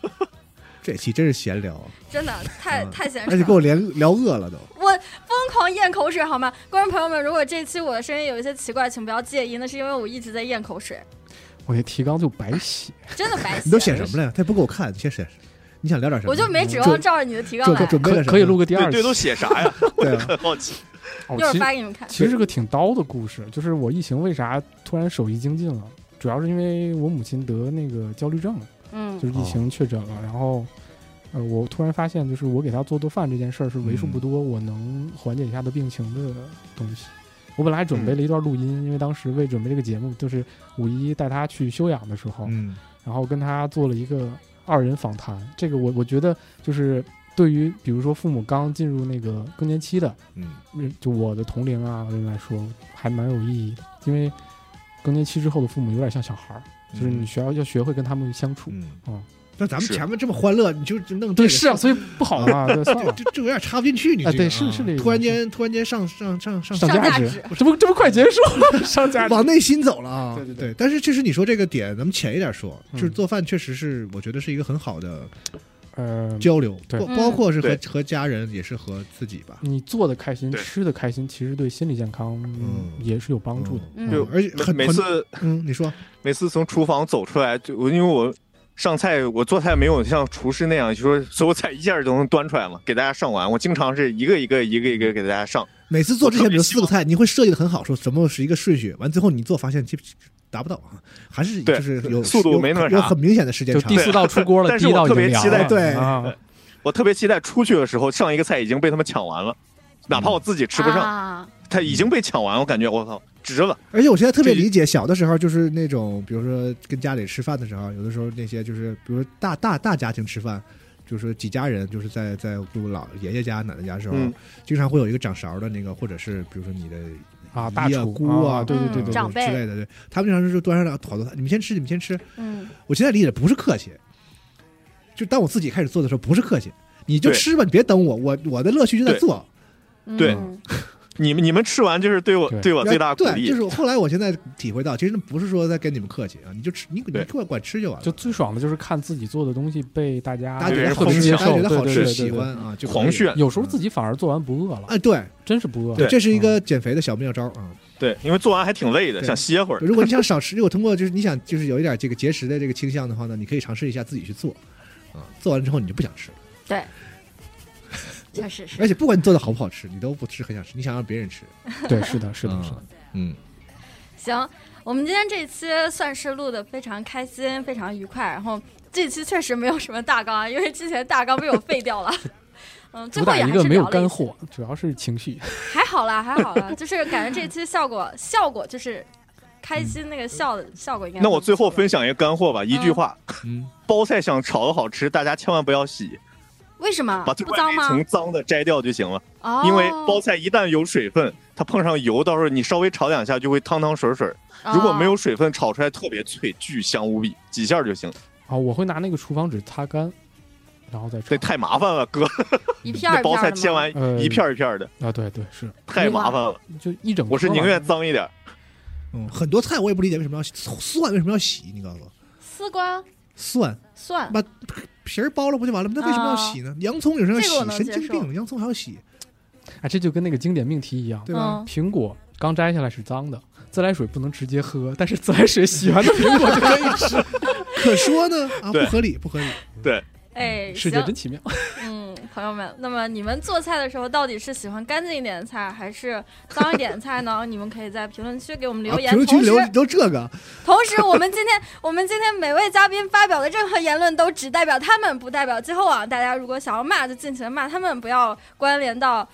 这期真是闲聊，
真的太
嗯
太闲
而且
适
给
了。
我连聊饿了都。
我疯狂咽口水，好吗？观众朋友们，如果这期我的声音有一些奇怪，请不要介意，那是因为我一直在咽口水，
我那提纲就白 写，
真的白
你都
写
写什么了呀？他也不给我看，你先写。你想聊点什么？嗯
我就没指
准
望照着你的提纲
准
来
准，准备了
可
什么？
可以录个第
对
二
对，
期
都。写啥呀？我
对
也
啊
很好奇。
哦
一会儿
其实
发给你们看。
其实是个挺刀的故事，就是我疫情为啥突然手艺精进了，主要是因为我母亲得那个焦虑症了。
嗯
就是疫
哦
情确诊了，然后，呃，我突然发现，就是我给他做顿饭这件事儿是为数
嗯
不多我能缓解一下的病情的东西。我本来还准备了一段录
嗯
音，因为当时为准备这个节目，就是五一带他去休养的时候，
嗯，
然后跟他做了一个二人访谈。这个我我觉得就是对于比如说父母刚进入那个更年期的，
嗯
嗯就我的同龄啊人来说，还蛮有意义的，因为更年期之后的父母有点像小孩儿，
嗯，
就是你需要要学会跟他们相处。
嗯
哦
那咱们
是
前面这么欢乐，你就就弄这
对，
个
是啊，所以不好嘛，对，算了，
这这有点插不进去，你
啊
这个
对
啊
是是这个
突然间突然间上上上上
上
上
价
价
值
值，
这不这不快结束了，上价值。
往内心走了啊！
对对对
对，但是确实你说这个点，咱们浅一点说，
嗯
就是做饭确实是，我觉得是一个很好的
呃，
交流，
对
包
嗯
嗯
包括是和
对
和家人，也是和自己吧。
你做的开心，
对
吃的开心，其实对心理健康
嗯
也是有帮助的。
嗯
对
对，
而且很
每每
很
次
嗯，你说
每次从厨房走出来，就我因为我上菜，我做菜没有像厨师那样，就说所有菜一下就能端出来嘛，给大家上完。我经常是一个一个一个一个给大家上，
每次做之前，
我特别
比如四个菜，你会设计的很好，说什么是一个顺序，完最后你做发现其实达不到啊，还是
对
就是有
速度
有
没那么
有
啥
很明显的时间
就
差
第。四道出锅了，
但
第
是
一
我
道已
特
经
别
凉
期待
了，
对
啊，
我特别期待出去的时候，上一个菜已经被他们抢完了，哪怕我自己吃不上，
啊
他已经被抢完，我感觉我操值了。
而且我现在特别
这
理解，小的时候就是那种，比如说跟家里吃饭的时候，有的时候那些就是，比如说大大大家庭吃饭，就是几家人，就是在在比如老爷爷家、奶奶家的时候，
嗯
经常会有一个掌勺的那个，或者是比如说你的
啊大
姨啊
厨
姑
啊
对对
嗯
对对
长辈
之类的，对，他们经常是就端上来好多菜，你们先吃，你们先吃。
嗯，
我现在理解不是客气，就当我自己开始做的时候不是客气，你就
对
吃吧，你别等我，我我的乐趣就在
对
做。
嗯
对你们你们吃完就是对我
对
对我最大鼓
对，
励，
就是后来我现在体会到，其实不是说在跟你们客气啊，你就吃，你你
对
给我管吃就完了
就。最爽的就是看自己做的东西被大家
大家觉
对
得
特
好
别
吃，
接
大家
受，
觉得
对
好
对
吃，
对
喜
对
欢啊，就可以
狂炫。
有时候自己反而做完不饿了，
啊，对
真是不饿
对，
了。嗯
这是一个减肥的小妙招啊。
对，因为做完还挺累的，
对
想歇会儿。
如果你想少吃，如 果通过就是你想就是有一点这个节食的这个倾向的话呢，你可以尝试一下自己去做啊，做完之后你就不想吃了，
对，确实是。
而且不管你做的好不好吃，你都不是很想吃，你想让别人吃。
对，是的，是的，是的。
嗯，
行，我们今天这期算是录的非常开心，非常愉快。然后这期确实没有什么大纲啊，因为之前大纲被我废 掉了。嗯，最
主
后
打
也
一
还
个
是
没有
聊了
干
一
货，主要是情绪。
还好啦，还好啦，就是感觉这期效果效果就是开心那个笑的效果应该。
那我最后分享一个干货吧，一句
嗯
话：
嗯，
包菜想炒的好吃，大家千万不要洗，
为什么
把最
啊不
外
脏
面一
吗？
层脏的摘掉就行了。
哦，
因为包菜一旦有水分，它碰上油，到时候你稍微炒两下就会汤汤水水。
哦
如果没有水分，炒出来特别脆，巨香无比，几下就行。
啊，我会拿那个厨房纸擦干，然后再炒
这。太麻烦了， 哥，
哦一片儿
那
一
包
片
菜
儿的
切
吗
完
呃
一片儿一片儿的，
啊，对对是，
太麻烦了。
就一整。
我是宁愿。脏一点儿，
嗯，很多菜我也不理解为什么要洗蒜，为什么要洗？你告诉我，
丝瓜
蒜
蒜
把皮儿剥了不就完了吗？那为什么要洗呢？洋葱有时候要
啊这个我能
洗，神
接
经
受
病，洋葱还要洗，
啊，这就跟那个经典命题一样，
对吧？
嗯
苹果刚摘下来是脏的，自来水不能直接喝，但是自来水洗完的苹果就可以 吃。
可说呢啊，不
对
合理，不合理。
哎，
世
行，
界真奇 妙。
嗯，朋友们，那么你们做菜的时候到底是喜欢干净一点的菜，还是脏一点的菜呢？ 你们可以在评论区给我们留言。
啊评论区
同时
留留这个，
同时，我们今天 我们今天每位嘉宾发表的任何言论都只代表他们，不代表季后网。大家如果想要骂，就尽情地骂他们，不要关联到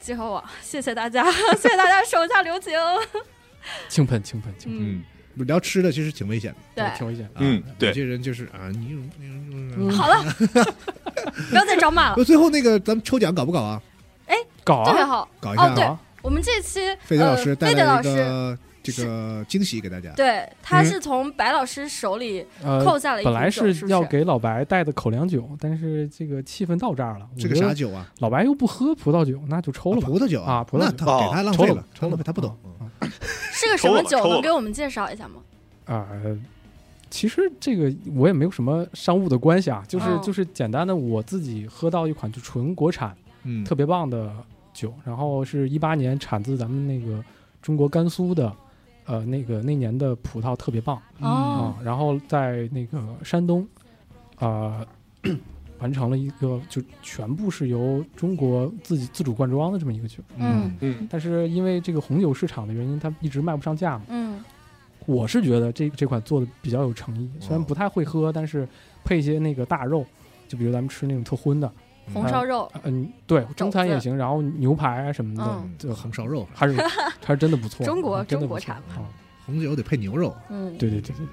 季后网。谢谢大家， 谢谢大家手下留情。
轻喷轻喷轻
嗯，
聊吃的其实挺危险的。
对
喷，，挺危险的。
嗯
啊
对
有些人就是啊，你有你有你有。
嗯
好了， 不要再招骂了，
那最后那个咱们抽奖搞不搞啊？
搞
特别
啊
好。
搞一下
哦对
啊！
搞啊，
我们这期
费德老师
呃、
带
费德
来
老
一
师
个这个惊喜给大家。
对，他
嗯
是从白老师手里扣
呃，
下了一瓶
本来
酒是
要
不是
给老白带的口粮酒，但是这个气氛到这儿了，
这个
我觉
啥
得
酒啊？
老白又不喝葡萄酒，那就抽了
啊
吧。
葡萄酒
啊葡萄酒
那他给他浪费
抽
了
了，
他浪费他不懂。嗯
是个什么
抽了吧
酒？
抽了吧
能给我们介绍一下吗？
啊、其实这个我也没有什么商务的关系啊，就是、
嗯
就是简单的我自己喝到一款就纯国产
嗯，
特别棒的酒，然后是一八年产自咱们那个中国甘肃的，呃，那个那年的葡萄特别棒
嗯
啊、
哦
然后在那个山东，啊、完成了一个就全部是由中国自己自主灌装的这么一个酒，
嗯
嗯
嗯，
但是因为这个红酒市场的原因，它一直卖不上价嘛。
嗯
我是觉得这这款做的比较有诚
哦
意，虽然不太会喝，但是配一些那个大肉，就比如咱们吃那种特荤的，
红烧肉，
呃嗯，对，中餐也行，然后牛排啊什么的
嗯，
就
红
很
烧肉，
还是还是真的不错，
中国
真的
中
不
国
错
产嘛
啊，
红酒得配牛肉。
嗯，
对对对对对，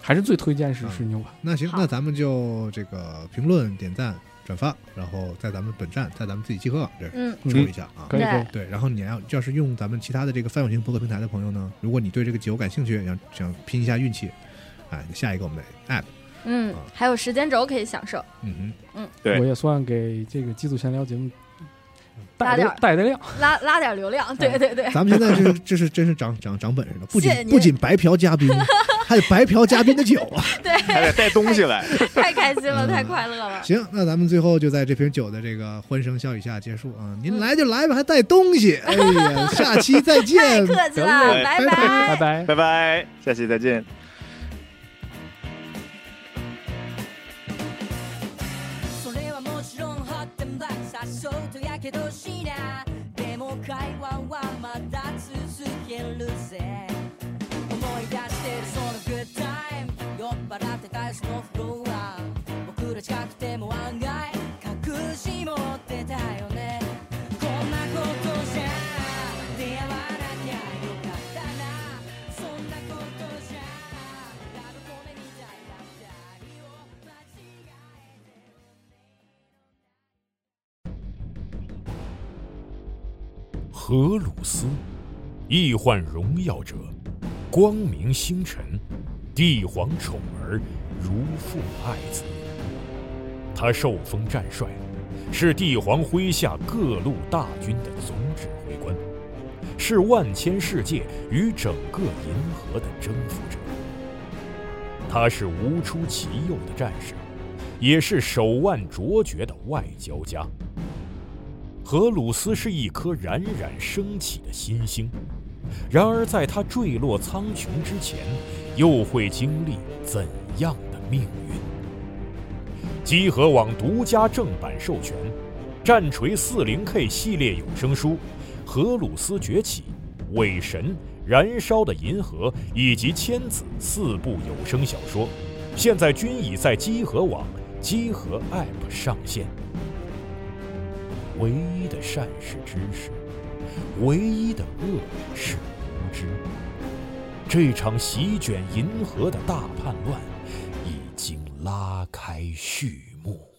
还是最推荐是
嗯
是牛排，
那行，
好
那咱们就这个评论、点赞、转发，然后在咱们本站，在咱们自己集合网这儿
嗯，
嗯
注意一下啊。
可以可以
对，
对，然后你要要是用咱们其他的这个泛用型博客平台的朋友呢，如果你对这个酒感兴趣，想想拼一下运气，哎，下一个我们的 app，
嗯
啊，
还有时间轴可以享受，
嗯
对
我也算给这个基础闲聊节目
搭
带
点
的
儿
带的量，
拉拉点流量，对对对
哼，，咱们现在这是这是真是长长长本事了，不仅
谢谢您
不仅白嫖嘉宾，还得白嫖嘉宾的酒 啊。
嗯还得带东 西来。
太开心了，
嗯
太快乐了，
行，那咱们最后就在这瓶酒的这个欢声笑语下结束啊！您来就来吧，还带东西，哎呀，下期再
太
见。
客气了，
等
拜
等
拜
拜。拜。
拜拜，下期再见。
それはもちろん発展ださっそうとやけどしなでも会話はまだ続けるぜ思い出してるそのグッタイム酔っ払ってたよそのフロア僕ら近くても案外隠し持ってたよねこんなことじゃ出会わなきゃよかったなそんなことじゃラブコメみたいな二人を間違えて
荷鲁斯，易患荣耀者，光明星辰，帝皇宠儿，如父爱子。他受封战帅，是帝皇麾下各路大军的总指挥官，是万千世界与整个银河的征服者。他是无出其右的战士，也是手腕卓绝的外交家。荷鲁斯是一颗冉冉升起的新星，然而在他坠落苍穹之前，又会经历怎样的命运？集合网独家正版授权，《战锤 40K 系列有声书》《荷鲁斯崛起》《伪神》《燃烧的银河》以及《千子》四部有声小说，现在均已在集合网、集合 App 上线。唯一的善是知识，唯一的恶是无知。这场席卷银河的大叛乱已经拉开序幕。